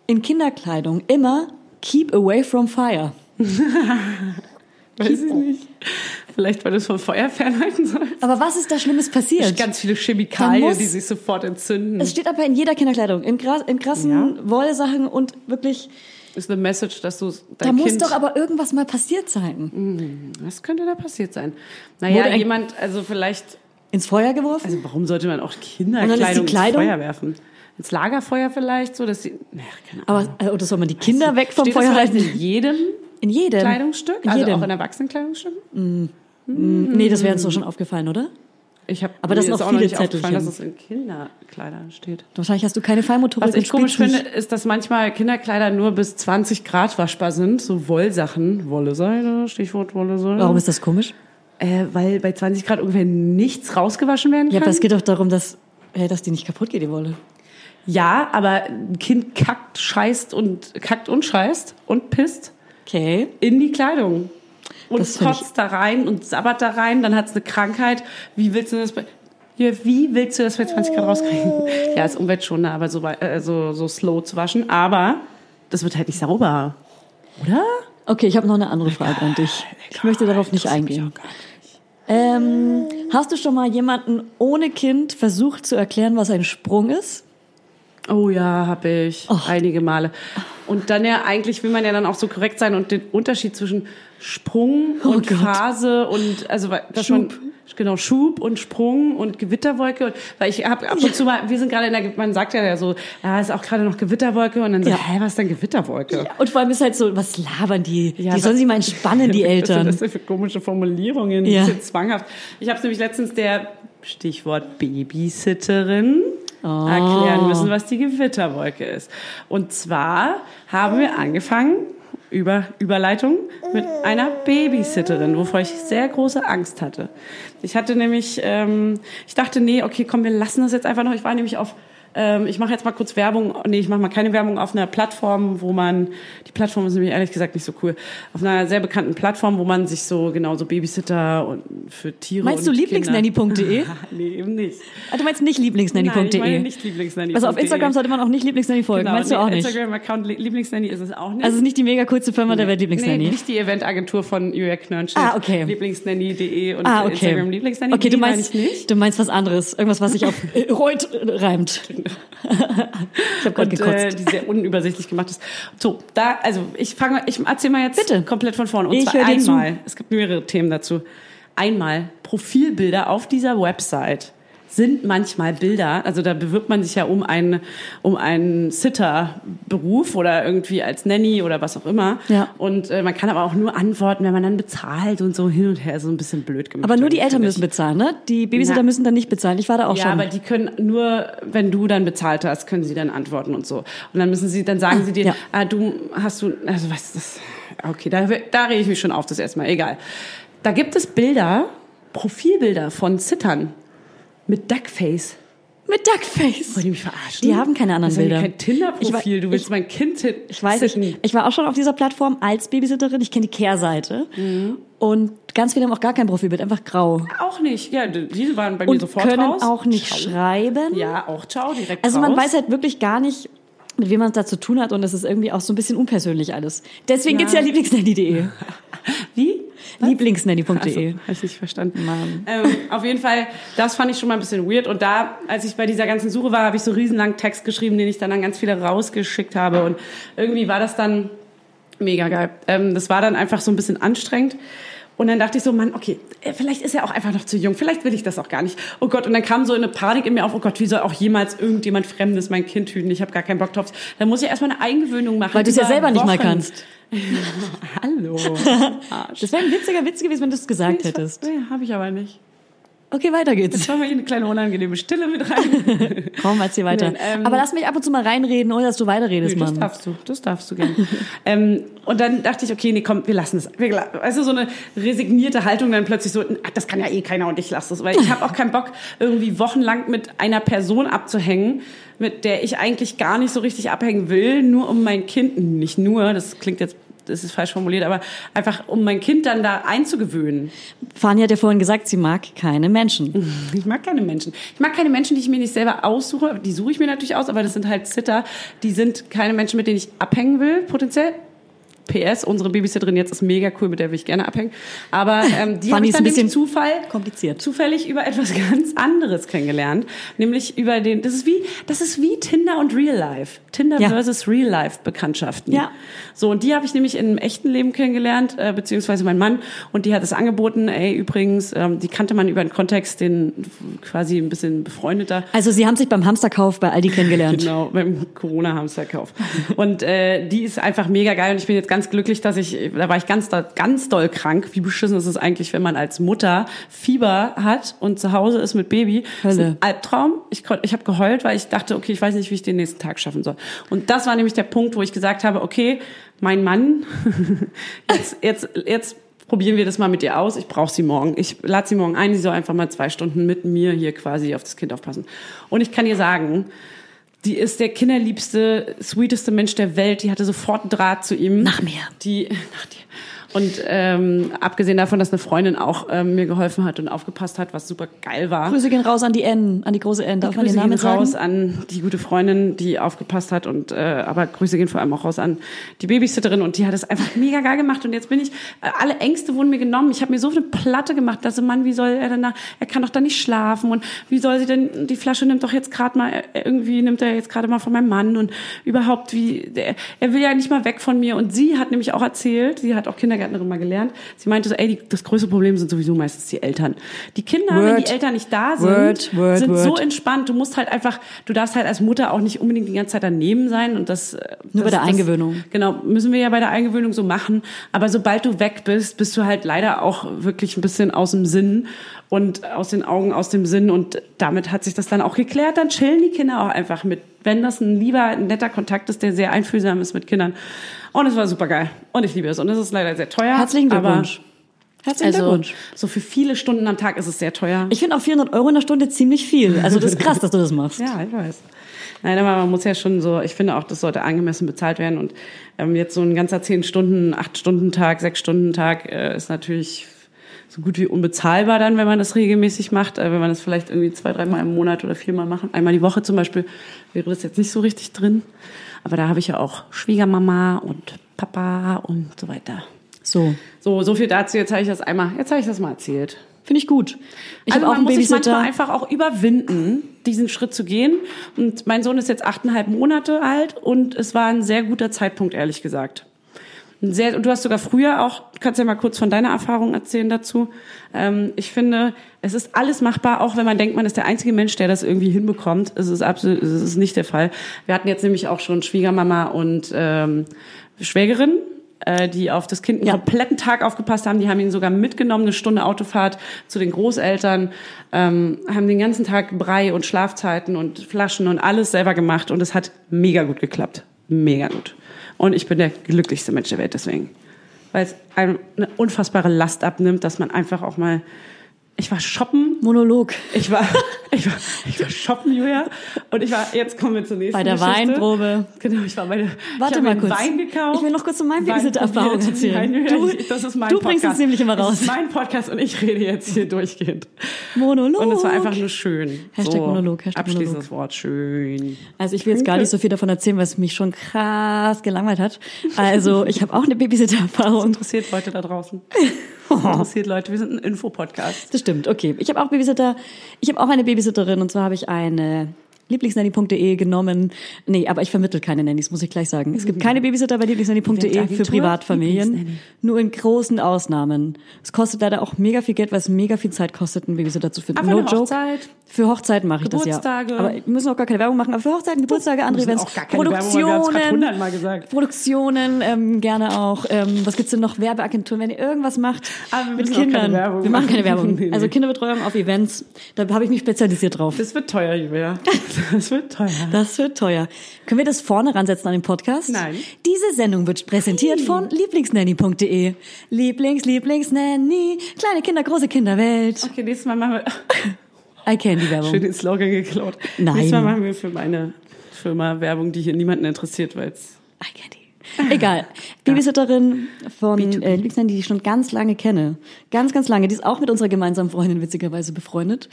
Speaker 3: in Kinderkleidung immer Keep away from fire?
Speaker 4: Weiß ich nicht. Vielleicht, weil du es vom Feuer fernhalten sollst.
Speaker 3: Aber was ist da Schlimmes passiert?
Speaker 4: Ganz viele
Speaker 3: Da
Speaker 4: Chemikalien,
Speaker 3: muss-
Speaker 4: die sich sofort entzünden.
Speaker 3: Es steht aber in jeder Kinderkleidung, in, gras- in krassen Wollsachen und wirklich,
Speaker 4: ist eine Message, dass du
Speaker 3: da
Speaker 4: dein
Speaker 3: muss
Speaker 4: Kind... Mhm.
Speaker 3: doch aber irgendwas mal passiert sein.
Speaker 4: was könnte da passiert sein? Naja,
Speaker 3: Wurde ein-
Speaker 4: jemand, also vielleicht...
Speaker 3: Ins Feuer geworfen?
Speaker 4: Also warum sollte man auch
Speaker 3: Und dann ist die
Speaker 4: Kinderkleidung ins
Speaker 3: Kleidung-
Speaker 4: Feuer werfen? Ins Lagerfeuer vielleicht, so dass sie... Naja, keine Ahnung.
Speaker 3: aber also, oder soll man die Kinder weg vom
Speaker 4: Steht
Speaker 3: Feuer
Speaker 4: das vielleicht
Speaker 3: halten?
Speaker 4: in jedem
Speaker 3: In jedem.
Speaker 4: Kleidungsstück?
Speaker 3: In
Speaker 4: Also
Speaker 3: jedem.
Speaker 4: auch in Mhm. Erwachsenenkleidungsstücken?
Speaker 3: nee, das wäre uns doch schon aufgefallen, oder?
Speaker 4: Ich hab,
Speaker 3: Aber das
Speaker 4: mir
Speaker 3: sind
Speaker 4: ist
Speaker 3: auch
Speaker 4: auch noch
Speaker 3: viele
Speaker 4: nicht aufgefallen, dass
Speaker 3: Zettelchen.
Speaker 4: es in Kinderkleidern steht.
Speaker 3: Wahrscheinlich hast du keine Fallmotorik.
Speaker 4: Was ich
Speaker 3: und
Speaker 4: komisch
Speaker 3: spielst
Speaker 4: finde,
Speaker 3: nicht.
Speaker 4: ist, dass manchmal Kinderkleider nur bis 20 Grad waschbar sind. So Wollsachen. Wolle Seide, Stichwort Wolle Seide.
Speaker 3: Warum ist das komisch?
Speaker 4: Äh, weil bei 20 Grad ungefähr nichts rausgewaschen werden kann.
Speaker 3: Ja, aber es geht doch darum, dass, hey, dass die nicht kaputt geht, die Wolle.
Speaker 4: Ja, aber ein Kind kackt, scheißt und kackt und scheißt und pisst
Speaker 3: Okay.
Speaker 4: in die Kleidung. Und
Speaker 3: Das find ich-
Speaker 4: kotzt da rein und sabbert da rein, dann hat's eine Krankheit. Wie willst du das bei, ja, wie willst du das bei 20 Grad rauskriegen? Ja, ist umweltschonender, aber so, wei- äh, so, so slow zu waschen. Aber das wird halt nicht sauber. Oder?
Speaker 3: Okay, ich habe noch eine andere Frage an dich. Ich möchte darauf nicht eingehen. Ähm, hast du schon mal jemanden ohne Kind versucht zu erklären, was ein Sprung ist?
Speaker 4: Oh ja, habe ich. Einige Male. Und dann ja, eigentlich will man ja dann auch so korrekt sein und den Unterschied zwischen Sprung
Speaker 3: Oh
Speaker 4: und
Speaker 3: Gott.
Speaker 4: Phase und also weil- dass Schub. man genau Schub und Sprung und Gewitterwolke und weil ich habe ab und zu mal wir sind gerade in der Ge- man sagt ja so ja ist auch gerade noch Gewitterwolke und dann so
Speaker 3: Ja.
Speaker 4: hä was ist denn Gewitterwolke
Speaker 3: Und vor allem ist halt so, was labern die?
Speaker 4: Ja,
Speaker 3: die
Speaker 4: was-
Speaker 3: sollen sich mal entspannen,
Speaker 4: <laughs>
Speaker 3: die
Speaker 4: Was sind
Speaker 3: Eltern.
Speaker 4: das denn für komische Formulierungen?
Speaker 3: Ja.
Speaker 4: Ja. Bisschen zwanghaft. Ich habe nämlich letztens der Stichwort Babysitterin
Speaker 3: Oh.
Speaker 4: erklären müssen, was die Gewitterwolke ist. Und zwar haben wir angefangen über Überleitung mit einer Babysitterin, wovor ich sehr große Angst hatte. Ich hatte nämlich, ähm, ich dachte, nee, okay, komm, wir lassen das jetzt einfach noch. Ich war nämlich auf ähm, ich mache jetzt mal kurz Werbung. Nee, ich mache mal keine Werbung auf einer Plattform, wo man, die Plattform ist nämlich ehrlich gesagt nicht so cool, auf einer sehr bekannten Plattform, wo man sich so genau so Babysitter und für Tiere
Speaker 3: Meinst du
Speaker 4: und
Speaker 3: lieblingsnanny.de?
Speaker 4: Kinder- <laughs> Nee, eben nicht.
Speaker 3: Ah, du meinst nicht lieblingsnanny.de?
Speaker 4: Nein, ich meine nicht lieblingsnanny.de.
Speaker 3: E? Also auf Instagram sollte man auch nicht lieblingsnanny folgen,
Speaker 4: E. genau,
Speaker 3: meinst du auch
Speaker 4: nee,
Speaker 3: nicht?
Speaker 4: Instagram-Account Lie- Lieblingsnanny ist es auch nicht.
Speaker 3: also es ist nicht die mega coolste Firma der Welt,
Speaker 4: Nee,
Speaker 3: Lieblingsnanny.
Speaker 4: nicht die Eventagentur von Julia Knörnschild.
Speaker 3: Ah, okay.
Speaker 4: Lieblingsnanny.de und
Speaker 3: ah, okay.
Speaker 4: Instagram Lieblingsnanny.
Speaker 3: Okay,
Speaker 4: die
Speaker 3: du meinst,
Speaker 4: meine ich nicht.
Speaker 3: du meinst was anderes. Irgendwas, was sich
Speaker 4: <laughs>
Speaker 3: auf äh, Reut äh, reimt. ich habe gerade
Speaker 4: und
Speaker 3: gekotzt.
Speaker 4: äh, die sehr unübersichtlich gemacht ist. So, da, also ich fange, ich erzähle mal jetzt
Speaker 3: Bitte.
Speaker 4: komplett von vorne. Und
Speaker 3: Ich
Speaker 4: zwar
Speaker 3: höre dir zu.
Speaker 4: einmal, es gibt mehrere Themen dazu. Einmal, Profilbilder auf dieser Website sind manchmal Bilder, also da bewirbt man sich ja um einen, um einen Sitter-Beruf oder irgendwie als Nanny oder was auch immer.
Speaker 3: Ja.
Speaker 4: Und äh, man kann aber auch nur antworten, wenn man dann bezahlt und so hin und her, so ein bisschen blöd gemacht.
Speaker 3: aber nur die
Speaker 4: wird,
Speaker 3: Eltern
Speaker 4: finde ich.
Speaker 3: müssen bezahlen, ne? Die Babysitter
Speaker 4: Ja.
Speaker 3: müssen dann nicht bezahlen. Ich war da auch
Speaker 4: Ja,
Speaker 3: schon.
Speaker 4: aber die können nur, wenn du dann bezahlt hast, können sie dann antworten und so. Und dann müssen sie, dann sagen sie dir,
Speaker 3: ja.
Speaker 4: ah, du hast du, also was ist das? Okay, da, da rege ich mich schon auf, das erstmal, egal. Da gibt es Bilder, Profilbilder von Zittern mit Duckface.
Speaker 3: Mit Duckface.
Speaker 4: Wollt ihr mich verarschen?
Speaker 3: Die haben keine anderen
Speaker 4: das ist ja
Speaker 3: Bilder.
Speaker 4: kein Tinder-Profil,
Speaker 3: Ich wa-
Speaker 4: du willst
Speaker 3: ich-
Speaker 4: mein Kind hit
Speaker 3: Ich weiß, ich, ich war auch schon auf dieser Plattform als Babysitterin. Ich kenne die Kehrseite.
Speaker 4: Mhm.
Speaker 3: Und ganz viele haben auch gar kein Profilbild, einfach grau.
Speaker 4: Auch nicht, ja, d- diese waren bei mir
Speaker 3: Und
Speaker 4: sofort
Speaker 3: können
Speaker 4: raus.
Speaker 3: auch nicht
Speaker 4: Ciao.
Speaker 3: schreiben.
Speaker 4: Ja, auch ciao, direkt
Speaker 3: Also man
Speaker 4: raus.
Speaker 3: weiß halt wirklich gar nicht, mit wem man es da zu tun hat. Und es ist irgendwie auch so ein bisschen unpersönlich alles. Deswegen gibt's ja lieblingsnanny.de.
Speaker 4: <laughs> wie?
Speaker 3: Lieblingsnanny.de.
Speaker 4: Habe ich nicht verstanden. Also Ähm, auf jeden Fall, das fand ich schon mal ein bisschen weird. Und da, als ich bei dieser ganzen Suche war, habe ich so riesenlangen Text geschrieben, den ich dann an ganz viele rausgeschickt habe. Und irgendwie war das dann mega geil. Ähm, das war dann einfach so ein bisschen anstrengend. Und dann dachte ich so, Mann, okay, äh, vielleicht ist er auch einfach noch zu jung. Vielleicht will ich das auch gar nicht. Oh Gott, und dann kam so eine Panik in mir auf. Oh Gott, wie soll auch jemals irgendjemand Fremdes mein Kind hüten? Ich habe gar keinen Bock drauf. Dann muss ich erstmal eine Eingewöhnung machen.
Speaker 3: Weil du es ja
Speaker 4: über
Speaker 3: selber nicht mal
Speaker 4: Wochen.
Speaker 3: kannst.
Speaker 4: Hallo.
Speaker 3: <laughs>
Speaker 4: Arsch.
Speaker 3: Das wäre ein witziger Witz gewesen, wenn du es gesagt hättest.
Speaker 4: Nee, habe ich aber nicht.
Speaker 3: Okay, weiter geht's.
Speaker 4: <laughs> Jetzt haben wir hier eine kleine unangenehme Stille mit rein.
Speaker 3: Komm, erzähl weiter.
Speaker 4: Nee, ähm,
Speaker 3: Aber lass mich ab und zu mal reinreden, ohne dass du weiterredest,
Speaker 4: das
Speaker 3: Mann.
Speaker 4: darfst du, das darfst du gerne. ähm, und dann dachte ich, okay, nee, komm, wir lassen es. Wir, la- weißt du, so eine resignierte Haltung dann plötzlich so, ach, das kann ja eh keiner und ich lasse es. Weil ich habe auch keinen Bock, irgendwie wochenlang mit einer Person abzuhängen, mit der ich eigentlich gar nicht so richtig abhängen will, nur um mein Kind, nicht nur, das klingt jetzt, das ist falsch formuliert, aber einfach um mein Kind dann da einzugewöhnen.
Speaker 3: Fani hat ja vorhin gesagt, sie mag keine
Speaker 4: <laughs>
Speaker 3: Menschen.
Speaker 4: Ich mag keine Menschen. Ich mag keine Menschen, die ich mir nicht selber aussuche. Die suche ich mir natürlich aus, aber das sind halt Zitter. Die sind keine Menschen, mit denen ich abhängen will, potenziell. PS, unsere Babysitterin jetzt ist mega cool, mit der will ich gerne abhängen. Aber ähm,
Speaker 3: Fanny
Speaker 4: die habe ich
Speaker 3: ist ein
Speaker 4: dann durch
Speaker 3: bisschen
Speaker 4: Zufall
Speaker 3: kompliziert.
Speaker 4: zufällig über etwas <laughs> ganz anderes kennengelernt, nämlich über den. Das ist wie das ist wie Tinder und Real Life, Tinder
Speaker 3: Ja.
Speaker 4: versus Real Life Bekanntschaften.
Speaker 3: Ja.
Speaker 4: So und die habe ich nämlich im echten Leben kennengelernt, äh, beziehungsweise mein Mann und die hat es angeboten. Ey übrigens, ähm, die kannte man über einen Kontext, den quasi ein bisschen befreundeter.
Speaker 3: Also sie haben sich beim Hamsterkauf bei Aldi kennengelernt.
Speaker 4: Genau, beim Corona-Hamsterkauf. Und äh, die ist einfach mega geil und ich bin jetzt ganz glücklich, dass ich, da war ich ganz, do- ganz doll krank. Wie beschissen ist es eigentlich, wenn man als Mutter Fieber hat und zu Hause ist mit Baby? Das ist
Speaker 3: Hölle.
Speaker 4: ein Albtraum. Ich, konnt- ich habe geheult, weil ich dachte, okay, ich weiß nicht, wie ich den nächsten Tag schaffen soll. Und das war nämlich der Punkt, wo ich gesagt habe, okay, mein Mann, <laughs> jetzt, jetzt, jetzt probieren wir das mal mit ihr aus. Ich brauche sie morgen. Ich lade sie morgen ein. Sie soll einfach mal zwei Stunden mit mir hier quasi auf das Kind aufpassen. Und ich kann ihr sagen, die ist der kinderliebste, sweeteste Mensch der Welt. Die hatte sofort einen Draht zu ihm.
Speaker 3: Nach mir.
Speaker 4: Die, <laughs> nach dir. Und ähm, abgesehen davon, dass eine Freundin auch ähm, mir geholfen hat und aufgepasst hat, was super geil war.
Speaker 3: Grüße gehen raus an die N, an die große N. Darf man den
Speaker 4: Grüße
Speaker 3: Namen
Speaker 4: gehen raus
Speaker 3: sagen?
Speaker 4: an die gute Freundin, die aufgepasst hat und äh, aber Grüße gehen vor allem auch raus an die Babysitterin und die hat es einfach mega geil gemacht und jetzt bin ich äh, alle Ängste wurden mir genommen. Ich habe mir so eine Platte gemacht, dass der Mann, wie soll er denn da, er kann doch da nicht schlafen und wie soll sie denn die Flasche nimmt doch jetzt gerade mal äh, irgendwie nimmt er jetzt gerade mal von meinem Mann und überhaupt wie der, er will ja nicht mal weg von mir und sie hat nämlich auch erzählt, sie hat auch Kindergärtnerin mal gelernt. Sie meinte so, ey, die, das größte Problem sind sowieso meistens die Eltern. Die Kinder, wenn
Speaker 3: Word.
Speaker 4: die Eltern nicht da sind,
Speaker 3: Word, word,
Speaker 4: sind so
Speaker 3: word.
Speaker 4: entspannt. Du musst halt einfach, du darfst halt als Mutter auch nicht unbedingt die ganze Zeit daneben sein und das äh,
Speaker 3: Nur bei
Speaker 4: das-
Speaker 3: der Eingewöhnung.
Speaker 4: Das, genau, müssen wir ja bei der Eingewöhnung so machen. Aber sobald du weg bist, bist du halt leider auch wirklich ein bisschen aus dem Sinn und aus den Augen, aus dem Sinn und damit hat sich das dann auch geklärt. Dann chillen die Kinder auch einfach mit, wenn das ein lieber ein netter Kontakt ist, der sehr einfühlsam ist mit Kindern. Und es war super geil und ich liebe es und es ist leider sehr teuer.
Speaker 3: Herzlichen
Speaker 4: aber-
Speaker 3: Glückwunsch. Herzlichen
Speaker 4: Also,
Speaker 3: Glückwunsch.
Speaker 4: so für viele Stunden am Tag ist es sehr teuer.
Speaker 3: Ich finde auch 400 Euro in der Stunde ziemlich viel. Also
Speaker 4: <laughs>
Speaker 3: das ist krass, dass du das machst.
Speaker 4: Ja, ich weiß. Nein, aber man muss ja schon so, ich finde auch, das sollte angemessen bezahlt werden. Und ähm, jetzt so ein ganzer 10-Stunden-, 8-Stunden-Tag, 6-Stunden-Tag äh, ist natürlich so gut wie unbezahlbar dann, wenn man das regelmäßig macht. Äh, wenn man das vielleicht irgendwie zwei, dreimal im Monat oder viermal machen, einmal die Woche zum Beispiel, wäre das jetzt nicht so richtig drin. Aber da habe ich ja auch Schwiegermama und Papa und so weiter.
Speaker 3: So,
Speaker 4: So, so viel dazu. Jetzt habe ich das einmal, jetzt habe ich das mal erzählt.
Speaker 3: finde ich gut. Ich
Speaker 4: also
Speaker 3: habe auch
Speaker 4: man
Speaker 3: einen
Speaker 4: muss sich manchmal
Speaker 3: Babysitter.
Speaker 4: einfach auch überwinden, diesen Schritt zu gehen. Und mein Sohn ist jetzt achteinhalb Monate alt und es war ein sehr guter Zeitpunkt, ehrlich gesagt. Ein Sehr, und du hast sogar früher auch, kannst ja mal kurz von deiner Erfahrung erzählen dazu. Ähm, ich finde, es ist alles machbar, auch wenn man denkt, man ist der einzige Mensch, der das irgendwie hinbekommt. Es ist absolut, es ist nicht der Fall. Wir hatten jetzt nämlich auch schon Schwiegermama und ähm, Schwägerin, äh, die auf das Kind einen
Speaker 3: Ja.
Speaker 4: kompletten Tag aufgepasst haben. Die haben ihn sogar mitgenommen, eine Stunde Autofahrt zu den Großeltern, ähm, haben den ganzen Tag Brei und Schlafzeiten und Flaschen und alles selber gemacht und es hat mega gut geklappt. Mega gut. Und ich bin der glücklichste Mensch der Welt deswegen. Weil es einem eine unfassbare Last abnimmt, dass man einfach auch mal. Ich war shoppen.
Speaker 3: Monolog. <laughs>
Speaker 4: Ich war, ich war, ich war shoppen, Julia. Und ich war, jetzt kommen wir zur nächsten
Speaker 3: Bei der
Speaker 4: Geschichte.
Speaker 3: Weinprobe.
Speaker 4: Genau, ich war bei der,
Speaker 3: Warte
Speaker 4: ich habe
Speaker 3: mal
Speaker 4: mir
Speaker 3: kurz.
Speaker 4: Wein gekauft.
Speaker 3: Ich will noch kurz zu meinen Babysitter-Erfahrungen
Speaker 4: probiert.
Speaker 3: erzählen.
Speaker 4: Nein, Julia,
Speaker 3: Du-
Speaker 4: ich- das ist mein
Speaker 3: du
Speaker 4: Podcast.
Speaker 3: bringst uns nämlich immer
Speaker 4: Das
Speaker 3: raus.
Speaker 4: ist mein Podcast und ich rede jetzt hier durchgehend.
Speaker 3: Monolog.
Speaker 4: Und es war einfach nur schön.
Speaker 3: Hashtag
Speaker 4: so,
Speaker 3: Monolog, Hashtag
Speaker 4: Abschließendes Wort, schön.
Speaker 3: Also ich will jetzt gar nicht so viel davon erzählen, weil es mich schon krass gelangweilt hat. Also ich habe auch eine Babysitter-Erfahrung.
Speaker 4: Interessiert Leute da
Speaker 3: <laughs>
Speaker 4: draußen. Interessiert Leute, wir sind ein Infopodcast.
Speaker 3: Das stimmt, okay. Ich habe auch Babysitter, ich habe auch eine Babysitterin und zwar habe ich eine lieblingsnanny.de E genommen. Nee, aber ich vermittel keine Nannies, muss ich gleich sagen. Es
Speaker 4: Mhm.
Speaker 3: gibt keine Babysitter bei lieblingsnanny.de E für
Speaker 4: Werbeagentur,
Speaker 3: Privatfamilien,
Speaker 4: Lieblingsnanny.
Speaker 3: nur in großen Ausnahmen. Es kostet leider auch mega viel Geld, weil es mega viel Zeit kostet, einen Babysitter zu finden.
Speaker 4: Aber
Speaker 3: no
Speaker 4: eine
Speaker 3: joke.
Speaker 4: Hochzeit.
Speaker 3: Für Hochzeiten mache ich das ja.
Speaker 4: Geburtstage.
Speaker 3: Aber wir müssen auch gar keine Werbung machen, aber für Hochzeiten, Geburtstage, andere
Speaker 4: müssen
Speaker 3: Events,
Speaker 4: auch gar keine Werbung machen, wir haben's grad hundertmal gesagt.
Speaker 3: Produktionen, ähm, gerne auch. Ähm, was gibt's denn noch? Werbeagenturen, wenn ihr irgendwas macht
Speaker 4: Aber Ah, wir
Speaker 3: mit
Speaker 4: müssen auch keine
Speaker 3: Kindern.
Speaker 4: Werbung
Speaker 3: wir machen keine
Speaker 4: machen.
Speaker 3: Werbung.
Speaker 4: <laughs> Nee, nee.
Speaker 3: Also Kinderbetreuung auf Events, da habe ich mich spezialisiert drauf.
Speaker 4: Das wird
Speaker 3: <laughs>
Speaker 4: teuer, Julia. Das wird teuer.
Speaker 3: Das wird teuer. Können wir das vorne ransetzen an den Podcast?
Speaker 4: Nein.
Speaker 3: Diese Sendung wird präsentiert von lieblingsnanny.de. Lieblings, Lieblingsnanny. Kleine Kinder, große Kinderwelt.
Speaker 4: Okay, nächstes Mal machen
Speaker 3: I candy
Speaker 4: wir...
Speaker 3: Werbung.
Speaker 4: Schön den Slogan geklaut.
Speaker 3: Nein.
Speaker 4: Nächstes Mal machen wir für meine Firma Werbung, die hier niemanden interessiert, weil es...
Speaker 3: I candy. Egal. Babysitterin von äh, Lieblingsnanny, die ich schon ganz lange kenne. Ganz, ganz lange. Die ist auch mit unserer gemeinsamen Freundin witzigerweise befreundet.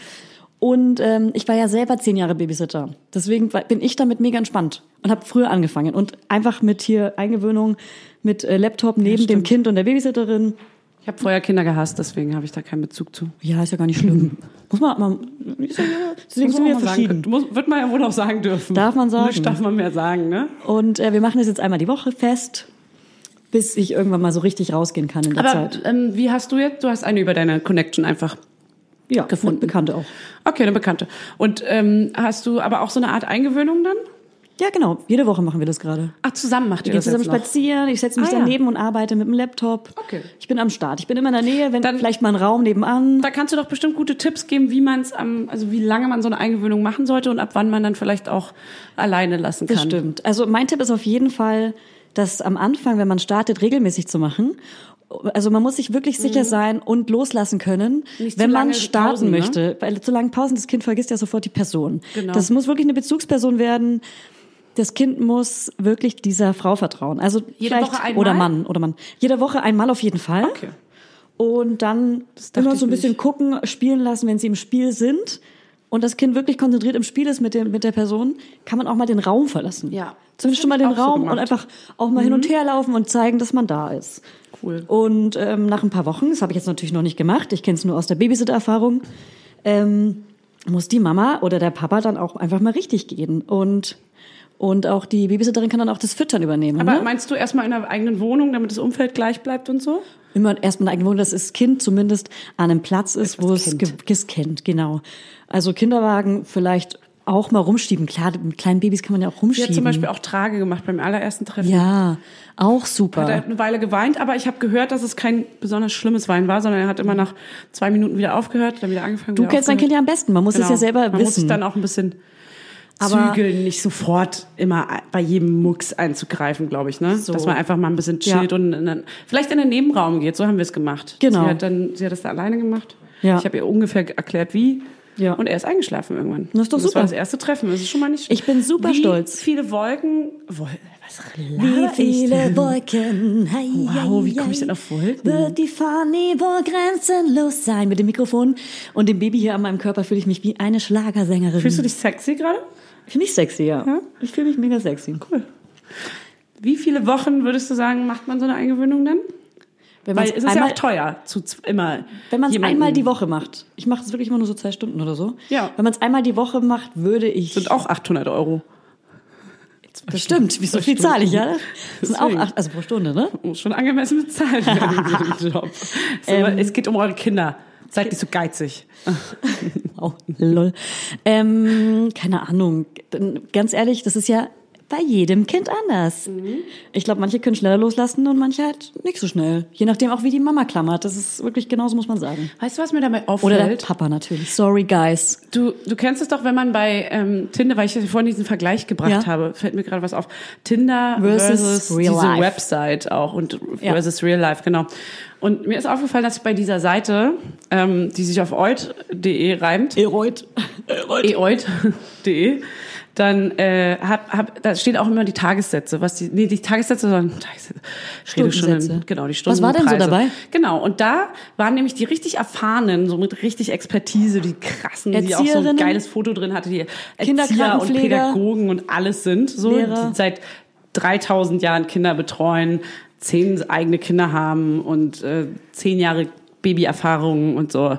Speaker 3: Und ähm, ich war ja selber zehn Jahre Babysitter. Deswegen war- bin ich damit mega entspannt und habe früher angefangen. Und einfach mit hier Eingewöhnung, mit äh, Laptop neben dem Kind und der Babysitterin.
Speaker 4: Ich habe vorher Kinder gehasst, deswegen habe ich da keinen Bezug zu.
Speaker 3: Ja, ist ja gar nicht schlimm. Muss man mal. Ist ja, deswegen sind wir ja verschieden.
Speaker 4: muss, wird man ja wohl auch sagen dürfen.
Speaker 3: Darf man sagen.
Speaker 4: Nicht darf man mehr sagen, ne?
Speaker 3: Und äh, wir machen das jetzt einmal die Woche fest, bis ich irgendwann mal so richtig rausgehen kann in der
Speaker 4: Aber
Speaker 3: Zeit.
Speaker 4: ähm, wie hast du jetzt? Du hast eine über deine Connection einfach.
Speaker 3: Ja, gefunden.
Speaker 4: gefunden.
Speaker 3: Bekannte auch.
Speaker 4: Okay, eine Bekannte. Und ähm, hast du aber auch so eine Art Eingewöhnung dann?
Speaker 3: Ja, genau. Jede Woche machen wir das gerade.
Speaker 4: Ach, zusammen macht ihr
Speaker 3: Wir gehen
Speaker 4: das
Speaker 3: zusammen
Speaker 4: jetzt noch.
Speaker 3: spazieren, ich setze mich
Speaker 4: Ah, ja.
Speaker 3: daneben und arbeite mit dem Laptop.
Speaker 4: Okay.
Speaker 3: Ich bin am Start. Ich bin immer in der Nähe, wenn
Speaker 4: Dann-
Speaker 3: vielleicht mal ein Raum nebenan.
Speaker 4: Da kannst du doch bestimmt gute Tipps geben, wie man es am, also wie lange man so eine Eingewöhnung machen sollte und ab wann man dann vielleicht auch alleine lassen kann.
Speaker 3: Das stimmt. Also mein Tipp ist auf jeden Fall, das am Anfang, wenn man startet, regelmäßig zu machen. Also man muss sich wirklich sicher sein und loslassen können,
Speaker 4: Mhm. Nicht zu
Speaker 3: wenn man
Speaker 4: lange
Speaker 3: starten
Speaker 4: Pausen, ne?
Speaker 3: möchte. Weil zu lange Pausen, das Kind vergisst ja sofort die Person.
Speaker 4: Genau.
Speaker 3: Das muss wirklich eine Bezugsperson werden. Das Kind muss wirklich dieser Frau vertrauen. Also
Speaker 4: Jede
Speaker 3: vielleicht
Speaker 4: Woche einmal?
Speaker 3: oder Mann oder Mann. Jede Woche einmal auf jeden Fall.
Speaker 4: Okay.
Speaker 3: Und dann
Speaker 4: dachte
Speaker 3: immer so ein
Speaker 4: ich
Speaker 3: bisschen
Speaker 4: nicht.
Speaker 3: gucken, spielen lassen, wenn sie im Spiel sind. Und das Kind wirklich konzentriert im Spiel ist mit, dem, mit der Person, kann man auch mal den Raum verlassen.
Speaker 4: Ja,
Speaker 3: Zumindest
Speaker 4: das
Speaker 3: schon mal
Speaker 4: hab
Speaker 3: den
Speaker 4: ich auch so
Speaker 3: Raum und
Speaker 4: gemacht. Mhm.
Speaker 3: einfach auch mal hin und her laufen und zeigen, dass man da ist.
Speaker 4: Cool.
Speaker 3: Und ähm, nach ein paar Wochen, das habe ich jetzt natürlich noch nicht gemacht, ich kenne es nur aus der Babysitter-Erfahrung, ähm, muss die Mama oder der Papa dann auch einfach mal richtig gehen. Und, und auch die Babysitterin kann dann auch das Füttern übernehmen.
Speaker 4: Aber
Speaker 3: ne?
Speaker 4: meinst du erstmal in einer eigenen Wohnung, damit das Umfeld gleich bleibt und so?
Speaker 3: Immer erstmal eine eigene Wohnung, dass das Kind zumindest an einem Platz ist, wo es ge- es kennt, genau. Also Kinderwagen vielleicht auch mal rumschieben. Klar, mit kleinen Babys kann man ja auch
Speaker 4: Sie
Speaker 3: rumschieben.
Speaker 4: hat zum Beispiel auch Trage gemacht beim allerersten Treffen.
Speaker 3: ja, auch super.
Speaker 4: Hat er eine Weile geweint, aber ich habe gehört, dass es kein besonders schlimmes Weinen war, sondern er hat immer nach zwei Minuten wieder aufgehört, dann wieder angefangen.
Speaker 3: du kennst dein Kind ja am besten, man muss es ja selber
Speaker 4: Genau. Man muss
Speaker 3: wissen.
Speaker 4: sich dann auch ein bisschen
Speaker 3: Aber-
Speaker 4: zügeln, nicht sofort immer bei jedem Mucks einzugreifen, glaube ich, ne? Dass man einfach mal ein bisschen chillt
Speaker 3: Ja.
Speaker 4: und in einen, vielleicht in den Nebenraum geht, so haben wir es gemacht.
Speaker 3: Genau.
Speaker 4: Sie hat, dann, sie hat das da alleine gemacht.
Speaker 3: Ja.
Speaker 4: Ich habe ihr ungefähr erklärt, wie.
Speaker 3: Ja.
Speaker 4: Und er ist eingeschlafen irgendwann.
Speaker 3: Das ist doch
Speaker 4: Und das
Speaker 3: super.
Speaker 4: war das erste Treffen. Das ist schon mal nicht
Speaker 3: Ich bin super
Speaker 4: wie
Speaker 3: stolz.
Speaker 4: Viele Wolken. Wol was
Speaker 3: Wie
Speaker 4: laber ich denn?
Speaker 3: viele Wolken. Hei,
Speaker 4: Wow,
Speaker 3: hei,
Speaker 4: wie komm ich
Speaker 3: hei.
Speaker 4: denn auf Wolken?
Speaker 3: Wird die Fahne wohl grenzenlos sein? Mit dem Mikrofon und dem Baby hier an meinem Körper fühle ich mich wie eine Schlagersängerin.
Speaker 4: Fühlst du dich sexy gerade?
Speaker 3: Für mich sexy, ja.
Speaker 4: Ja?
Speaker 3: Ich fühle mich mega sexy. Cool.
Speaker 4: Wie viele Wochen würdest du sagen, macht man so eine Eingewöhnung dann?
Speaker 3: Wenn
Speaker 4: Weil
Speaker 3: man's
Speaker 4: es ist ja
Speaker 3: einmal-
Speaker 4: auch teuer, zu z- immer.
Speaker 3: Wenn man es
Speaker 4: jemanden-
Speaker 3: einmal die Woche macht, ich mache es wirklich immer nur so zwei Stunden oder so.
Speaker 4: Ja.
Speaker 3: Wenn man es einmal die Woche macht, würde ich.
Speaker 4: Sind auch 800 Euro.
Speaker 3: das stimmt. Wieso viel zahle ich
Speaker 4: <laughs>
Speaker 3: ja? Das sind auch
Speaker 4: Deswegen.
Speaker 3: acht, also pro Stunde, ne?
Speaker 4: Muss schon angemessen bezahlt werden für <laughs> den Job. So, es geht um eure Kinder. Seid nicht so geizig.
Speaker 3: Oh, lol. Ähm, keine Ahnung. Denn Ganz ehrlich, das ist ja bei jedem Kind anders.
Speaker 4: Mhm.
Speaker 3: Ich glaube, manche können schneller loslassen und manche halt nicht so schnell. Je nachdem auch, wie die Mama klammert. Das ist wirklich genauso, muss man sagen.
Speaker 4: Weißt du, was mir dabei
Speaker 3: Oder
Speaker 4: auffällt?
Speaker 3: der Papa natürlich. Sorry, guys.
Speaker 4: Du, du kennst es doch, wenn man bei ähm, Tinder, weil ich ja vorhin diesen Vergleich gebracht
Speaker 3: Ja.
Speaker 4: habe, fällt mir gerade was auf. Tinder
Speaker 3: Versus
Speaker 4: versus,
Speaker 3: Real
Speaker 4: diese
Speaker 3: Life.
Speaker 4: Website auch und
Speaker 3: Ja.
Speaker 4: versus Real Life, genau. Und mir ist aufgefallen, dass ich bei dieser Seite, ähm, die sich auf eut.de reimt,
Speaker 3: Eroid. E
Speaker 4: E eoid.de, dann äh, hab, hab, da stehen auch immer die Tagessätze, was die, nee, die Tagessätze, sondern Tagessätze, Ich rede schon in-
Speaker 3: Stundensätze.
Speaker 4: genau, die
Speaker 3: Was
Speaker 4: Stunden.
Speaker 3: war denn so dabei?
Speaker 4: Genau, und da waren nämlich die richtig erfahrenen, so mit richtig Expertise, die krassen, die auch so ein
Speaker 3: Erzieherinnen?
Speaker 4: geiles Foto drin hatte, die Erzieher und
Speaker 3: Kinderkrankenpfleger.
Speaker 4: Pädagogen und alles sind, so,
Speaker 3: Lehrer.
Speaker 4: die seit 3000 Jahren Kinder betreuen, zehn eigene Kinder haben und äh, zehn Jahre Babyerfahrungen und so.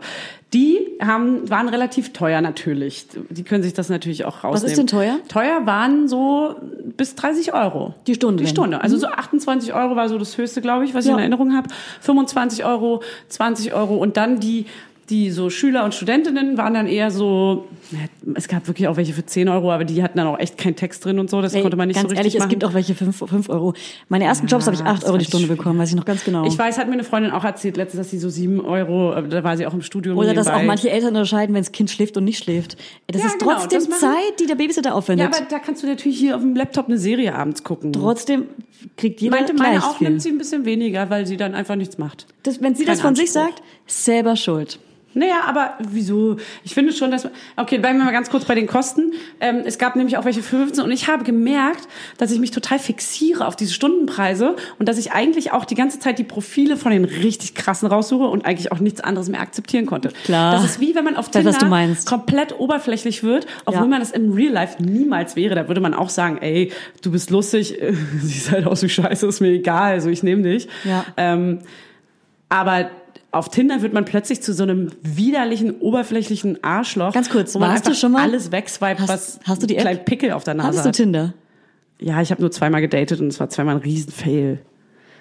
Speaker 4: Die haben, waren relativ teuer natürlich. Die können sich das natürlich auch rausnehmen.
Speaker 3: ist denn teuer?
Speaker 4: Teuer waren so bis 30 Euro.
Speaker 3: Die Stunde
Speaker 4: Die
Speaker 3: dann. Mhm.
Speaker 4: Stunde. Also so 28 Euro war so das höchste, glaube ich, was ich in Erinnerung habe. 25 Euro, 20 Euro und dann die die so Schüler und Studentinnen waren dann eher so, ja, es gab wirklich auch welche für 10 Euro, aber die hatten dann auch echt keinen Text drin und so, das
Speaker 3: Ey,
Speaker 4: konnte man nicht
Speaker 3: ganz
Speaker 4: so richtig
Speaker 3: ehrlich, es
Speaker 4: machen.
Speaker 3: gibt auch welche 5 Euro. Meine ersten Jobs habe ich 8 Euro
Speaker 4: das
Speaker 3: die
Speaker 4: fand ich
Speaker 3: Stunde
Speaker 4: schwierig.
Speaker 3: bekommen, weiß ich noch ganz genau.
Speaker 4: Ich weiß, hat mir eine Freundin auch erzählt letztens, dass sie so sieben Euro, äh, da war sie auch im Studium.
Speaker 3: Oder dass auch
Speaker 4: nebenbei.
Speaker 3: manche Eltern unterscheiden, wenn das Kind schläft und nicht schläft. Das
Speaker 4: Ja,
Speaker 3: ist
Speaker 4: genau,
Speaker 3: trotzdem
Speaker 4: das machen-
Speaker 3: Zeit, die der Babysitter
Speaker 4: Ja,
Speaker 3: aufwendet.
Speaker 4: aber da kannst du natürlich hier auf dem Laptop eine Serie abends gucken.
Speaker 3: trotzdem kriegt jeder
Speaker 4: Meinte
Speaker 3: gleich
Speaker 4: meine auch,
Speaker 3: viel.
Speaker 4: nimmt sie ein bisschen weniger, weil sie dann einfach nichts macht.
Speaker 3: das, wenn sie
Speaker 4: keinen
Speaker 3: das von sich
Speaker 4: Anspruch.
Speaker 3: sagt, selber schuld.
Speaker 4: Naja, aber wieso? Ich finde schon, dass. Okay, bleiben wir mal ganz kurz bei den Kosten. Ähm, es gab nämlich auch welche für 15 und ich habe gemerkt, dass ich mich total fixiere auf diese Stundenpreise und dass ich eigentlich auch die ganze Zeit die Profile von den richtig krassen raussuche und eigentlich auch nichts anderes mehr akzeptieren konnte.
Speaker 3: Klar.
Speaker 4: Das ist wie wenn man auf
Speaker 3: weiß,
Speaker 4: Tinder
Speaker 3: was du meinst.
Speaker 4: komplett oberflächlich wird, obwohl
Speaker 3: Ja.
Speaker 4: man das im Real Life niemals wäre. Da würde man auch sagen, ey, du bist lustig, <laughs> siehst halt aus wie Scheiße, ist mir egal, also ich nehme dich.
Speaker 3: Ja.
Speaker 4: Ähm, aber auf Tinder wird man plötzlich zu so einem widerlichen, oberflächlichen Arschloch.
Speaker 3: Ganz kurz,
Speaker 4: wo man
Speaker 3: warst du
Speaker 4: einfach
Speaker 3: schon mal-
Speaker 4: alles wegswipe,
Speaker 3: Hast-
Speaker 4: was
Speaker 3: hast du die App?
Speaker 4: kleinen Pickel auf der Nase
Speaker 3: Hattest du
Speaker 4: hat.
Speaker 3: Tinder?
Speaker 4: Ja, ich habe nur zweimal gedatet und es war zweimal ein Riesenfail.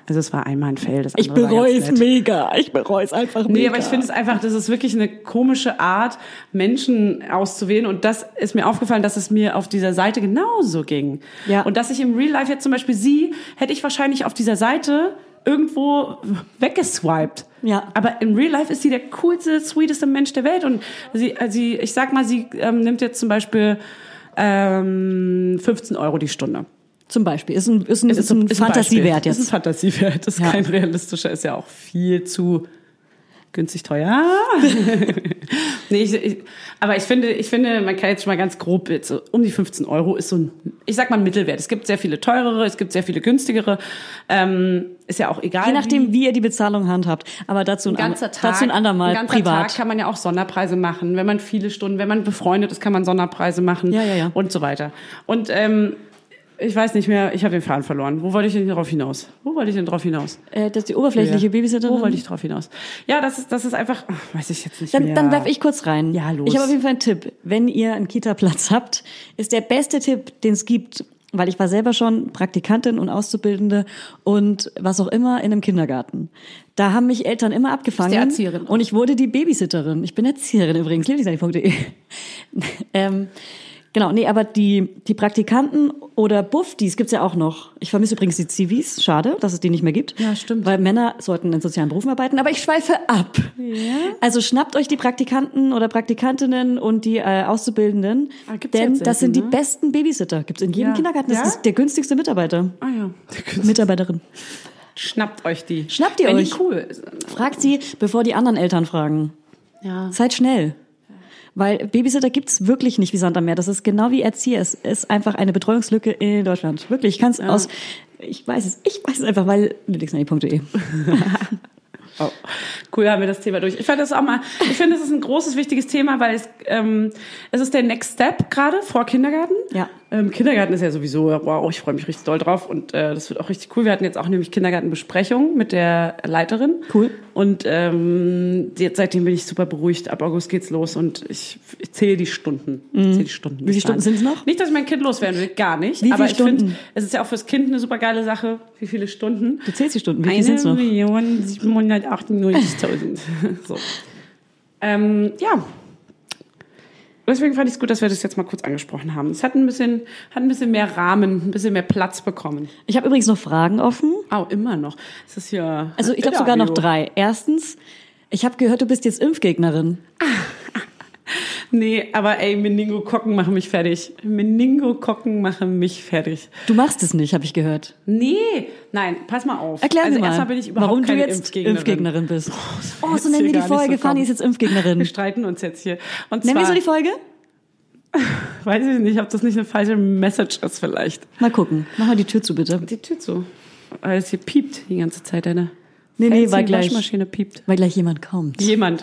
Speaker 4: Also es war einmal ein Fail. Das
Speaker 3: Ich
Speaker 4: andere war ganz
Speaker 3: bereue es
Speaker 4: nett.
Speaker 3: mega. Ich bereue es einfach mega.
Speaker 4: Nee, aber ich finde es einfach, das ist wirklich eine komische Art, Menschen auszuwählen. Und das ist mir aufgefallen, dass es mir auf dieser Seite genauso ging.
Speaker 3: Ja.
Speaker 4: Und dass ich im Real Life jetzt zum Beispiel sie, hätte ich wahrscheinlich auf dieser Seite irgendwo weggeswiped.
Speaker 3: Ja.
Speaker 4: Aber im Real Life ist sie der coolste, sweeteste Mensch der Welt. Und sie, also sie ich sag mal, sie ähm, nimmt jetzt zum Beispiel ähm, 15 Euro die Stunde.
Speaker 3: Zum Beispiel. Ist ein, ist ein, ist ein, Fantasiewert
Speaker 4: Beispiel. Ist ein
Speaker 3: jetzt.
Speaker 4: Fantasiewert. Das ist
Speaker 3: Ja.
Speaker 4: kein realistischer. Ist ja auch viel zu
Speaker 3: <laughs>
Speaker 4: günstig teuer. nee, ich, ich, aber ich finde, ich finde, man kann jetzt schon mal ganz grob, jetzt so um die 15 Euro ist so ein, ich sag mal ein Mittelwert. Es gibt sehr viele teurere, es gibt sehr viele günstigere. Ähm, ist ja auch egal.
Speaker 3: Je
Speaker 4: wie.
Speaker 3: nachdem, wie ihr die Bezahlung handhabt. Aber dazu ein,
Speaker 4: Ein ganzer
Speaker 3: an-
Speaker 4: Tag,
Speaker 3: dazu ein andermal
Speaker 4: ein ganzer
Speaker 3: privat.
Speaker 4: Tag kann man ja auch Sonderpreise machen. Wenn man viele Stunden, wenn man befreundet ist, kann man Sonderpreise machen
Speaker 3: Ja, ja, ja.
Speaker 4: und so weiter. Und ähm, ich weiß nicht mehr, ich habe den Faden verloren. Wo wollte ich denn drauf hinaus? Wo wollte ich denn drauf hinaus?
Speaker 3: äh, dass die oberflächliche
Speaker 4: Ja.
Speaker 3: Babysitterin.
Speaker 4: Wo wollte ich drauf hinaus? Ja, das ist, das ist einfach, ach, weiß ich jetzt nicht
Speaker 3: Dann,
Speaker 4: mehr.
Speaker 3: dann werf ich kurz rein.
Speaker 4: Ja, los.
Speaker 3: Ich habe auf jeden Fall einen Tipp. Wenn ihr einen Kita-Platz habt, ist der beste Tipp, den es gibt, weil ich war selber schon Praktikantin und Auszubildende und was auch immer in einem Kindergarten. Da haben mich Eltern immer abgefangen.
Speaker 4: Bist du Erzieherin?
Speaker 3: Und ich wurde die Babysitterin. Ich bin Erzieherin übrigens, lieblingsani.de. <laughs> ähm, genau, nee, aber die, die Praktikanten oder Buffdies gibt's ja auch noch. Ich vermisse übrigens die Zivis. Schade, dass es die nicht mehr gibt.
Speaker 4: Ja, stimmt.
Speaker 3: Weil Männer sollten in sozialen Berufen arbeiten, aber ich schweife ab. Also schnappt euch die Praktikanten oder Praktikantinnen und die äh, Auszubildenden,
Speaker 4: Ah, gibt's
Speaker 3: denn
Speaker 4: jetzt
Speaker 3: das
Speaker 4: selten,
Speaker 3: sind die
Speaker 4: ne?
Speaker 3: besten Babysitter. Gibt's in jedem
Speaker 4: Ja.
Speaker 3: Kindergarten. Das
Speaker 4: Ja?
Speaker 3: ist der günstigste Mitarbeiter.
Speaker 4: Ah ja.
Speaker 3: Mitarbeiterin.
Speaker 4: Schnappt euch die.
Speaker 3: Schnappt ihr
Speaker 4: Wenn
Speaker 3: euch.
Speaker 4: Die cool. ist.
Speaker 3: Fragt sie, bevor die anderen Eltern fragen.
Speaker 4: Ja.
Speaker 3: Seid schnell. Weil Babysitter gibt's wirklich nicht wie Sand am Meer. Das ist genau wie Erzieher. Es ist einfach eine Betreuungslücke in Deutschland. Wirklich, ich kann's aus... Ich weiß es. Ich weiß es einfach, weil... Ludwigsnani.de.
Speaker 4: Oh, cool, haben wir das Thema durch. Ich fand das auch mal, ich finde, es ist ein großes, wichtiges Thema, weil es, ähm, es ist der Next Step gerade vor Kindergarten.
Speaker 3: Ja.
Speaker 4: Ähm, Kindergarten ist ja sowieso, wow, ich freue mich richtig doll drauf und äh, das wird auch richtig cool. Wir hatten jetzt auch nämlich Kindergartenbesprechung mit der Leiterin.
Speaker 3: Cool.
Speaker 4: Und ähm, jetzt, seitdem bin ich super beruhigt. Ab August geht's los und ich, ich zähle die Stunden. Ich zähle die Stunden.
Speaker 3: Mhm. Wie viele Stunden sind's noch?
Speaker 4: Nicht, dass ich mein Kind loswerden will, gar nicht.
Speaker 3: Wie
Speaker 4: aber
Speaker 3: viele
Speaker 4: ich finde,
Speaker 3: Stunden?
Speaker 4: es ist ja auch fürs Kind eine super geile Sache. Wie viele Stunden?
Speaker 3: Du zählst die Stunden. Wie
Speaker 4: Eine
Speaker 3: viel sind's noch? <laughs>
Speaker 4: Million 798.000. so. Ähm, ja. Deswegen fand ich es gut, dass wir das jetzt mal kurz angesprochen haben. Es hat ein bisschen, hat ein bisschen mehr Rahmen, ein bisschen mehr Platz bekommen.
Speaker 3: Ich habe übrigens noch Fragen offen.
Speaker 4: Au, immer noch. Es ist ja.
Speaker 3: Also ich glaube sogar noch
Speaker 4: Interview.
Speaker 3: drei. Erstens, ich habe gehört, du bist jetzt Impfgegnerin.
Speaker 4: Nee, aber ey, Meningokokken machen mich fertig. Meningokokken machen mich fertig.
Speaker 3: Du machst es nicht, habe ich gehört.
Speaker 4: Nee, nein, pass mal auf.
Speaker 3: Erklär
Speaker 4: also
Speaker 3: mir mal,
Speaker 4: erstmal bin ich überhaupt
Speaker 3: warum
Speaker 4: keine
Speaker 3: du jetzt
Speaker 4: Impfgegnerin.
Speaker 3: bist.
Speaker 4: Oh,
Speaker 3: Oh,
Speaker 4: das
Speaker 3: so nennen wir
Speaker 4: hier
Speaker 3: die
Speaker 4: gar nicht
Speaker 3: Folge.
Speaker 4: so
Speaker 3: Fanny ist jetzt Impfgegnerin.
Speaker 4: <laughs> Wir streiten uns jetzt hier. Und zwar,
Speaker 3: Nennen wir so die Folge?
Speaker 4: weiß ich nicht, ob das nicht eine falsche Message ist vielleicht.
Speaker 3: Mal gucken. Mach mal die Tür zu, bitte.
Speaker 4: Die Tür zu. Weil es hier piept die ganze Zeit, deine
Speaker 3: Nee, nee,
Speaker 4: fancy
Speaker 3: war gleich.
Speaker 4: Waschmaschine piept.
Speaker 3: Weil gleich jemand kommt.
Speaker 4: Jemand.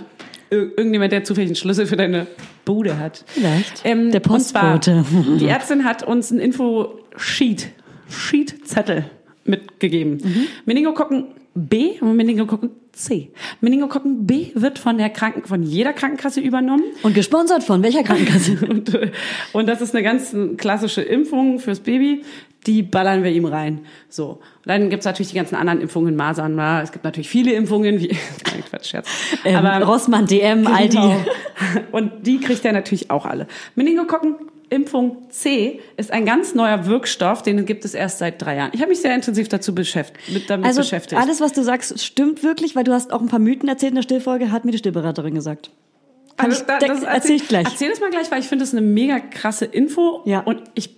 Speaker 4: Ir- Irgendjemand, der zufällig einen Schlüssel für deine Bude hat.
Speaker 3: Vielleicht.
Speaker 4: Ähm,
Speaker 3: Der Postbote.
Speaker 4: und Zwar,
Speaker 3: <laughs>
Speaker 4: die Ärztin hat uns ein Info-Sheet, Sheet-Zettel mitgegeben.
Speaker 3: Mhm.
Speaker 4: Meningokokken B und Meningokokken C. Meningokokken B wird von der Kranken, von jeder Krankenkasse übernommen.
Speaker 3: Und gesponsert von welcher
Speaker 4: <laughs>
Speaker 3: Krankenkasse?
Speaker 4: Und, äh, <laughs> und das ist eine ganz klassische Impfung fürs Baby. Die ballern wir ihm rein. So. Und dann gibt's natürlich die ganzen anderen Impfungen, Masern, Ma. es gibt natürlich viele Impfungen, wie, <laughs> Nein, Quatsch, Scherz.
Speaker 3: Ähm, Rossmann, DM,
Speaker 4: Genau.
Speaker 3: Aldi.
Speaker 4: Und die kriegt er natürlich auch alle. Meningokokken. Impfung C ist ein ganz neuer Wirkstoff, den gibt es erst seit drei Jahren. Ich habe mich sehr intensiv dazu beschäftigt, mit, damit
Speaker 3: Also
Speaker 4: beschäftigt.
Speaker 3: alles, was du sagst, stimmt wirklich, weil du hast auch ein paar Mythen erzählt in der Stillfolge, hat mir die Stillberaterin gesagt. Kann
Speaker 4: Also
Speaker 3: ich,
Speaker 4: da-
Speaker 3: da-
Speaker 4: das
Speaker 3: erzähl ich gleich.
Speaker 4: Erzähl es mal gleich, weil ich finde das eine mega krasse Info.
Speaker 3: Ja.
Speaker 4: Und ich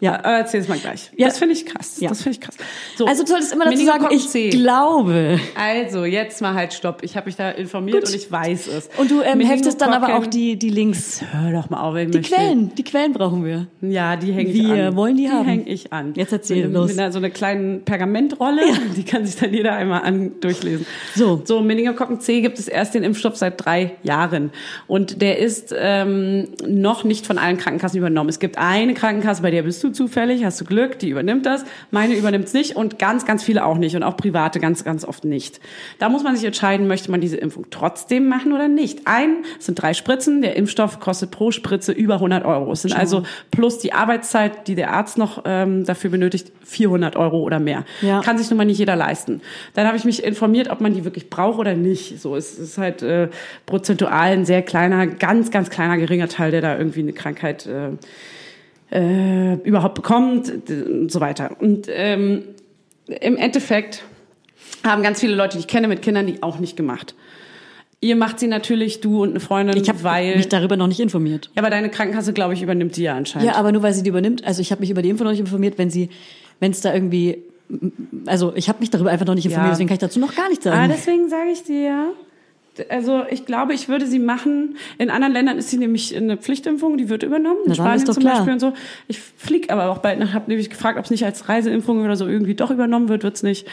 Speaker 4: Ja. Aber erzähl es Äh, mal gleich. Ja. Das finde ich krass.
Speaker 3: Ja.
Speaker 4: Das finde ich krass. So,
Speaker 3: Also du solltest immer dazu
Speaker 4: Minimum
Speaker 3: sagen,
Speaker 4: kommt
Speaker 3: ich
Speaker 4: C.
Speaker 3: glaube.
Speaker 4: Also, jetzt mal halt Stopp. Ich habe mich da informiert und ich weiß es.
Speaker 3: Und du ähm,
Speaker 4: Minimum
Speaker 3: heftest dann aber auch
Speaker 4: Cocken-
Speaker 3: die, die Links.
Speaker 4: Hör doch mal auf, wenn
Speaker 3: Die Quellen, die Quellen brauchen wir.
Speaker 4: Ja, die hänge ich an.
Speaker 3: Wir wollen die haben.
Speaker 4: Die hänge ich an.
Speaker 3: Jetzt erzähl,
Speaker 4: mit,
Speaker 3: los.
Speaker 4: Mit einer, so einer kleinen Pergamentrolle, die kann sich dann jeder einmal an durchlesen.
Speaker 3: So.
Speaker 4: So, Meningokokken C gibt es erst den Impfstoff seit drei Jahren. Und der ist ähm, noch nicht von allen Krankenkassen übernommen. Es gibt eine Krankenkasse, bei der bist du zufällig, hast du Glück, die übernimmt das. Meine übernimmt es nicht und ganz, ganz viele auch nicht. Und auch private ganz, ganz oft nicht. Da muss man sich entscheiden, möchte man diese Impfung trotzdem machen oder nicht. Ein, es sind drei Spritzen, der Impfstoff kostet pro Spritze über 100 Euro. Es sind also plus die Arbeitszeit, die der Arzt noch ähm, dafür benötigt, 400 Euro oder mehr.
Speaker 3: Ja.
Speaker 4: Kann sich nun mal nicht jeder leisten. Dann habe ich mich informiert, ob man die wirklich braucht oder nicht. So, es ist halt äh, prozentual ein sehr kleiner, ganz, ganz kleiner, geringer Teil, der da irgendwie eine Krankheit äh, äh, überhaupt bekommt d- und so weiter. Und ähm, im Endeffekt haben ganz viele Leute, die ich kenne, mit Kindern, die auch nicht gemacht. Ihr macht sie natürlich, du und eine Freundin,
Speaker 3: Ich habe
Speaker 4: weil...
Speaker 3: mich darüber noch nicht informiert.
Speaker 4: ja, aber deine Krankenkasse, glaube ich, übernimmt die ja anscheinend.
Speaker 3: Ja, aber nur weil sie die übernimmt. Also ich habe mich über die Info noch nicht informiert, wenn sie, wenn es da irgendwie, also ich habe mich darüber einfach noch nicht informiert,
Speaker 4: Ja.
Speaker 3: deswegen kann ich dazu noch gar nichts
Speaker 4: Ah,
Speaker 3: sagen.
Speaker 4: deswegen sage ich dir ja. D- Also ich glaube, ich würde sie machen. In anderen Ländern ist sie nämlich eine Pflichtimpfung, die wird übernommen. In
Speaker 3: Na, dann
Speaker 4: Spanien
Speaker 3: ist doch
Speaker 4: zum
Speaker 3: klar.
Speaker 4: Beispiel und so. Ich fliege aber auch bald nach, habe nämlich gefragt, ob es nicht als Reiseimpfung oder so irgendwie doch übernommen wird, wird's nicht.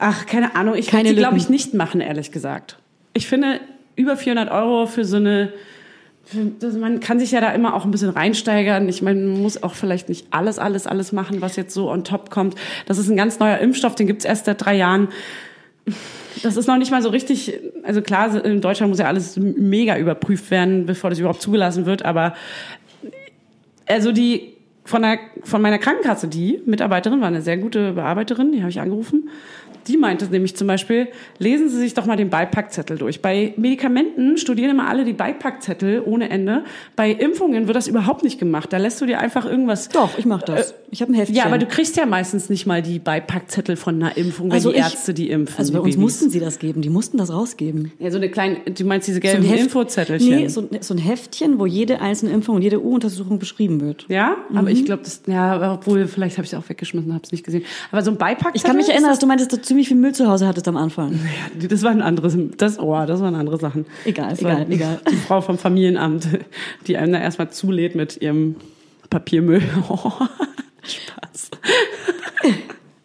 Speaker 4: Ach, keine Ahnung. Ich
Speaker 3: Keine
Speaker 4: würde sie, glaube ich,
Speaker 3: Lücken.
Speaker 4: nicht machen, ehrlich gesagt. Ich finde, über 400 Euro für so eine... für- das- Man kann sich ja da immer auch ein bisschen reinsteigern. Ich meine, man muss auch vielleicht nicht alles, alles, alles machen, was jetzt so on top kommt. Das ist ein ganz neuer Impfstoff, den gibt's erst seit drei Jahren. Das ist noch nicht mal so richtig, also klar, in Deutschland muss ja alles mega überprüft werden, bevor das überhaupt zugelassen wird, aber also die von, der, von meiner Krankenkasse, die Mitarbeiterin war eine sehr gute Bearbeiterin, die habe ich angerufen. Die meinte nämlich zum Beispiel, lesen Sie sich doch mal den Beipackzettel durch. Bei Medikamenten studieren immer alle die Beipackzettel ohne Ende. Bei Impfungen wird das überhaupt nicht gemacht. Da lässt du dir einfach irgendwas.
Speaker 3: Doch, ich mache das.
Speaker 4: Äh,
Speaker 3: Ich habe ein Heftchen.
Speaker 4: Ja, aber du kriegst ja meistens nicht mal die Beipackzettel von einer Impfung, wenn
Speaker 3: Also
Speaker 4: die
Speaker 3: ich-
Speaker 4: Ärzte die impfen.
Speaker 3: also
Speaker 4: die
Speaker 3: bei uns
Speaker 4: Babys.
Speaker 3: mussten sie das geben, die mussten das rausgeben.
Speaker 4: Ja, so eine kleine, du meinst diese gelben
Speaker 3: Heft-
Speaker 4: Ähm, Infozettelchen?
Speaker 3: Nee, so, ein- so ein Heftchen, wo jede einzelne Impfung und jede U-Untersuchung beschrieben wird.
Speaker 4: ja, aber ich glaube, das, ja, obwohl, vielleicht habe ich es auch weggeschmissen, habe es nicht gesehen. Aber so ein Beipackzettel?
Speaker 3: Ich kann mich erinnern, dass du meintest, dass du ziemlich viel Müll zu Hause hattest am Anfang.
Speaker 4: <laughs> Ja, das war ein anderes, das, oh, das waren andere Sachen.
Speaker 3: Egal,
Speaker 4: das
Speaker 3: egal,
Speaker 4: war
Speaker 3: egal.
Speaker 4: <laughs> Die Frau vom Familienamt, die einem da erstmal zulädt mit ihrem Papiermüll. <laughs> Oh, Spaß.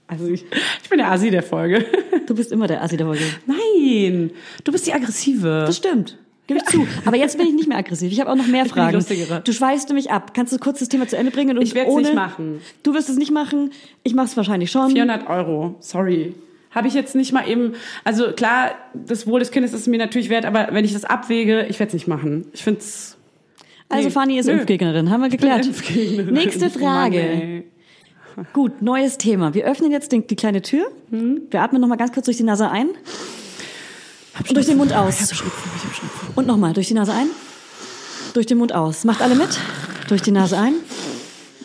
Speaker 4: Also ich, ich bin der Asi der Folge. <laughs>
Speaker 3: Du bist immer der Assi der Folge.
Speaker 4: Nein, du bist die Aggressive.
Speaker 3: Das stimmt. Gebe ich zu. Aber jetzt bin ich nicht mehr aggressiv. Ich habe auch noch mehr
Speaker 4: Ich bin die
Speaker 3: Fragen.
Speaker 4: Lustigere.
Speaker 3: Du schweifst mich ab. Kannst du kurz das Thema zu Ende bringen? Und
Speaker 4: Ich werd's
Speaker 3: ohne-
Speaker 4: nicht machen.
Speaker 3: Du wirst es nicht machen. Ich mache es wahrscheinlich schon.
Speaker 4: 400 Euro, sorry. Habe ich jetzt nicht mal eben, also klar, das Wohl des Kindes ist mir natürlich wert, aber wenn ich das abwäge, ich werde es nicht machen. Ich finde es
Speaker 3: Also
Speaker 4: Nee.
Speaker 3: Fanny ist
Speaker 4: Nö.
Speaker 3: Impfgegnerin. Haben wir
Speaker 4: <laughs>
Speaker 3: geklärt. Nächste Frage.
Speaker 4: Oh ey.
Speaker 3: Gut, neues Thema. Wir öffnen jetzt den, die kleine Tür.
Speaker 4: Hm?
Speaker 3: Wir atmen nochmal ganz kurz durch die Nase ein. Und durch den Mund aus. Und nochmal durch die Nase ein. Durch den Mund aus. Macht alle mit. Durch die Nase ein.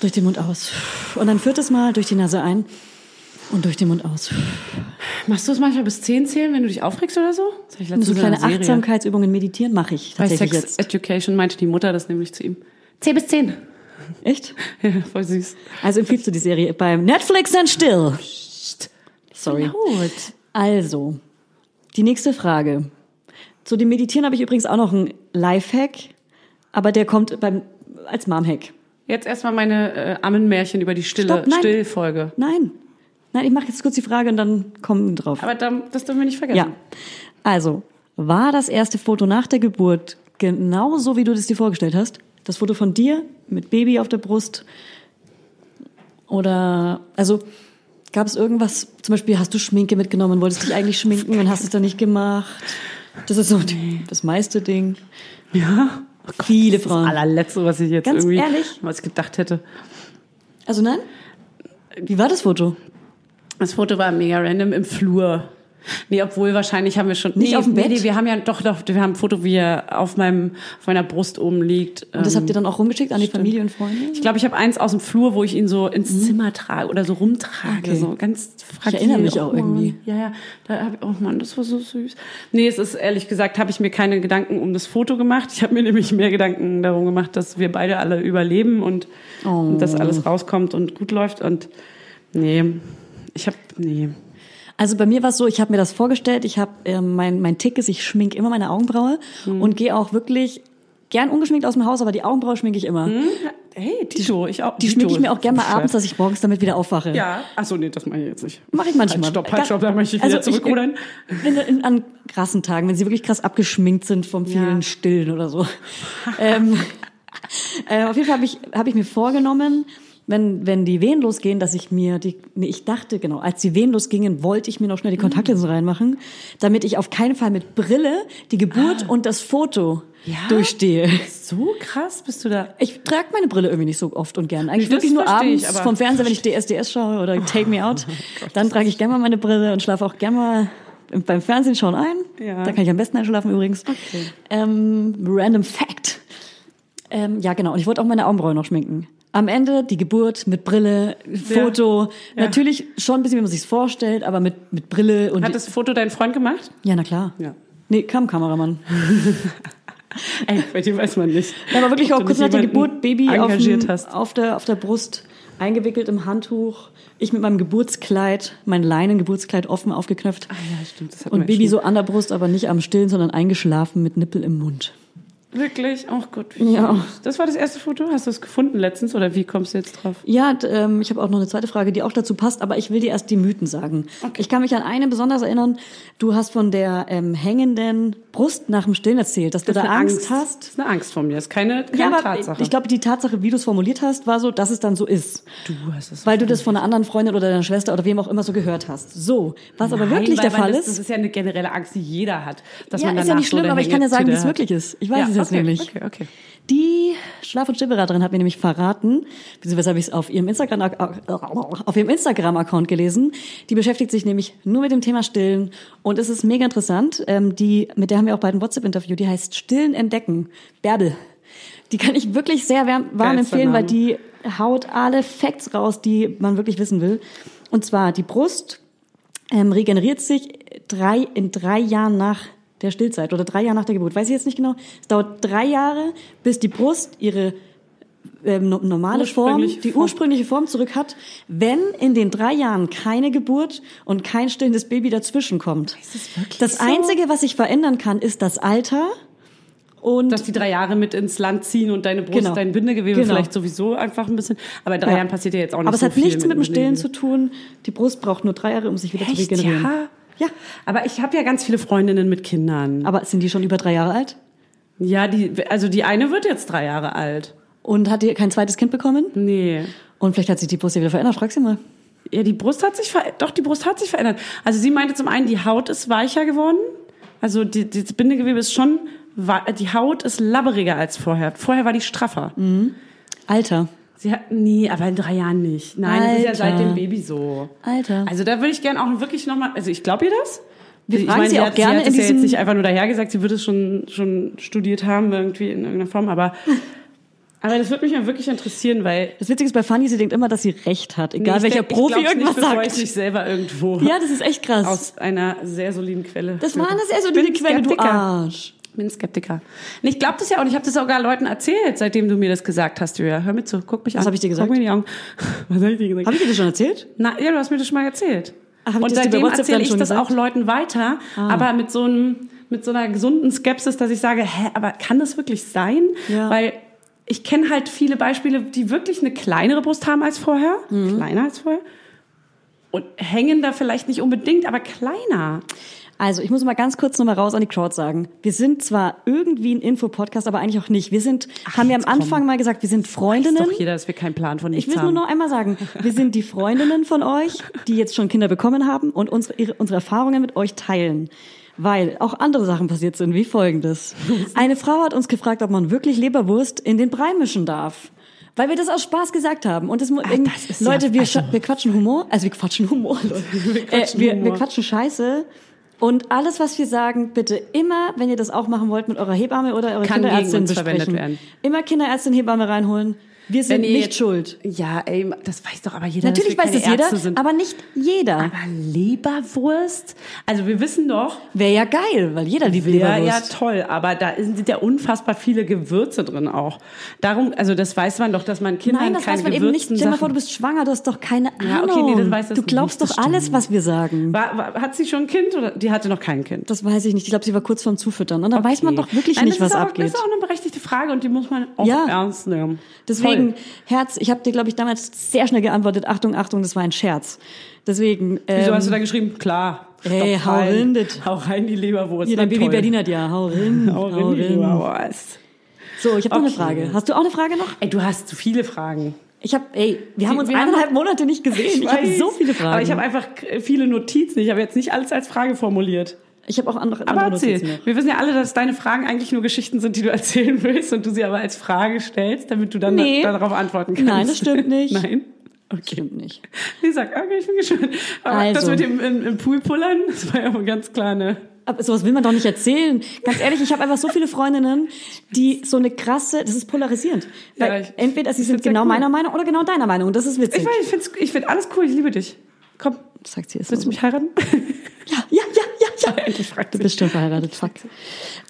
Speaker 3: Durch den Mund aus. Und dann viertes Mal durch die Nase ein. Und durch den Mund aus.
Speaker 4: Machst du es manchmal bis 10 zählen, wenn du dich aufregst oder so? Das hab ich letztens
Speaker 3: So
Speaker 4: in einer
Speaker 3: kleine
Speaker 4: Serie.
Speaker 3: Achtsamkeitsübungen meditieren mache ich
Speaker 4: Bei
Speaker 3: tatsächlich
Speaker 4: Sex
Speaker 3: jetzt.
Speaker 4: Education meinte die Mutter das nämlich zu ihm. <laughs> 10 bis 10.
Speaker 3: Echt?
Speaker 4: Ja, voll süß.
Speaker 3: Also empfiehlst du die Serie beim Netflix and Still. Sorry. Also, die nächste Frage. Zu dem Meditieren habe ich übrigens auch noch einen Lifehack, aber der kommt beim, als Mom-Hack.
Speaker 4: Jetzt erstmal meine äh, Ammenmärchen über die stille
Speaker 3: Stopp, nein.
Speaker 4: Stillfolge.
Speaker 3: Nein. Nein, ich mache jetzt kurz die Frage und dann kommen wir drauf.
Speaker 4: Aber dann, das dürfen wir nicht vergessen.
Speaker 3: Ja. Also, war das erste Foto nach der Geburt genauso, wie du das dir vorgestellt hast? Das Foto von dir mit Baby auf der Brust? Oder, also, gab es irgendwas, zum Beispiel hast du Schminke mitgenommen, wolltest dich eigentlich schminken und hast es dann nicht gemacht? Das ist so die, das meiste Ding.
Speaker 4: Ja.
Speaker 3: Viele
Speaker 4: Das
Speaker 3: Frauen.
Speaker 4: allerletzte, was ich jetzt
Speaker 3: Ganz
Speaker 4: irgendwie,
Speaker 3: ehrlich?
Speaker 4: was ich gedacht hätte.
Speaker 3: Also nein? Wie war das Foto?
Speaker 4: Das Foto war mega random im Flur. Nee, obwohl wahrscheinlich haben wir schon.
Speaker 3: Nicht
Speaker 4: nee,
Speaker 3: auf dem
Speaker 4: nee,
Speaker 3: Bett?
Speaker 4: Nee, wir haben ja doch, doch, wir haben ein Foto, wie er auf, meinem, auf meiner Brust oben liegt. Ähm,
Speaker 3: Und das habt ihr dann auch rumgeschickt an die Familie und Freunde?
Speaker 4: Ich glaube, ich habe eins aus dem Flur, wo ich ihn so ins Zimmer trage oder so rumtrage,
Speaker 3: Mhm. Okay.
Speaker 4: so ganz fragil. Oh
Speaker 3: erinnere mich auch
Speaker 4: Mann.
Speaker 3: irgendwie.
Speaker 4: Ja, ja, da habe ich, oh Mann, das war so süß. Nee, es ist ehrlich gesagt, habe ich mir keine Gedanken um das Foto gemacht. Ich habe mir <laughs> nämlich mehr Gedanken darum gemacht, dass wir beide alle überleben und,
Speaker 3: Oh.
Speaker 4: und dass alles rauskommt und gut läuft und nee, ich habe nee.
Speaker 3: Also bei mir war es so, ich habe mir das vorgestellt, ich habe ähm, mein, mein Tick ist, ich schmink immer meine Augenbraue und gehe auch wirklich gern ungeschminkt aus dem Haus, aber die Augenbraue schminke ich immer.
Speaker 4: Hey, Tito, ich auch.
Speaker 3: Die schminke ich mir auch gerne mal abends, dass ich morgens damit wieder aufwache.
Speaker 4: Ja, achso, nee, das mache ich jetzt nicht.
Speaker 3: Mache ich manchmal. Also
Speaker 4: Halt, stopp, halt, stopp, da möchte ich wieder zurückrudern.
Speaker 3: Wenn, in, an krassen Tagen, wenn sie wirklich krass abgeschminkt sind vom vielen Stillen oder so. ähm, äh, auf jeden Fall habe ich, hab ich mir vorgenommen, wenn, wenn die Wehen losgehen, dass ich mir die, nee, ich dachte, genau, als die Wehen losgingen, wollte ich mir noch
Speaker 4: Mhm.
Speaker 3: schnell die Kontaktlinsen reinmachen, damit ich auf keinen Fall mit Brille die Geburt
Speaker 4: Ah.
Speaker 3: und das Foto durchstehe.
Speaker 4: So krass bist du da.
Speaker 3: Ich trage meine Brille irgendwie nicht so oft und gern. Eigentlich
Speaker 4: Nee, das
Speaker 3: wirklich nur
Speaker 4: verstehe
Speaker 3: abends
Speaker 4: ich, aber- Oh,
Speaker 3: vom Fernseher, wenn ich DSDS schaue oder Take Me Out. dann trage ich gerne mal meine Brille und schlafe auch gerne mal im- beim Fernsehen schauen ein.
Speaker 4: Ja.
Speaker 3: Da kann ich am besten einschlafen übrigens. Ähm, random Fact. Ähm, ja, genau. Und ich wollte auch meine Augenbrauen noch schminken. Am Ende die Geburt mit Brille, Foto. Natürlich schon ein bisschen, wie man sich's vorstellt, aber mit, mit Brille und.
Speaker 4: Hat das Foto dein Freund gemacht?
Speaker 3: ja, na klar.
Speaker 4: Ja.
Speaker 3: Nee, kam Kameramann.
Speaker 4: Ey, bei dir weiß man nicht.
Speaker 3: Ja, aber wirklich
Speaker 4: Ob
Speaker 3: auch
Speaker 4: du
Speaker 3: kurz nach
Speaker 4: nicht
Speaker 3: der
Speaker 4: jemanden
Speaker 3: Geburt, Baby auf,
Speaker 4: engagiert
Speaker 3: dem, Ah,
Speaker 4: hast.
Speaker 3: auf, der, auf der Brust, eingewickelt im Handtuch. Ich mit meinem Geburtskleid, mein Leinen-Geburtskleid offen aufgeknöpft.
Speaker 4: Ja, stimmt, das hat
Speaker 3: und
Speaker 4: man
Speaker 3: Baby
Speaker 4: schon.
Speaker 3: so an der Brust, aber nicht am Stillen, sondern eingeschlafen mit Nippel im Mund.
Speaker 4: Wirklich? Oh Gott, wie
Speaker 3: Ja.
Speaker 4: süß. Das war das erste Foto? Hast du es gefunden letztens oder wie kommst du jetzt drauf?
Speaker 3: Ja, d- ähm, ich habe auch noch eine zweite Frage, die auch dazu passt, aber ich will dir erst die Mythen sagen. Ich kann mich an eine besonders erinnern. Du hast von der ähm, hängenden Brust nach dem Stillen erzählt, dass du da
Speaker 4: ist eine
Speaker 3: Angst hast.
Speaker 4: Das ist eine Angst von mir. Das ist keine, keine
Speaker 3: Ja, aber
Speaker 4: Tatsache.
Speaker 3: ich glaube, die Tatsache, wie du es formuliert hast, war so, dass es dann so ist.
Speaker 4: du hast es.
Speaker 3: Weil du das von einer anderen Freundin oder deiner Schwester oder wem auch immer so gehört hast. So, was aber wirklich der Fall
Speaker 4: das,
Speaker 3: ist.
Speaker 4: Das ist ja eine generelle Angst, die jeder hat. Dass
Speaker 3: ja, ist
Speaker 4: man
Speaker 3: ja
Speaker 4: danach
Speaker 3: nicht schlimm,
Speaker 4: so
Speaker 3: aber ich kann ja sagen, wie es wirklich ist. Ich weiß es jetzt
Speaker 4: okay,
Speaker 3: nämlich.
Speaker 4: Okay, okay.
Speaker 3: Die Schlaf- und Stillberaterin hat mir nämlich verraten, beziehungsweise weshalb ich es auf ihrem Instagram auf ihrem Instagram Account gelesen. Die beschäftigt sich nämlich nur mit dem Thema Stillen und es ist mega interessant. Ähm, die mit der haben wir auch bald ein WhatsApp Interview. Die heißt Stillen entdecken. Bärbel. Die kann ich wirklich sehr wärm, warm
Speaker 4: Geilster
Speaker 3: empfehlen, weil
Speaker 4: Name.
Speaker 3: die haut alle Facts raus, die man wirklich wissen will. Und zwar die Brust ähm, regeneriert sich drei, in drei Jahren nach der Stillzeit oder drei Jahre nach der Geburt. Weiß ich jetzt nicht genau. Es dauert drei Jahre, bis die Brust ihre ähm, no- normale Form,
Speaker 4: Ursprüngliche
Speaker 3: die
Speaker 4: Form.
Speaker 3: ursprüngliche Form zurück hat, wenn in den drei Jahren keine Geburt und kein stillendes Baby dazwischen kommt.
Speaker 4: das wirklich
Speaker 3: Das
Speaker 4: so?
Speaker 3: Einzige, was sich verändern kann, ist das Alter und
Speaker 4: Dass die drei Jahre mit ins Land ziehen und deine Brust,
Speaker 3: Genau.
Speaker 4: dein Bindegewebe
Speaker 3: Genau.
Speaker 4: vielleicht sowieso einfach ein bisschen. Aber in drei
Speaker 3: Ja.
Speaker 4: Jahren passiert ja jetzt auch nicht
Speaker 3: Aber es
Speaker 4: so
Speaker 3: hat
Speaker 4: viel
Speaker 3: nichts mit dem Stillen
Speaker 4: Bindegewebe.
Speaker 3: zu tun. Die Brust braucht nur drei Jahre, um sich wieder zu
Speaker 4: Echt?
Speaker 3: regenerieren.
Speaker 4: Ja.
Speaker 3: Ja.
Speaker 4: Aber ich habe ja ganz viele Freundinnen mit Kindern.
Speaker 3: Aber sind die schon über drei Jahre alt?
Speaker 4: Ja, die, also die eine wird jetzt drei Jahre alt.
Speaker 3: Und hat ihr kein zweites Kind bekommen?
Speaker 4: Nee.
Speaker 3: Und vielleicht hat sich die Brust ja wieder verändert. Frag sie mal.
Speaker 4: Ja, die Brust hat sich ver doch die Brust hat sich verändert. Also sie meinte zum einen, die Haut ist weicher geworden. Also die, die- das Bindegewebe ist schon wa- die Haut ist labberiger als vorher. Vorher war die straffer.
Speaker 3: Mhm. Alter.
Speaker 4: Sie hat nee, aber in drei Jahren nicht. Nein, das ist ja
Speaker 3: Alter.
Speaker 4: seit dem Baby so.
Speaker 3: Alter.
Speaker 4: Also da würde ich gerne auch wirklich noch mal, also ich glaube ihr das?
Speaker 3: Wir
Speaker 4: ich
Speaker 3: fragen sie auch
Speaker 4: hat,
Speaker 3: gerne
Speaker 4: sie hat
Speaker 3: in
Speaker 4: das ja
Speaker 3: diesem-
Speaker 4: jetzt nicht einfach nur dahergesagt, sie würde es schon schon studiert haben irgendwie in irgendeiner
Speaker 3: <laughs>
Speaker 4: Form, aber aber das würde mich ja wirklich interessieren, weil
Speaker 3: Das Witzige ist bei Fanny, sie denkt immer, dass sie recht hat. Egal
Speaker 4: ich
Speaker 3: welcher
Speaker 4: denk- ich
Speaker 3: Profi
Speaker 4: glaub's
Speaker 3: irgendwas
Speaker 4: nicht, bevor
Speaker 3: sagt.
Speaker 4: Ich nicht selber irgendwo.
Speaker 3: Ja, das ist echt krass.
Speaker 4: aus einer sehr soliden Quelle.
Speaker 3: das war eine sehr
Speaker 4: Ich
Speaker 3: solide
Speaker 4: bin
Speaker 3: Quelle, du
Speaker 4: Skeptiker.
Speaker 3: Arsch.
Speaker 4: Ich bin Skeptiker. Und ich glaube das ja auch. Und ich habe das sogar Leuten erzählt, seitdem du mir das gesagt hast, Julia. Hör mir zu, guck mich an.
Speaker 3: hab ich dir gesagt?
Speaker 4: Guck mir in die Augen. <laughs> Was habe ich dir gesagt?
Speaker 3: Habe ich dir das schon erzählt?
Speaker 4: Na, ja, du hast mir das schon mal erzählt.
Speaker 3: Ach, Ah, hab ich
Speaker 4: und
Speaker 3: das dir bei
Speaker 4: seitdem
Speaker 3: WhatsApp
Speaker 4: erzähle
Speaker 3: dann
Speaker 4: ich
Speaker 3: schon
Speaker 4: das
Speaker 3: gesagt? Ah.
Speaker 4: auch Leuten weiter, aber mit so einem, mit so einer gesunden Skepsis, dass ich sage, hä, aber kann das wirklich sein?
Speaker 3: Ja.
Speaker 4: Weil ich kenne halt viele Beispiele, die wirklich eine kleinere Brust haben als vorher,
Speaker 3: Mhm.
Speaker 4: kleiner als vorher. Und hängender vielleicht nicht unbedingt, aber kleiner.
Speaker 3: Also, ich muss mal ganz kurz nochmal raus an die Crowd sagen. Wir sind zwar irgendwie ein Infopodcast, aber eigentlich auch nicht. Wir sind, haben wir am Anfang mal gesagt, wir sind
Speaker 4: Ist
Speaker 3: Freundinnen.
Speaker 4: doch jeder, dass wir keinen Plan von
Speaker 3: Ich
Speaker 4: nichts
Speaker 3: will nur
Speaker 4: haben.
Speaker 3: noch einmal sagen, wir sind die Freundinnen von euch, die jetzt schon Kinder bekommen haben und unsere, ihre, unsere Erfahrungen mit euch teilen. Weil auch andere Sachen passiert sind, wie folgendes. Eine Frau hat uns gefragt, ob man wirklich Leberwurst in den Brei mischen darf. Weil wir das aus Spaß gesagt haben. Und das, mu-
Speaker 4: Ah, das ist ja-
Speaker 3: Leute, wir, scha- wir quatschen Humor, also wir quatschen Humor, Leute.
Speaker 4: Wir quatschen
Speaker 3: äh, wir, wir
Speaker 4: Humor.
Speaker 3: quatschen Scheiße Und alles, was wir sagen, bitte immer, wenn ihr das auch machen wollt, mit eurer Hebamme oder eurer
Speaker 4: Kann gegen
Speaker 3: Kinderärztin
Speaker 4: uns verwendet
Speaker 3: besprechen.
Speaker 4: werden.
Speaker 3: Immer Kinderärztin, Hebamme reinholen. Wir sind
Speaker 4: Wenn ihr
Speaker 3: nicht
Speaker 4: jetzt-
Speaker 3: schuld.
Speaker 4: Ja, ey, das weiß doch aber jeder.
Speaker 3: Natürlich
Speaker 4: dass wir
Speaker 3: weiß das
Speaker 4: keine
Speaker 3: jeder,
Speaker 4: Ärzte sind.
Speaker 3: aber nicht jeder.
Speaker 4: aber Leberwurst? Also wir wissen doch,
Speaker 3: Wäre ja geil, weil jeder liebt
Speaker 4: Ja, ja,
Speaker 3: Leberwurst.
Speaker 4: toll, aber da sind ja unfassbar viele Gewürze drin auch. Darum, also das weiß man doch, dass man Kindern
Speaker 3: Nein, das
Speaker 4: keine
Speaker 3: weiß man eben nicht.
Speaker 4: gewürzten
Speaker 3: Stell dir mal vor, du
Speaker 4: Sachen-
Speaker 3: bist schwanger, du hast doch keine Ahnung.
Speaker 4: Ja, okay, nee, das weiß das
Speaker 3: du glaubst
Speaker 4: nicht, das
Speaker 3: doch alles, was wir sagen.
Speaker 4: war, war, hat sie schon ein Kind oder die hatte noch kein Kind?
Speaker 3: Das weiß ich nicht. Ich glaube, sie war kurz vorm Zufüttern. Und dann weiß man
Speaker 4: Okay.
Speaker 3: doch wirklich
Speaker 4: Nein,
Speaker 3: nicht,
Speaker 4: das
Speaker 3: was
Speaker 4: ist aber,
Speaker 3: abgeht.
Speaker 4: Das ist auch eine berechtigte Frage und die muss man auch
Speaker 3: Ja.
Speaker 4: ernst nehmen.
Speaker 3: Deswegen,
Speaker 4: Voll.
Speaker 3: Herz, ich habe dir, glaube ich, damals sehr schnell geantwortet, Achtung, Achtung, das war ein Scherz. Deswegen,
Speaker 4: Wieso
Speaker 3: ähm,
Speaker 4: hast du da geschrieben? Klar.
Speaker 3: Hey,
Speaker 4: Doch
Speaker 3: hau
Speaker 4: rein.
Speaker 3: rein, das-
Speaker 4: Hau rein die Leberwurst.
Speaker 3: hier,
Speaker 4: Na,
Speaker 3: dein Baby
Speaker 4: toll.
Speaker 3: Berlin hat ja, hau rin,
Speaker 4: <laughs> Hau rein die Leberwurst.
Speaker 3: So, ich habe noch
Speaker 4: Okay.
Speaker 3: eine Frage. Hast du auch eine Frage noch?
Speaker 4: Ey, du hast zu viele Fragen.
Speaker 3: Ich habe, ey, wir haben uns
Speaker 4: wir haben-
Speaker 3: eineinhalb Monate nicht gesehen. Ich, habe
Speaker 4: weiß.
Speaker 3: so viele Fragen.
Speaker 4: Aber ich habe einfach viele Notizen. Ich habe jetzt nicht alles als Frage formuliert.
Speaker 3: ich habe auch andere,
Speaker 4: Aber
Speaker 3: andere
Speaker 4: erzähl.
Speaker 3: Notizen noch.
Speaker 4: Wir wissen ja alle, dass deine Fragen eigentlich nur Geschichten sind, die du <laughs> erzählen willst und du sie aber als Frage stellst, damit du dann
Speaker 3: Nee.
Speaker 4: darauf antworten kannst.
Speaker 3: Nein, das
Speaker 4: <laughs>
Speaker 3: stimmt nicht.
Speaker 4: Nein.
Speaker 3: Das Stimmt nicht.
Speaker 4: Nee, sag, okay, ich bin gespannt. Aber
Speaker 3: Also.
Speaker 4: das mit dem im, im Pool pullern, das war ja wohl ganz klar, ne?
Speaker 3: Aber sowas will man doch nicht erzählen. Ganz ehrlich, ich habe einfach so viele Freundinnen, die so eine krasse, das ist polarisierend.
Speaker 4: Ja,
Speaker 3: Weil
Speaker 4: ich-
Speaker 3: entweder sie
Speaker 4: ich
Speaker 3: sind
Speaker 4: find's ja
Speaker 3: genau
Speaker 4: cool.
Speaker 3: meiner Meinung oder genau deiner Meinung. Und das ist witzig.
Speaker 4: Ich weiß, ich find's, ich find alles cool, ich liebe dich. Komm,
Speaker 3: Sagt sie es.
Speaker 4: willst du mich <laughs> heiraten?
Speaker 3: Ja, ja, ja, ja,
Speaker 4: <laughs> Endlich
Speaker 3: ja.
Speaker 4: fragt
Speaker 3: Du
Speaker 4: sie.
Speaker 3: bist schon verheiratet, fuck.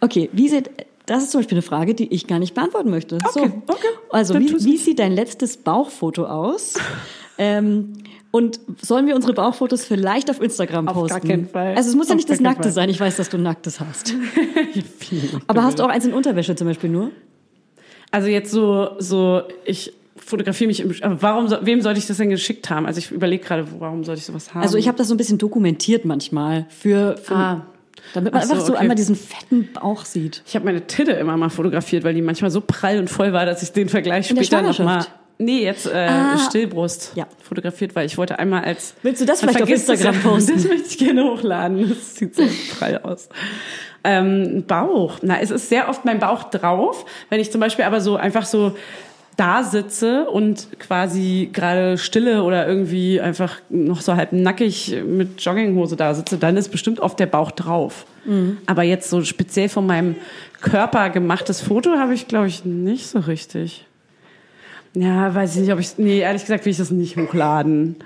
Speaker 3: Okay, wie sieht, das ist zum Beispiel eine Frage, die ich gar nicht beantworten möchte. Okay, so.
Speaker 4: okay.
Speaker 3: Also,
Speaker 4: Dann
Speaker 3: wie,
Speaker 4: tu's
Speaker 3: wie sieht dein letztes Bauchfoto
Speaker 4: <laughs>
Speaker 3: aus? ähm, und sollen wir unsere Bauchfotos vielleicht auf Instagram
Speaker 4: Auf gar
Speaker 3: posten?
Speaker 4: keinen Fall.
Speaker 3: Also es muss ja
Speaker 4: Auf
Speaker 3: nicht das
Speaker 4: gar keinen
Speaker 3: Nackte
Speaker 4: Fall.
Speaker 3: sein. Ich weiß, dass du Nacktes
Speaker 4: <laughs>
Speaker 3: hast. Aber
Speaker 4: Genau.
Speaker 3: hast du auch eins in Unterwäsche zum Beispiel nur?
Speaker 4: Also jetzt so, so ich fotografiere mich im. Sch- aber Warum, so- wem sollte ich das denn geschickt haben? Also ich überlege gerade, warum sollte ich sowas haben?
Speaker 3: Also ich habe das so ein bisschen dokumentiert manchmal für, für
Speaker 4: Ähm. Ah.
Speaker 3: damit man
Speaker 4: Ach so,
Speaker 3: einfach so
Speaker 4: okay.
Speaker 3: einmal diesen fetten Bauch sieht.
Speaker 4: Ich habe meine Titte immer mal fotografiert, weil die manchmal so prall und voll war, dass ich den Vergleich
Speaker 3: In der
Speaker 4: später noch mal.
Speaker 3: Schwangerschaft?
Speaker 4: Nee, jetzt äh,
Speaker 3: Ah.
Speaker 4: Stillbrust
Speaker 3: Ja.
Speaker 4: fotografiert, weil ich wollte einmal als.
Speaker 3: Willst du das
Speaker 4: Man
Speaker 3: vielleicht auf
Speaker 4: vergisst es
Speaker 3: Instagram
Speaker 4: ja.
Speaker 3: posten?
Speaker 4: Das möchte ich gerne hochladen. Das sieht so prall aus. Ähm, Bauch. Na, es ist sehr oft mein Bauch drauf, wenn ich zum Beispiel aber so einfach so da sitze und quasi gerade stille oder irgendwie einfach noch so halb nackig mit Jogginghose da sitze, dann ist bestimmt oft der Bauch drauf.
Speaker 3: Mhm.
Speaker 4: Aber jetzt so speziell von meinem Körper gemachtes Foto habe ich, glaube ich, nicht so richtig. Ja, weiß ich nicht, ob ich. Nee, ehrlich gesagt will ich das nicht hochladen.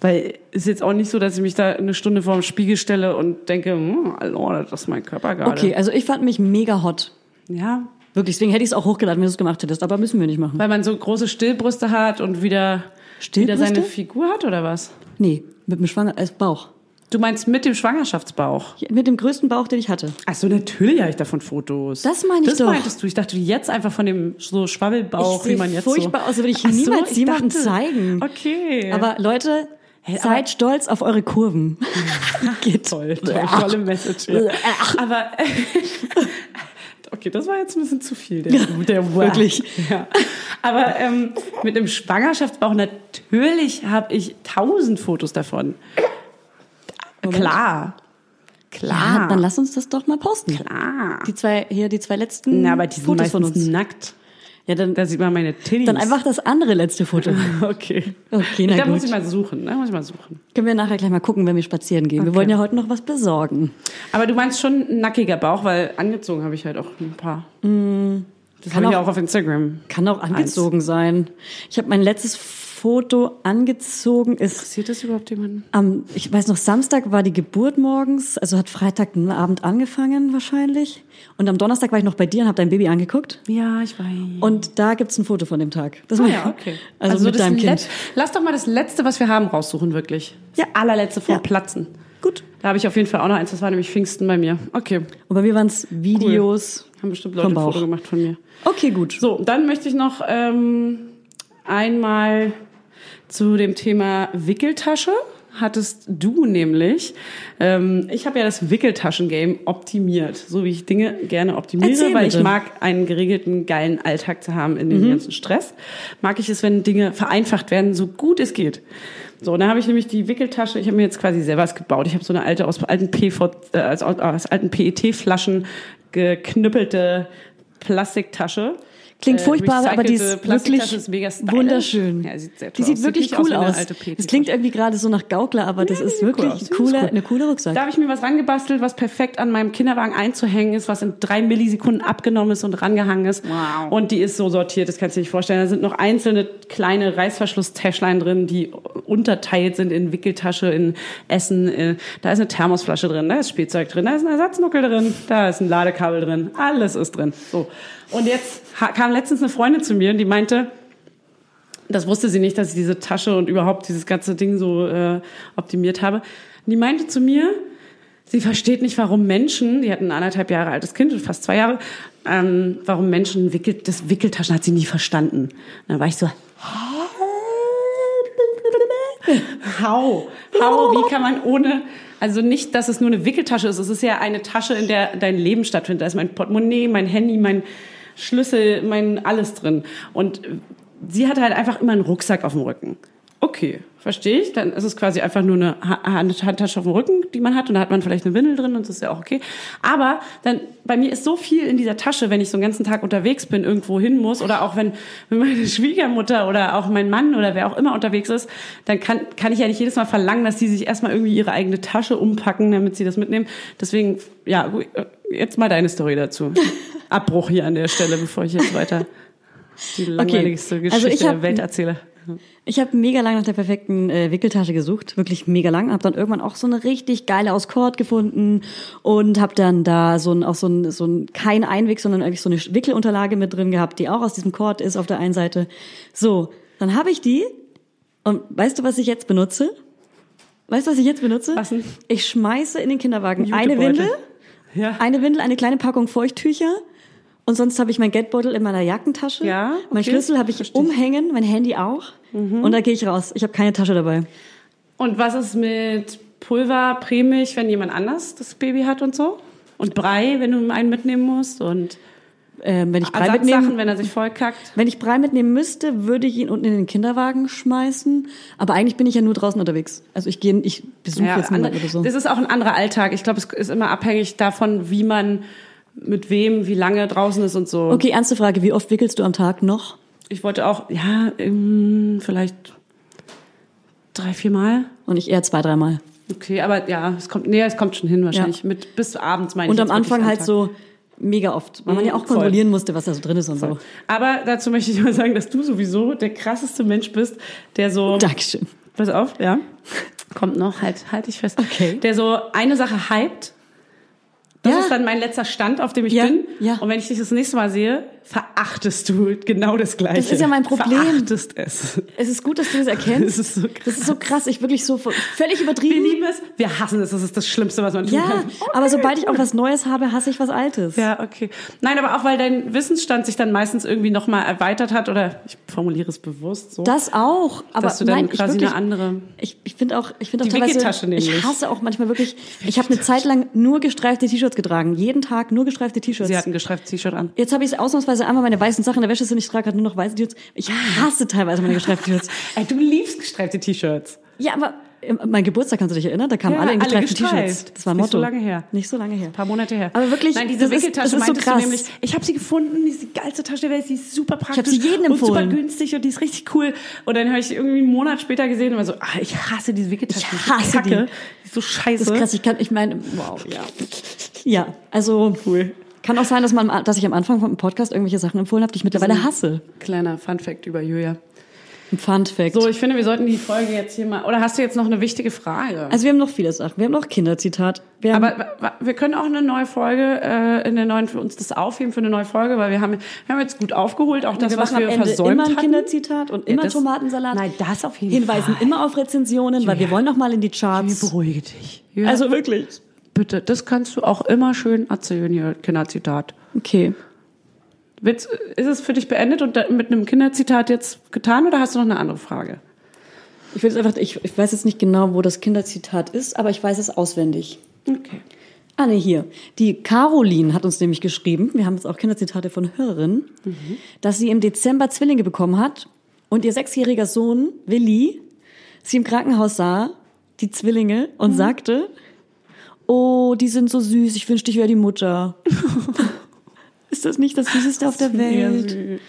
Speaker 4: Weil ist jetzt auch nicht so, dass ich mich da eine Stunde vor dem Spiegel stelle und denke, hm, oh, das ist mein Körper gerade.
Speaker 3: Okay, also ich fand mich mega hot.
Speaker 4: Ja,
Speaker 3: Wirklich, deswegen hätte ich es auch hochgeladen, wenn du es gemacht hättest. Aber müssen wir nicht machen.
Speaker 4: weil man so große Stillbrüste hat und wieder, wieder
Speaker 3: Stillbrüste?
Speaker 4: seine Figur hat oder was?
Speaker 3: Nee, mit dem Schwanger als Bauch.
Speaker 4: Du meinst mit dem Schwangerschaftsbauch?
Speaker 3: Mit dem größten Bauch, den ich hatte.
Speaker 4: Ach so, natürlich habe ich davon Fotos.
Speaker 3: Das meine ich
Speaker 4: das
Speaker 3: doch.
Speaker 4: Das meintest du. Ich dachte jetzt einfach von dem so Schwabbelbauch,
Speaker 3: Ich
Speaker 4: wie man
Speaker 3: seh
Speaker 4: jetzt
Speaker 3: furchtbar
Speaker 4: so.
Speaker 3: aus, würde ich
Speaker 4: Ach so,
Speaker 3: niemals
Speaker 4: ich
Speaker 3: jemandem
Speaker 4: dachte-
Speaker 3: zeigen.
Speaker 4: Okay.
Speaker 3: Aber Leute,
Speaker 4: aber-
Speaker 3: seid stolz auf eure
Speaker 4: <laughs>
Speaker 3: Kurven. Geht. Äh,
Speaker 4: Toll, toll, tolle Message. Ja. Aber <laughs> okay, das war jetzt ein bisschen zu viel. Der, der
Speaker 3: Wirklich.
Speaker 4: Ja. Aber ähm, mit dem Schwangerschaftsbauch natürlich habe ich tausend Fotos davon. Klar,
Speaker 3: Ja,
Speaker 4: klar,
Speaker 3: dann lass uns das doch mal posten.
Speaker 4: klar.
Speaker 3: Die zwei, hier, die zwei letzten
Speaker 4: Na, aber die sind
Speaker 3: Ah. Fotos
Speaker 4: meistens
Speaker 3: von uns.
Speaker 4: nackt.
Speaker 3: Ja, dann,
Speaker 4: Da sieht man meine Titties.
Speaker 3: dann einfach das andere letzte Foto.
Speaker 4: <laughs> Okay.
Speaker 3: Okay, na
Speaker 4: da muss
Speaker 3: gut.
Speaker 4: ich mal suchen. Da muss ich mal suchen.
Speaker 3: Können wir nachher gleich mal gucken, wenn wir spazieren gehen. Wir
Speaker 4: Okay.
Speaker 3: wollen ja heute noch was besorgen.
Speaker 4: Aber du meinst schon ein nackiger Bauch, weil angezogen habe ich halt auch ein paar. Das
Speaker 3: Mm. Kann
Speaker 4: habe ich
Speaker 3: auch-
Speaker 4: auch auf Instagram.
Speaker 3: Kann auch angezogen sein. Ich habe mein letztes Foto angezogen, ist
Speaker 4: Sieht das überhaupt jemanden?
Speaker 3: Am, ich weiß noch, Samstag war die Geburt morgens, also hat Freitagabend angefangen wahrscheinlich. Und am Donnerstag war ich noch bei dir und habe dein Baby angeguckt.
Speaker 4: Ja, ich weiß.
Speaker 3: Und da gibt's ein Foto von dem Tag. Das
Speaker 4: Ah
Speaker 3: war
Speaker 4: ja, okay.
Speaker 3: <laughs> Also, mit
Speaker 4: das
Speaker 3: deinem Kind.
Speaker 4: Let- Lass doch mal das Letzte, was wir haben, raussuchen, wirklich. Das
Speaker 3: Ja.
Speaker 4: allerletzte vom
Speaker 3: Ja.
Speaker 4: Platzen.
Speaker 3: Gut.
Speaker 4: Da habe ich auf jeden Fall auch noch eins, das war nämlich Pfingsten bei mir. Okay.
Speaker 3: Und bei mir waren's Videos.
Speaker 4: Haben bestimmt
Speaker 3: Vom
Speaker 4: Leute ein
Speaker 3: Bauch.
Speaker 4: Foto gemacht von mir.
Speaker 3: Okay, gut.
Speaker 4: So, dann möchte ich noch ähm, einmal zu dem Thema Wickeltasche. Hattest du nämlich. Ähm, ich habe ja das Wickeltaschen-Game optimiert, so wie ich Dinge gerne optimiere,
Speaker 3: Erzähl
Speaker 4: weil
Speaker 3: bitte. Mhm.
Speaker 4: ich mag einen geregelten, geilen Alltag zu haben in dem ganzen Stress. Mag ich es, wenn Dinge vereinfacht werden, so gut es geht. So, und da habe ich nämlich die Wickeltasche, ich habe mir jetzt quasi selber was gebaut. Ich habe so eine alte aus alten, PV, äh, aus, E aus alten PET-Flaschen geknüppelte Plastiktasche.
Speaker 3: Klingt furchtbar, aber die
Speaker 4: Äh, recycelte
Speaker 3: ist
Speaker 4: Plastiktasche
Speaker 3: wirklich
Speaker 4: ist mega stylisch.
Speaker 3: wunderschön.
Speaker 4: Ja, sieht sehr
Speaker 3: die
Speaker 4: toll
Speaker 3: sieht
Speaker 4: aus.
Speaker 3: wirklich
Speaker 4: nicht
Speaker 3: cool
Speaker 4: wie eine
Speaker 3: aus.
Speaker 4: alte Petritasche.
Speaker 3: das klingt irgendwie gerade so nach Gaukler, aber das
Speaker 4: Nee,
Speaker 3: ist
Speaker 4: nee, cool aus.
Speaker 3: wirklich
Speaker 4: Sieht
Speaker 3: cooler,
Speaker 4: cool.
Speaker 3: eine coole Rucksack.
Speaker 4: Da habe ich mir was rangebastelt, was perfekt an meinem Kinderwagen einzuhängen ist, was in drei Millisekunden abgenommen ist und rangehangen ist.
Speaker 7: Wow.
Speaker 4: Und die ist so sortiert, das kannst du dir nicht vorstellen. Da sind noch einzelne kleine Reißverschlusstäschlein drin, die unterteilt sind in Wickeltasche, in Essen. äh, Da ist eine Thermosflasche drin, da ist Spielzeug drin, da ist ein Ersatznuckel drin, da ist ein Ladekabel drin. Alles ist drin. So. Und jetzt ha- kam letztens eine Freundin zu mir und die meinte, das wusste sie nicht, dass ich diese Tasche und überhaupt dieses ganze Ding so äh, optimiert habe. Und die meinte zu mir, sie versteht nicht, warum Menschen, die hat ein anderthalb Jahre altes Kind, fast zwei Jahre, ähm, warum Menschen wickelt, das Wickeltaschen hat sie nie verstanden. Und dann war ich so, How? How? Wie kann man ohne, also nicht, dass es nur eine Wickeltasche ist, es ist ja eine Tasche, in der dein Leben stattfindet. Da ist mein Portemonnaie, mein Handy, mein Schlüssel, mein alles drin. Und sie hatte halt einfach immer einen Rucksack auf dem Rücken. Okay, verstehe ich. Dann ist es quasi einfach nur eine Ha- Hand- Handtasche auf dem Rücken, die man hat. Und da hat man vielleicht eine Windel drin und das ist ja auch okay. Aber dann, bei mir ist so viel in dieser Tasche, wenn ich so einen ganzen Tag unterwegs bin, irgendwo hin muss oder auch wenn, wenn meine Schwiegermutter oder auch mein Mann oder wer auch immer unterwegs ist, dann kann, kann ich ja nicht jedes Mal verlangen, dass die sich erstmal irgendwie ihre eigene Tasche umpacken, damit sie das mitnehmen. Deswegen, ja, gut, äh, jetzt mal deine
Speaker 3: <laughs>
Speaker 4: Story dazu. Abbruch hier an der Stelle, bevor ich jetzt weiter die langweiligste
Speaker 3: Also
Speaker 4: Geschichte
Speaker 3: ich
Speaker 4: der
Speaker 3: hab-
Speaker 4: Welt erzähle.
Speaker 3: Ich habe mega lang nach der perfekten äh, Wickeltasche gesucht, wirklich mega lang. Habe dann irgendwann auch so eine richtig geile aus Kord gefunden und habe dann da so ein auch so ein so ein kein Einweg, sondern eigentlich so eine Wickelunterlage mit drin gehabt, die auch aus diesem Kord ist auf der einen Seite. So, dann habe ich die und weißt du, was ich jetzt benutze? Weißt du, was ich jetzt benutze?
Speaker 4: Was denn?
Speaker 3: Ich schmeiße in den Kinderwagen eine
Speaker 4: Jutebeutel.
Speaker 3: Windel,
Speaker 4: Ja.
Speaker 3: eine Windel, eine kleine Packung Feuchttücher. Und sonst habe ich meinen Geldbeutel in meiner Jackentasche.
Speaker 4: Ja,
Speaker 3: Mein
Speaker 4: okay.
Speaker 3: Schlüssel habe ich
Speaker 4: Verstehe. Mhm.
Speaker 3: umhängen, mein Handy auch. Und da gehe ich raus. Ich habe keine Tasche dabei.
Speaker 4: Und was ist mit Pulver, Prämilch, wenn jemand anders das Baby hat und so? Und Brei, wenn du einen mitnehmen musst und
Speaker 3: Ähm, wenn ich Brei
Speaker 4: Ersatzsachen,
Speaker 3: mitnehmen,
Speaker 4: wenn er sich vollkackt.
Speaker 3: wenn ich Brei mitnehmen müsste, würde ich ihn unten in den Kinderwagen schmeißen. Aber eigentlich bin ich ja nur draußen unterwegs. Also ich gehe, ich besuche jetzt niemanden
Speaker 4: andere-
Speaker 3: oder so.
Speaker 4: Das ist auch ein anderer Alltag. Ich glaube, es ist immer abhängig davon, wie man mit wem, wie lange draußen ist und so.
Speaker 3: Okay, ernste Frage. Wie oft wickelst du am Tag noch?
Speaker 4: Ich wollte auch, ja, ähm, vielleicht drei, vier Mal.
Speaker 3: Und ich eher zwei, dreimal.
Speaker 4: Okay, aber ja, es kommt, nee, es kommt schon hin wahrscheinlich. Mit, bis abends meine ich.
Speaker 3: Und am
Speaker 4: jetzt wirklich
Speaker 3: Anfang
Speaker 4: am
Speaker 3: halt
Speaker 4: Tag.
Speaker 3: so mega oft. Weil man
Speaker 4: Mhm,
Speaker 3: ja auch
Speaker 4: voll.
Speaker 3: kontrollieren musste, was da so drin ist und so.
Speaker 4: Aber dazu möchte ich mal sagen, dass du sowieso der krasseste Mensch bist, der so.
Speaker 3: Dankeschön.
Speaker 4: Pass auf, ja. Kommt noch, halt, halt dich fest.
Speaker 3: Okay.
Speaker 4: Der so eine Sache hypt. Das
Speaker 3: Ja.
Speaker 4: ist dann mein letzter Stand, auf dem ich
Speaker 3: Ja,
Speaker 4: bin.
Speaker 3: ja.
Speaker 4: Und wenn ich dich das nächste Mal sehe, verachtest du genau das Gleiche.
Speaker 3: Das ist ja mein Problem.
Speaker 4: Verachtest es.
Speaker 3: Es ist gut, dass du das erkennst.
Speaker 4: Das ist so
Speaker 3: Das
Speaker 4: krass.
Speaker 3: ist so krass. Ich wirklich so völlig
Speaker 4: Wir
Speaker 3: übertrieben.
Speaker 4: lieben es, wir hassen es. Das ist das Schlimmste, was man tun
Speaker 3: Ja,
Speaker 4: kann.
Speaker 3: aber sobald ich auch was Neues habe, hasse ich was Altes.
Speaker 4: Ja, okay. Nein, aber auch weil dein Wissensstand sich dann meistens irgendwie nochmal erweitert hat oder ich formuliere es bewusst so.
Speaker 3: Das auch, aber
Speaker 4: Dass du dann
Speaker 3: nein,
Speaker 4: quasi
Speaker 3: ich wirklich,
Speaker 4: eine andere-
Speaker 3: Ich, ich finde auch, ich finde auch
Speaker 4: Die Wickeltasche
Speaker 3: teilweise,
Speaker 4: nämlich.
Speaker 3: ich hasse auch manchmal wirklich. Ich habe eine Zeit lang nur gestreifte T-Shirts getragen, jeden Tag nur gestreifte T-Shirts.
Speaker 4: Sie hat ein gestreiftes T-Shirt an.
Speaker 3: Jetzt habe ich ausnahmsweise einmal meine weißen Sachen in der Wäsche sind. Ich trage gerade nur noch weiße T-Shirts. Ich hasse teilweise meine
Speaker 4: <laughs>
Speaker 3: gestreiften T-Shirts.
Speaker 4: Ey, du liebst gestreifte T-Shirts.
Speaker 3: Ja, aber äh, mein Geburtstag kannst du dich erinnern? Da kamen
Speaker 4: Ja,
Speaker 3: alle in
Speaker 4: alle
Speaker 3: gestreiften
Speaker 4: gestreift.
Speaker 3: T-Shirts. Das war ein
Speaker 4: Nicht so
Speaker 3: Motto.
Speaker 4: lange her.
Speaker 3: Nicht so lange her.
Speaker 4: Ein paar Monate her.
Speaker 3: Aber wirklich,
Speaker 4: Nein, diese
Speaker 3: das ist-
Speaker 4: Wickeltasche
Speaker 3: das ist so
Speaker 4: meintest
Speaker 3: krass.
Speaker 4: du nämlich, ich habe sie gefunden, die ist die geilste Tasche der Welt, sie ist super praktisch.
Speaker 3: sie jedem
Speaker 4: und super
Speaker 3: empfohlen.
Speaker 4: günstig und die ist richtig cool. Und dann habe ich sie irgendwie einen Monat später gesehen und war so, ah, ich hasse diese Wickeltasche.
Speaker 3: Ich hasse
Speaker 4: die. ist Kacke,
Speaker 3: die.
Speaker 4: die ist so scheiße.
Speaker 3: Das ist krass, ich kann, ich meine, wow, ja. Ja, also cool. Kann auch sein, dass, man, dass ich am Anfang vom Podcast irgendwelche Sachen empfohlen habe, die ich
Speaker 4: Also,
Speaker 3: mittlerweile hasse.
Speaker 4: Kleiner Fun Fact über Julia.
Speaker 3: Ein Fun Fact.
Speaker 4: So, ich finde, wir sollten die Folge jetzt hier mal. Oder hast du jetzt noch eine wichtige Frage?
Speaker 3: also wir haben noch viele Sachen. Wir haben noch Kinderzitat. Wir haben,
Speaker 4: Aber wa- wa- wir können auch eine neue Folge, äh, in der neuen für uns das aufheben für eine neue Folge, weil wir haben, wir haben jetzt gut aufgeholt, auch das,
Speaker 3: wir
Speaker 4: was
Speaker 3: machen
Speaker 4: wir
Speaker 3: am Ende
Speaker 4: versäumt
Speaker 3: immer ein
Speaker 4: hatten.
Speaker 3: Kinderzitat und immer
Speaker 4: das-
Speaker 3: Tomatensalat.
Speaker 4: Nein, das auf jeden
Speaker 3: Hinweisen
Speaker 4: Fall.
Speaker 3: immer auf Rezensionen, weil wir wollen noch mal in die Charts.
Speaker 4: Beruhige dich. Ja, also
Speaker 3: Also wirklich.
Speaker 4: bitte, das kannst du auch immer schön erzählen hier, Kinderzitat.
Speaker 3: Okay.
Speaker 4: Witz, äh, ist es für dich beendet und da, mit einem Kinderzitat jetzt getan oder hast du noch eine andere Frage?
Speaker 3: Ich, will jetzt einfach, ich, ich weiß jetzt nicht genau, wo das Kinderzitat ist, aber ich weiß es auswendig.
Speaker 4: Okay.
Speaker 3: Ah, nee, hier. Die Caroline hat uns nämlich geschrieben, wir haben jetzt auch Kinderzitate von Hörerinnen, dass sie im Dezember Zwillinge bekommen hat und ihr sechsjähriger Sohn Willi sie im Krankenhaus sah, die Zwillinge, und sagte, oh, die sind so süß, ich wünschte, ich wäre die Mutter. <laughs> ist das nicht das Süßeste auf der Welt?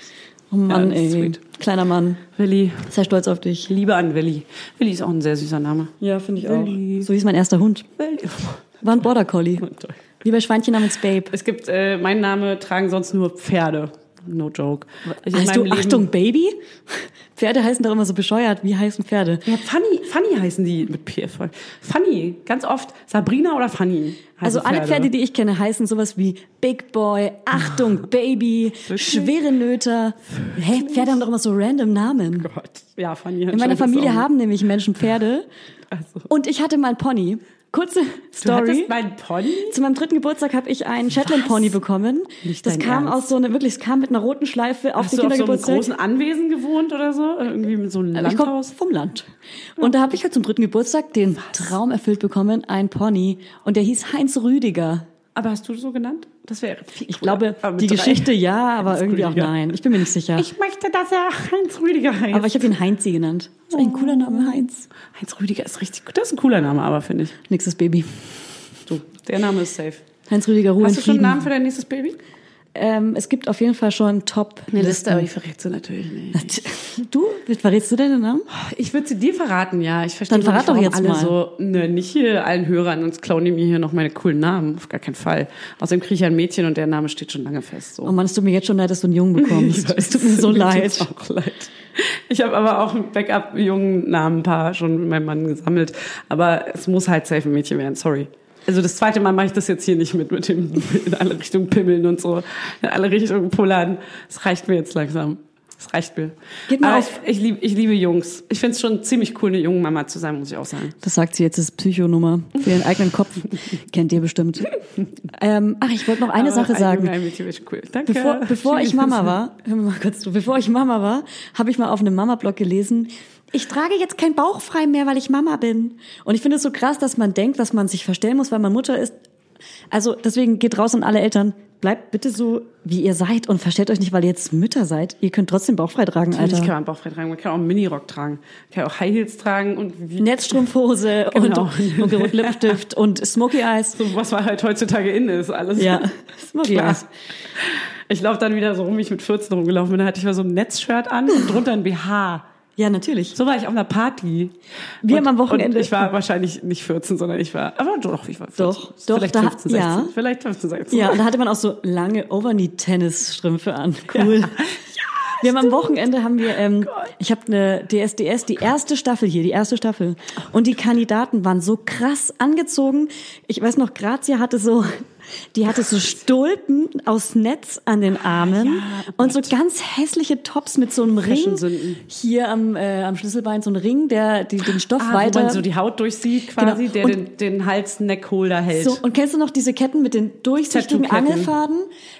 Speaker 3: Oh Mann,
Speaker 4: Ja, das
Speaker 3: ey.
Speaker 4: ist sweet.
Speaker 3: Kleiner Mann.
Speaker 4: Willi.
Speaker 3: Sehr stolz auf dich.
Speaker 4: Liebe an Willi. Willi ist auch ein sehr süßer Name.
Speaker 3: Ja, finde ich auch. So hieß mein erster Hund.
Speaker 4: Willi.
Speaker 3: War ein Border <laughs> Collie. Wie bei Schweinchen namens Babe.
Speaker 4: Es gibt, äh, mein Name tragen sonst nur Pferde. No joke. Ich in
Speaker 3: Heißt du,
Speaker 4: meinem Leben-
Speaker 3: Achtung, Baby? <laughs> Pferde heißen doch immer so bescheuert. Wie heißen Pferde?
Speaker 4: Ja, Fanny, Fanny heißen die mit P voll. Fanny, ganz oft. Sabrina oder Fanny.
Speaker 3: Also
Speaker 4: heißen
Speaker 3: alle Pferde, die ich kenne, heißen sowas wie Big Boy, Achtung, Baby, schwere Nöter. Hä, Pferde haben doch immer so random Namen.
Speaker 4: Oh Gott. Ja, Fanny.
Speaker 3: In meiner Familie haben nämlich Menschen Pferde.
Speaker 4: Also.
Speaker 3: Und ich hatte mal einen Pony. Kurze
Speaker 4: Du hattest
Speaker 3: Story.
Speaker 4: mein Pony?
Speaker 3: Zu meinem dritten Geburtstag habe ich einen Shetland Pony bekommen.
Speaker 4: Nicht
Speaker 3: das
Speaker 4: dein
Speaker 3: kam
Speaker 4: Ernst.
Speaker 3: aus so einer wirklich, es kam mit einer roten Schleife auf
Speaker 4: Hast
Speaker 3: den
Speaker 4: du auf so einem
Speaker 3: Kindergeburtstag.
Speaker 4: großen Anwesen gewohnt oder so? Irgendwie mit so einem
Speaker 3: ich komme
Speaker 4: Landhaus?
Speaker 3: vom Land. Und da habe ich halt zum dritten Geburtstag den Traum erfüllt bekommen, ein Pony. Und der hieß Heinz Rüdiger.
Speaker 4: Aber hast du so genannt? Das wäre viel
Speaker 3: Ich glaube,
Speaker 4: Aber mit
Speaker 3: die
Speaker 4: drei.
Speaker 3: Geschichte ja, aber irgendwie auch
Speaker 4: Rüdiger.
Speaker 3: nein. Ich bin mir nicht sicher.
Speaker 4: Ich möchte, dass er Heinz Rüdiger heißt.
Speaker 3: aber ich habe ihn Heinzi genannt. Ist eigentlich ein cooler Name, Heinz.
Speaker 4: Heinz Rüdiger ist richtig gut. Das ist ein cooler Name, aber finde ich.
Speaker 3: Nächstes Baby.
Speaker 4: Du, der Name ist safe.
Speaker 3: Heinz Rüdiger, Ruhe
Speaker 4: Hast du
Speaker 3: in
Speaker 4: schon einen
Speaker 3: Frieden.
Speaker 4: Namen für dein nächstes Baby?
Speaker 3: ähm, es gibt auf jeden Fall schon Top.
Speaker 4: Eine Liste, aber die verrätst du natürlich nicht.
Speaker 3: <laughs> Du? Verrätst du deinen Namen?
Speaker 4: Ich würde sie dir verraten, ja. Ich verstehe
Speaker 3: Dann verrat
Speaker 4: nicht, warum
Speaker 3: doch jetzt
Speaker 4: alle
Speaker 3: mal.
Speaker 4: so, ne, nicht hier allen Hörern, sonst klauen die mir hier noch meine coolen Namen. Auf gar keinen Fall. Außerdem kriege ich ja ein Mädchen und der Name steht schon lange fest. So.
Speaker 3: Oh Mann, es tut mir jetzt schon leid, dass du einen
Speaker 4: <laughs>
Speaker 3: Jungen <laughs> bekommst. es tut mir so leid.
Speaker 4: Auch leid. Ich habe aber auch ein Backup-jungen Namenpaar schon mit meinem Mann gesammelt. Aber es muss halt safe ein Mädchen werden, sorry. Also das zweite Mal mache ich das jetzt hier nicht mit, mit dem in alle Richtungen pimmeln und so, in alle Richtungen pullern. Es reicht mir jetzt langsam. Es reicht mir.
Speaker 3: Geht mal
Speaker 4: Aber
Speaker 3: auf.
Speaker 4: Ich, ich, lieb, ich liebe Jungs. Ich finde es schon ziemlich cool, eine junge Mama zu sein, muss ich auch sagen.
Speaker 3: Das sagt sie jetzt, das ist Psychonummer für ihren eigenen
Speaker 4: <laughs>
Speaker 3: Kopf. Kennt ihr bestimmt. Ähm, ach, ich wollte noch eine
Speaker 4: Aber
Speaker 3: Sache
Speaker 4: ein
Speaker 3: sagen.
Speaker 4: Junge, ein Mädchen wäre schon cool. Danke.
Speaker 3: Bevor, bevor ich Mama war, hör mir mal kurz zu, bevor ich Mama war, habe ich mal auf einem Mama-Blog gelesen, ich trage jetzt kein Bauchfrei mehr, weil ich Mama bin. Und ich finde es so krass, dass man denkt, dass man sich verstellen muss, weil man Mutter ist. Also deswegen geht raus an alle Eltern, bleibt bitte so, wie ihr seid und verstellt euch nicht, weil ihr jetzt Mütter seid. Ihr könnt trotzdem Bauchfrei tragen,
Speaker 4: Natürlich kann
Speaker 3: Alter.
Speaker 4: man Bauchfrei tragen, man kann auch einen Minirock tragen, man kann auch High Heels tragen und wie
Speaker 3: Netzstrumpfhose
Speaker 4: Genau.
Speaker 3: und, und, und Lippenstift und Smoky Eyes.
Speaker 4: So, was war halt heutzutage in ist,
Speaker 3: <laughs>
Speaker 4: alles.
Speaker 3: Ja, Smoky
Speaker 4: <laughs> Klar.
Speaker 3: Eyes.
Speaker 4: Ich laufe dann wieder so rum, wie ich mit 14 rumgelaufen bin. Da hatte ich mal so ein Netzshirt an und drunter ein BH.
Speaker 3: Ja, natürlich.
Speaker 4: So war ich auf einer Party.
Speaker 3: Wir
Speaker 4: und,
Speaker 3: haben am Wochenende-
Speaker 4: Und ich war wahrscheinlich nicht 14, sondern ich war. Aber doch, ich war 14.
Speaker 3: Doch, doch,
Speaker 4: Vielleicht
Speaker 3: da-
Speaker 4: 15, 16.
Speaker 3: ja.
Speaker 4: Vielleicht 15, 16.
Speaker 3: Ja, und da hatte man auch so lange Overknee-Tennis-Strümpfe an. Cool. wir haben am Wochenende haben wir, ähm,
Speaker 4: Oh
Speaker 3: ich habe eine DSDS, die erste Staffel hier, die erste Staffel. Und die Kandidaten waren so krass angezogen. Ich weiß noch, Grazia hatte so, die hatte so Stulpen aus Netz an den Armen
Speaker 4: oh
Speaker 3: und so ganz hässliche Tops mit so einem Ring
Speaker 4: Fashion-Sünden.
Speaker 3: hier am, äh, am Schlüsselbein, so ein Ring, der die, den Stoff
Speaker 4: Ah,
Speaker 3: weiter.
Speaker 4: Wo man so die Haut durchsieht quasi,
Speaker 3: Genau.
Speaker 4: der
Speaker 3: Und-
Speaker 4: den, den Hals-Neckholder hält.
Speaker 3: So, und kennst du noch diese Ketten mit den durchsichtigen
Speaker 4: Tattoo-Ketten.
Speaker 3: Angelfaden,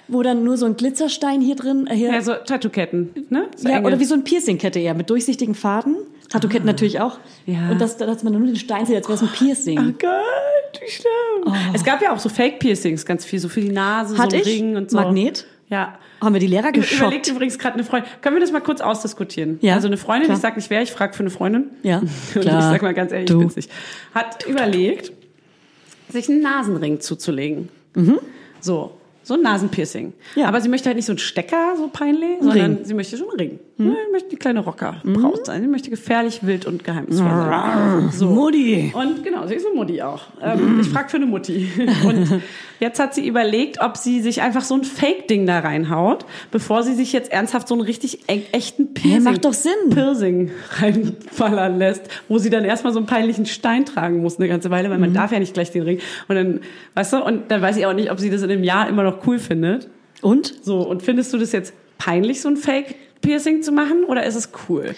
Speaker 3: wo dann nur so ein Glitzerstein hier drin, äh, hier,
Speaker 4: ja, so Tattoo-Ketten, ne? So
Speaker 3: ja,
Speaker 4: enge.
Speaker 3: oder wie so ein Piercing-Kette eher, mit durchsichtigen Faden. Tattoo-Ketten natürlich auch.
Speaker 4: Ah, Ja. Ah,
Speaker 3: Und das, dass man nur den Stein sieht, als wäre es ein Piercing.
Speaker 4: Oh Gott, wie schlimm. Es gab ja auch so Fake-Piercings ganz viel, so für die Nase,
Speaker 3: Oh. Hatte
Speaker 4: so ein
Speaker 3: ich?
Speaker 4: Ring und so.
Speaker 3: Magnet?
Speaker 4: Ja.
Speaker 3: Haben wir die Lehrer
Speaker 4: Ich
Speaker 3: geschockt?
Speaker 4: überlegt übrigens gerade eine Freundin. Können wir das mal kurz ausdiskutieren?
Speaker 3: Ja,
Speaker 4: Also eine Freundin,
Speaker 3: klar.
Speaker 4: ich sag nicht wer, ich frage für eine Freundin.
Speaker 3: Ja,
Speaker 4: <laughs> Und
Speaker 3: klar.
Speaker 4: ich sag mal ganz ehrlich,
Speaker 3: Du.
Speaker 4: ich bin's nicht. Hat überlegt, sich einen Nasenring zuzulegen. So. So ein Nasenpiercing.
Speaker 3: Mhm. Ja.
Speaker 4: Aber sie möchte halt nicht so einen Stecker, so peinlich, sondern sie möchte schon einen Ring.
Speaker 3: Mhm.
Speaker 4: Ne, Sie möchte eine kleine Rockerbraut sein. Sie möchte gefährlich, wild und geheimnisvoll sein. So.
Speaker 3: Mutti.
Speaker 4: Und genau, sie ist eine Mutti auch. Ähm, ich frage für eine Mutti. <laughs> Und jetzt hat sie überlegt, ob sie sich einfach so ein Fake-Ding da reinhaut, bevor sie sich jetzt ernsthaft so einen richtig e echten Piercing,
Speaker 3: macht doch Sinn.
Speaker 4: Piercing reinfallern lässt, wo sie dann erstmal so einen peinlichen Stein tragen muss eine ganze Weile, weil
Speaker 3: Mhm.
Speaker 4: man darf ja nicht gleich den Ring. Und dann, weißt du, und dann weiß ich auch nicht, ob sie das in einem Jahr immer noch cool findet.
Speaker 3: Und?
Speaker 4: So, und findest du das jetzt peinlich, so ein Fake-Piercing zu machen, oder ist es cool?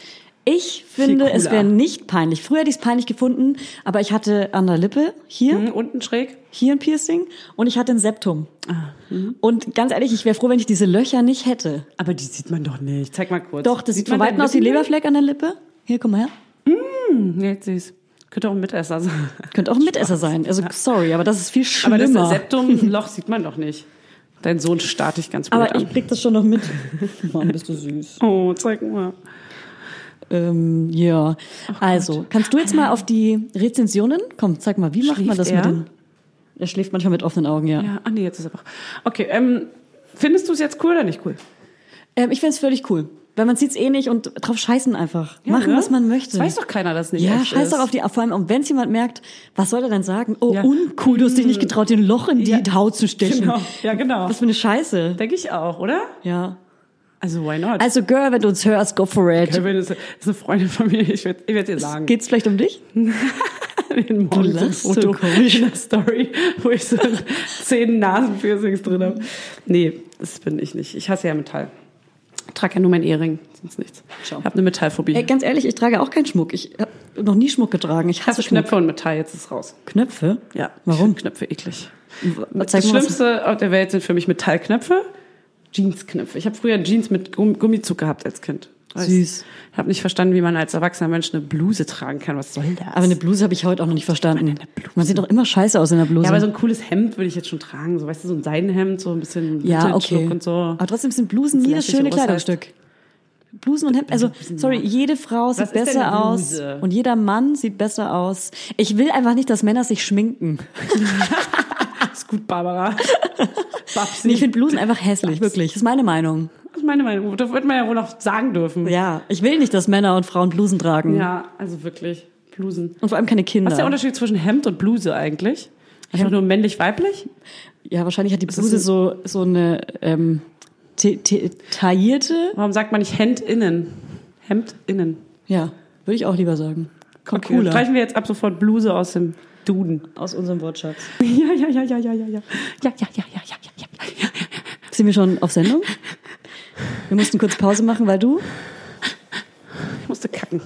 Speaker 3: Ich finde, es
Speaker 4: cooler.
Speaker 3: wäre nicht peinlich. Früher hätte ich es peinlich gefunden, aber ich hatte an der Lippe hier,
Speaker 4: Hm, Unten schräg?
Speaker 3: hier ein Piercing und ich hatte ein Septum.
Speaker 4: Ah, mhm.
Speaker 3: Und ganz ehrlich, ich wäre froh, wenn ich diese Löcher nicht hätte.
Speaker 4: Aber die sieht man doch nicht. Zeig mal kurz.
Speaker 3: Doch, das sieht von
Speaker 4: man
Speaker 3: Weitem
Speaker 4: dein
Speaker 3: aus wie
Speaker 4: Lippenbild?
Speaker 3: Leberfleck an der Lippe. Hier, guck mal her.
Speaker 4: Ja, jetzt süß. Könnte auch ein Mitesser sein.
Speaker 3: Könnte auch ein Mitesser sein. Also sorry, aber das ist viel
Speaker 4: Aber
Speaker 3: schlimmer.
Speaker 4: das Septumloch sieht man doch nicht. Dein Sohn starrt dich ganz blöd
Speaker 3: Aber ich
Speaker 4: an.
Speaker 3: krieg das schon noch
Speaker 4: <laughs>
Speaker 3: mit. Mann, bist du süß.
Speaker 4: Oh, zeig mal.
Speaker 3: Ähm, ja. Also, kannst du jetzt mal auf die Rezensionen? Komm, zeig mal, wie macht man
Speaker 4: Schläft
Speaker 3: das
Speaker 4: er?
Speaker 3: mit den... Er schläft manchmal mit offenen Augen, ja.
Speaker 4: Ja, ah nee, jetzt ist er wach. Okay, ähm, Findest du es jetzt cool oder nicht cool?
Speaker 3: Ähm, ich find's völlig cool. Weil man sieht's eh nicht und drauf scheißen einfach. Machen,
Speaker 4: ne?
Speaker 3: was man möchte.
Speaker 4: Das weiß doch keiner, dass es nicht
Speaker 3: ja,
Speaker 4: echt
Speaker 3: scheiß
Speaker 4: ist.
Speaker 3: doch auf die, vor allem, und wenn's jemand merkt, was soll er dann sagen? Oh,
Speaker 4: Ja. Hm.
Speaker 3: uncool, du hast dich nicht getraut, den Loch in die Haut zu stechen.
Speaker 4: Genau. Ja, genau.
Speaker 3: Was für eine Scheiße.
Speaker 4: Denke ich auch, oder?
Speaker 3: Ja.
Speaker 4: Also, why not?
Speaker 3: Also, Girl, wenn du uns hörst, go for it.
Speaker 4: Kevin ist, ist eine Freundin von mir. Ich werde ich werd dir sagen.
Speaker 3: Geht's vielleicht um dich?
Speaker 4: den Morgen so ein
Speaker 3: lachst so
Speaker 4: Foto
Speaker 3: komisch.
Speaker 4: in der Story, wo ich so zehn Nasenpiercings drin habe. Nee, das bin ich nicht. Ich hasse ja Metall. Ich trage ja nur meinen Ehering, sonst nichts. Ich habe eine Metallphobie.
Speaker 3: Ey,
Speaker 4: Ich
Speaker 3: ganz ehrlich, ich trage auch keinen Schmuck. Ich habe noch nie Schmuck getragen. Ich hasse
Speaker 4: hasse
Speaker 3: Schmuck.
Speaker 4: Knöpfe und Metall, jetzt ist raus.
Speaker 3: Knöpfe?
Speaker 4: Ja.
Speaker 3: Warum?
Speaker 4: Ich find Knöpfe eklig.
Speaker 3: Zeig
Speaker 4: das
Speaker 3: mal was-
Speaker 4: Schlimmste auf der Welt sind für mich Metallknöpfe, Jeansknöpfe. Ich habe früher Jeans mit Gumm- Gummizug gehabt als Kind.
Speaker 3: Süß.
Speaker 4: Ich habe nicht verstanden, wie man als erwachsener Mensch eine Bluse tragen kann. Was Also soll das?
Speaker 3: Aber eine Bluse habe ich heute auch noch nicht verstanden. Man sieht doch immer scheiße aus in der Bluse.
Speaker 4: Ja, aber so ein cooles Hemd würde ich jetzt schon tragen. So, weißt du, so ein Seidenhemd, so ein bisschen
Speaker 3: Ja,
Speaker 4: Vintage-Look
Speaker 3: okay.
Speaker 4: und so.
Speaker 3: Aber trotzdem sind Blusen nie das
Speaker 4: lässige
Speaker 3: schöne
Speaker 4: Oberteil.
Speaker 3: Kleidungsstück. Blusen und Hemd, also sorry, jede Frau sieht
Speaker 4: ist denn eine
Speaker 3: besser aus
Speaker 4: Bluse?
Speaker 3: und jeder Mann sieht besser aus. Ich will einfach nicht, dass Männer sich schminken.
Speaker 4: Ist gut, <laughs> Barbara. Babsi.
Speaker 3: Nee, ich finde Blusen einfach hässlich, wirklich. Das ist meine Meinung.
Speaker 4: das ist meine Meinung. Das wird man ja wohl noch sagen dürfen.
Speaker 3: Ja, ich will nicht, dass Männer und Frauen Blusen tragen
Speaker 4: Ja, also wirklich. Blusen.
Speaker 3: und vor allem keine Kinder.
Speaker 4: Was ist der Unterschied zwischen Hemd und Bluse eigentlich? Einfach nur männlich-weiblich?
Speaker 3: Ja, wahrscheinlich hat die Bluse so so eine ähm, ta- ta- taillierte.
Speaker 4: Warum sagt man nicht Hemd innen? Hemd innen.
Speaker 3: Ja, würde ich auch lieber sagen. Kommt
Speaker 4: Okay,
Speaker 3: cooler
Speaker 4: streichen wir jetzt ab sofort Bluse aus dem Duden.
Speaker 3: aus unserem Wortschatz.
Speaker 4: Ja, ja, ja, ja, ja, ja, ja. Ja, ja, ja, ja, ja, ja, ja.
Speaker 3: Sind wir schon auf Sendung? Wir mussten kurz Pause machen, weil du
Speaker 4: Ich musste kacken.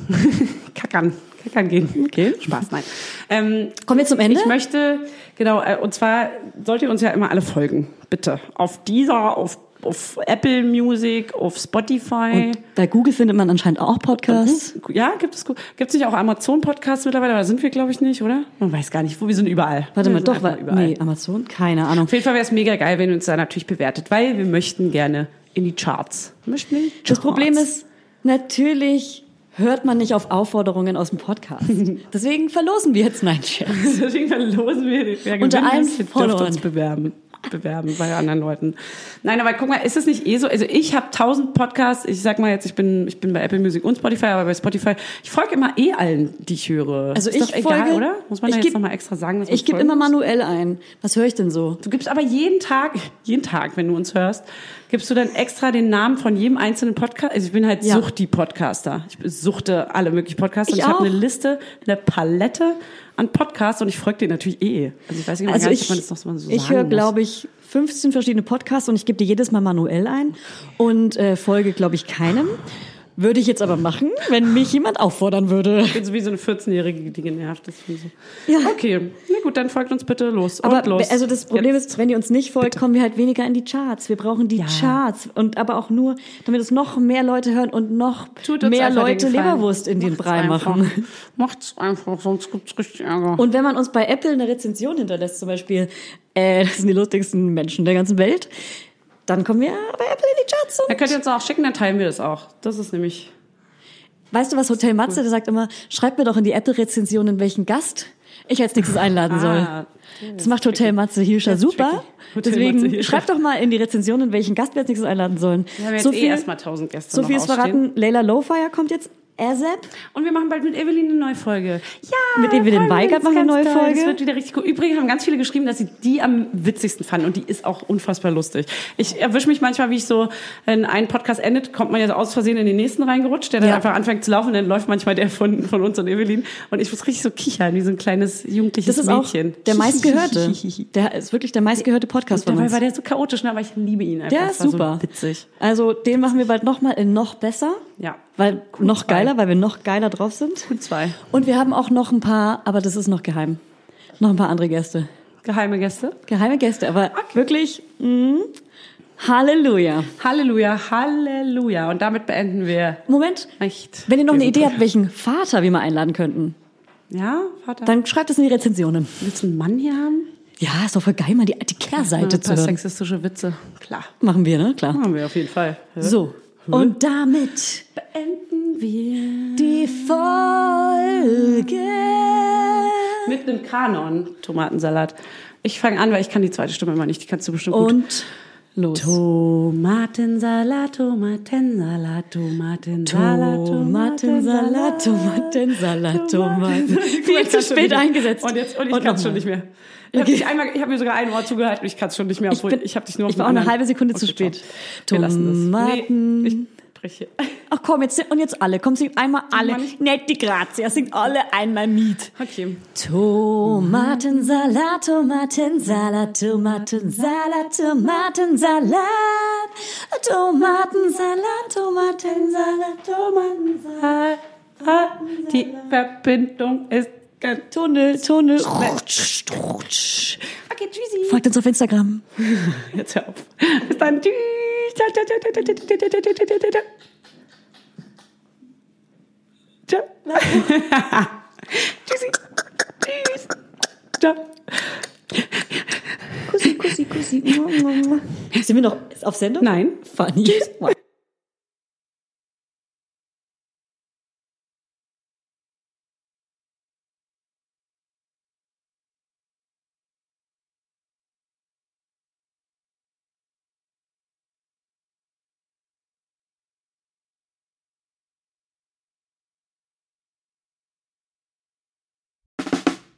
Speaker 4: Kackern. Kackern gehen. Okay. Spaß, nein. Ähm,
Speaker 3: Kommen wir zum Ende?
Speaker 4: Ich möchte, genau, äh, und zwar sollt ihr uns ja immer alle folgen, bitte. Auf dieser, auf, auf Apple Music, auf Spotify. Mhm.
Speaker 3: Und bei Google findet man anscheinend auch Podcasts.
Speaker 4: ja, gibt es gibt es nicht auch Amazon Podcasts mittlerweile, aber da sind wir glaube ich nicht, oder? Man weiß gar nicht, wo wir sind überall.
Speaker 3: Warte
Speaker 4: wir
Speaker 3: mal,
Speaker 4: sind
Speaker 3: doch,
Speaker 4: einfach
Speaker 3: wa- nee, Amazon? Keine Ahnung.
Speaker 4: Auf jeden Fall wäre es mega geil, wenn ihr uns da natürlich bewertet, weil wir möchten gerne in die Charts. Möchten wir in die Charts.
Speaker 3: Das Problem ist, natürlich hört man nicht auf Aufforderungen aus dem
Speaker 4: <laughs>
Speaker 3: Podcast. Deswegen verlosen wir jetzt nein Scherz.
Speaker 4: Deswegen verlosen wir den. Wer
Speaker 3: Unter
Speaker 4: gewinnen
Speaker 3: allen
Speaker 4: ist, ihr dürft
Speaker 3: Followern.
Speaker 4: uns bewerben. Bewerben bei anderen Leuten. Nein, aber guck mal, ist es nicht eh so? Also ich habe tausend Podcasts. Ich sag mal jetzt, ich bin, ich bin bei Apple Music und Spotify, aber bei Spotify, ich folge immer eh allen, die ich höre.
Speaker 3: Also
Speaker 4: ist
Speaker 3: ich
Speaker 4: doch egal,
Speaker 3: folge-
Speaker 4: oder? Muss man
Speaker 3: ich
Speaker 4: da
Speaker 3: geb-
Speaker 4: jetzt nochmal extra sagen, dass man
Speaker 3: Ich gebe
Speaker 4: folgen
Speaker 3: immer
Speaker 4: muss?
Speaker 3: manuell ein. Was höre ich denn so?
Speaker 4: Du gibst aber jeden Tag, <laughs> jeden Tag, wenn du uns hörst, gibst du dann extra den Namen von jedem einzelnen Podcast. Also ich bin halt
Speaker 3: Ja.
Speaker 4: Suchti-Podcaster. Ich suchte alle möglichen Podcasts. und
Speaker 3: Ich
Speaker 4: ich habe
Speaker 3: auch.
Speaker 4: eine Liste, eine Palette an Podcasts und ich folge dir natürlich eh. Also ich weiß immer
Speaker 3: Also
Speaker 4: gar nicht,
Speaker 3: ich,
Speaker 4: ob man das noch so sagen
Speaker 3: ich höre,
Speaker 4: muss.
Speaker 3: glaube ich, 15 verschiedene Podcasts und ich gebe die jedes Mal manuell ein und äh, folge, glaube ich, keinem. Würde ich jetzt aber machen, wenn mich jemand auffordern würde.
Speaker 4: Ich bin so wie so eine 14-Jährige, die genervt ist. von So.
Speaker 3: Ja.
Speaker 4: Okay, na gut, dann folgt uns bitte los.
Speaker 3: Aber
Speaker 4: und los.
Speaker 3: also das Problem
Speaker 4: Jetzt.
Speaker 3: ist, wenn ihr uns nicht folgt, kommen wir halt weniger in die Charts. Wir brauchen die Charts und aber auch nur, damit es noch mehr Leute hören und noch
Speaker 4: Tut uns
Speaker 3: mehr
Speaker 4: einfach den
Speaker 3: Leute
Speaker 4: Gefallen.
Speaker 3: Leberwurst in den
Speaker 4: Macht's
Speaker 3: Brei
Speaker 4: einfach.
Speaker 3: machen.
Speaker 4: Macht's einfach, sonst gibt's richtig Ärger.
Speaker 3: Und wenn man uns bei Apple eine Rezension hinterlässt, zum Beispiel, äh, das sind die lustigsten Menschen der ganzen Welt, dann kommen wir bei Apple in die Charts.
Speaker 4: Dann könnt ihr
Speaker 3: Und
Speaker 4: uns auch schicken, dann teilen wir das auch. Das ist nämlich
Speaker 3: weißt du was, Hotel Matze, der sagt immer, schreibt mir doch in die Apple-Rezension, in welchen Gast ich als nächstes einladen
Speaker 4: Ah,
Speaker 3: soll. Das macht Hotel Matze Hilscher
Speaker 4: Das ist
Speaker 3: super.
Speaker 4: tricky. Hotel
Speaker 3: Deswegen
Speaker 4: Matze Hilscher.
Speaker 3: schreibt doch mal in die Rezension, in welchen Gast wir als nächstes einladen sollen.
Speaker 4: Wir haben jetzt
Speaker 3: so
Speaker 4: eh
Speaker 3: viel,
Speaker 4: erstmal 1000 Gäste.
Speaker 3: so
Speaker 4: noch
Speaker 3: viel ist
Speaker 4: ausstehen.
Speaker 3: verraten. Layla Lowfire kommt jetzt. ASAP.
Speaker 4: Und wir machen bald mit Evelyn eine neue Folge. Ja!
Speaker 3: Mit Evelyn
Speaker 4: freuen wir
Speaker 3: Weigert
Speaker 4: uns
Speaker 3: machen wir
Speaker 4: ganz
Speaker 3: eine neue
Speaker 4: doll.
Speaker 3: Folge.
Speaker 4: Das wird wieder richtig cool. Übrigens haben ganz viele geschrieben, dass sie die am witzigsten fanden. Und die ist auch unfassbar lustig. Ich erwische mich manchmal, wie ich so, wenn ein Podcast endet, kommt man ja so aus Versehen in den nächsten reingerutscht, der dann
Speaker 3: Ja.
Speaker 4: einfach anfängt zu laufen. Dann läuft manchmal der von, von uns und Evelyn. Und ich muss richtig so kichern, wie so ein kleines jugendliches
Speaker 3: Das ist auch
Speaker 4: Mädchen.
Speaker 3: der
Speaker 4: <laughs>
Speaker 3: meistgehörte. Der ist wirklich der meistgehörte Podcast von
Speaker 4: Dabei
Speaker 3: uns.
Speaker 4: war der so chaotisch, ne? aber ich liebe ihn einfach.
Speaker 3: Der
Speaker 4: Es
Speaker 3: ist
Speaker 4: war
Speaker 3: super.
Speaker 4: So witzig.
Speaker 3: Also den machen wir bald nochmal in noch besser.
Speaker 4: Ja.
Speaker 3: Weil
Speaker 4: Cool.
Speaker 3: noch geiler, weil wir noch geiler drauf sind.
Speaker 4: Gut zwei.
Speaker 3: Und wir haben auch noch ein paar, aber das ist noch geheim. Noch ein paar andere Gäste.
Speaker 4: Geheime Gäste.
Speaker 3: Geheime Gäste, aber wirklich. mm, Halleluja.
Speaker 4: Halleluja, Halleluja. Und damit beenden wir
Speaker 3: Moment.
Speaker 4: echt.
Speaker 3: Wenn ihr noch eine
Speaker 4: diesen
Speaker 3: Idee
Speaker 4: Podcast.
Speaker 3: habt, welchen Vater wir mal einladen könnten,
Speaker 4: Ja, Vater.
Speaker 3: dann schreibt es in die Rezensionen.
Speaker 4: willst du einen Mann hier haben?
Speaker 3: Ja, ist doch voll geil, mal die, die
Speaker 4: Ein
Speaker 3: Kehrseite zu
Speaker 4: paar
Speaker 3: hören.
Speaker 4: sexistische Witze. Klar.
Speaker 3: Machen wir, ne? Klar.
Speaker 4: Machen wir auf jeden Fall.
Speaker 3: So.
Speaker 4: Hm.
Speaker 3: Und damit
Speaker 4: Beenden wir.
Speaker 3: die Folge.
Speaker 4: Mit einem Kanon. Tomatensalat. Ich fange an, weil ich kann die zweite Stimme immer nicht. Die kannst du bestimmt gut.
Speaker 3: Und
Speaker 1: Los.
Speaker 4: Tomatensalat, Tomatensalat, Tomatensalat,
Speaker 1: Tomatensalat, Tomatensalat, Tomaten. Viel zu spät eingesetzt.
Speaker 4: Und jetzt und ich kann es schon nicht mehr. Ich
Speaker 1: Okay.
Speaker 4: habe einmal, ich habe mir sogar ein Wort zugehört und ich kann es schon nicht mehr.
Speaker 1: Ich
Speaker 4: Obwohl
Speaker 1: bin-
Speaker 4: ich, habe dich nur. auf
Speaker 1: ich war
Speaker 4: dem
Speaker 1: auch eine
Speaker 4: anderen-
Speaker 1: halbe Sekunde zu
Speaker 4: Okay,
Speaker 1: spät.
Speaker 4: ciao. Wir lassen das.
Speaker 1: Tomaten.
Speaker 4: Nee, ich breche.
Speaker 1: Ach komm, jetzt und jetzt alle. Komm, singt einmal alle. Nett die Grazia, singt alle einmal mit.
Speaker 4: <laughs> Okay.
Speaker 1: Tomatensalat, Tomatensalat, Tomatensalat, Tomatensalat, Tomatensalat, Tomatensalat, Tomatensalat. ah.
Speaker 4: Die Verbindung ist ganz.
Speaker 1: Tunnel, Tunnel. Rutsch, rutsch.
Speaker 4: Okay, tschüssi.
Speaker 1: Folgt uns auf Instagram.
Speaker 4: Jetzt hör auf. Bis dann. Tschüss. Ciao. Tschüssi. Tschüss. Ciao.
Speaker 1: Kussi, kussi, kussi. Sind wir noch auf Sendung?
Speaker 4: Nein.
Speaker 1: Funny.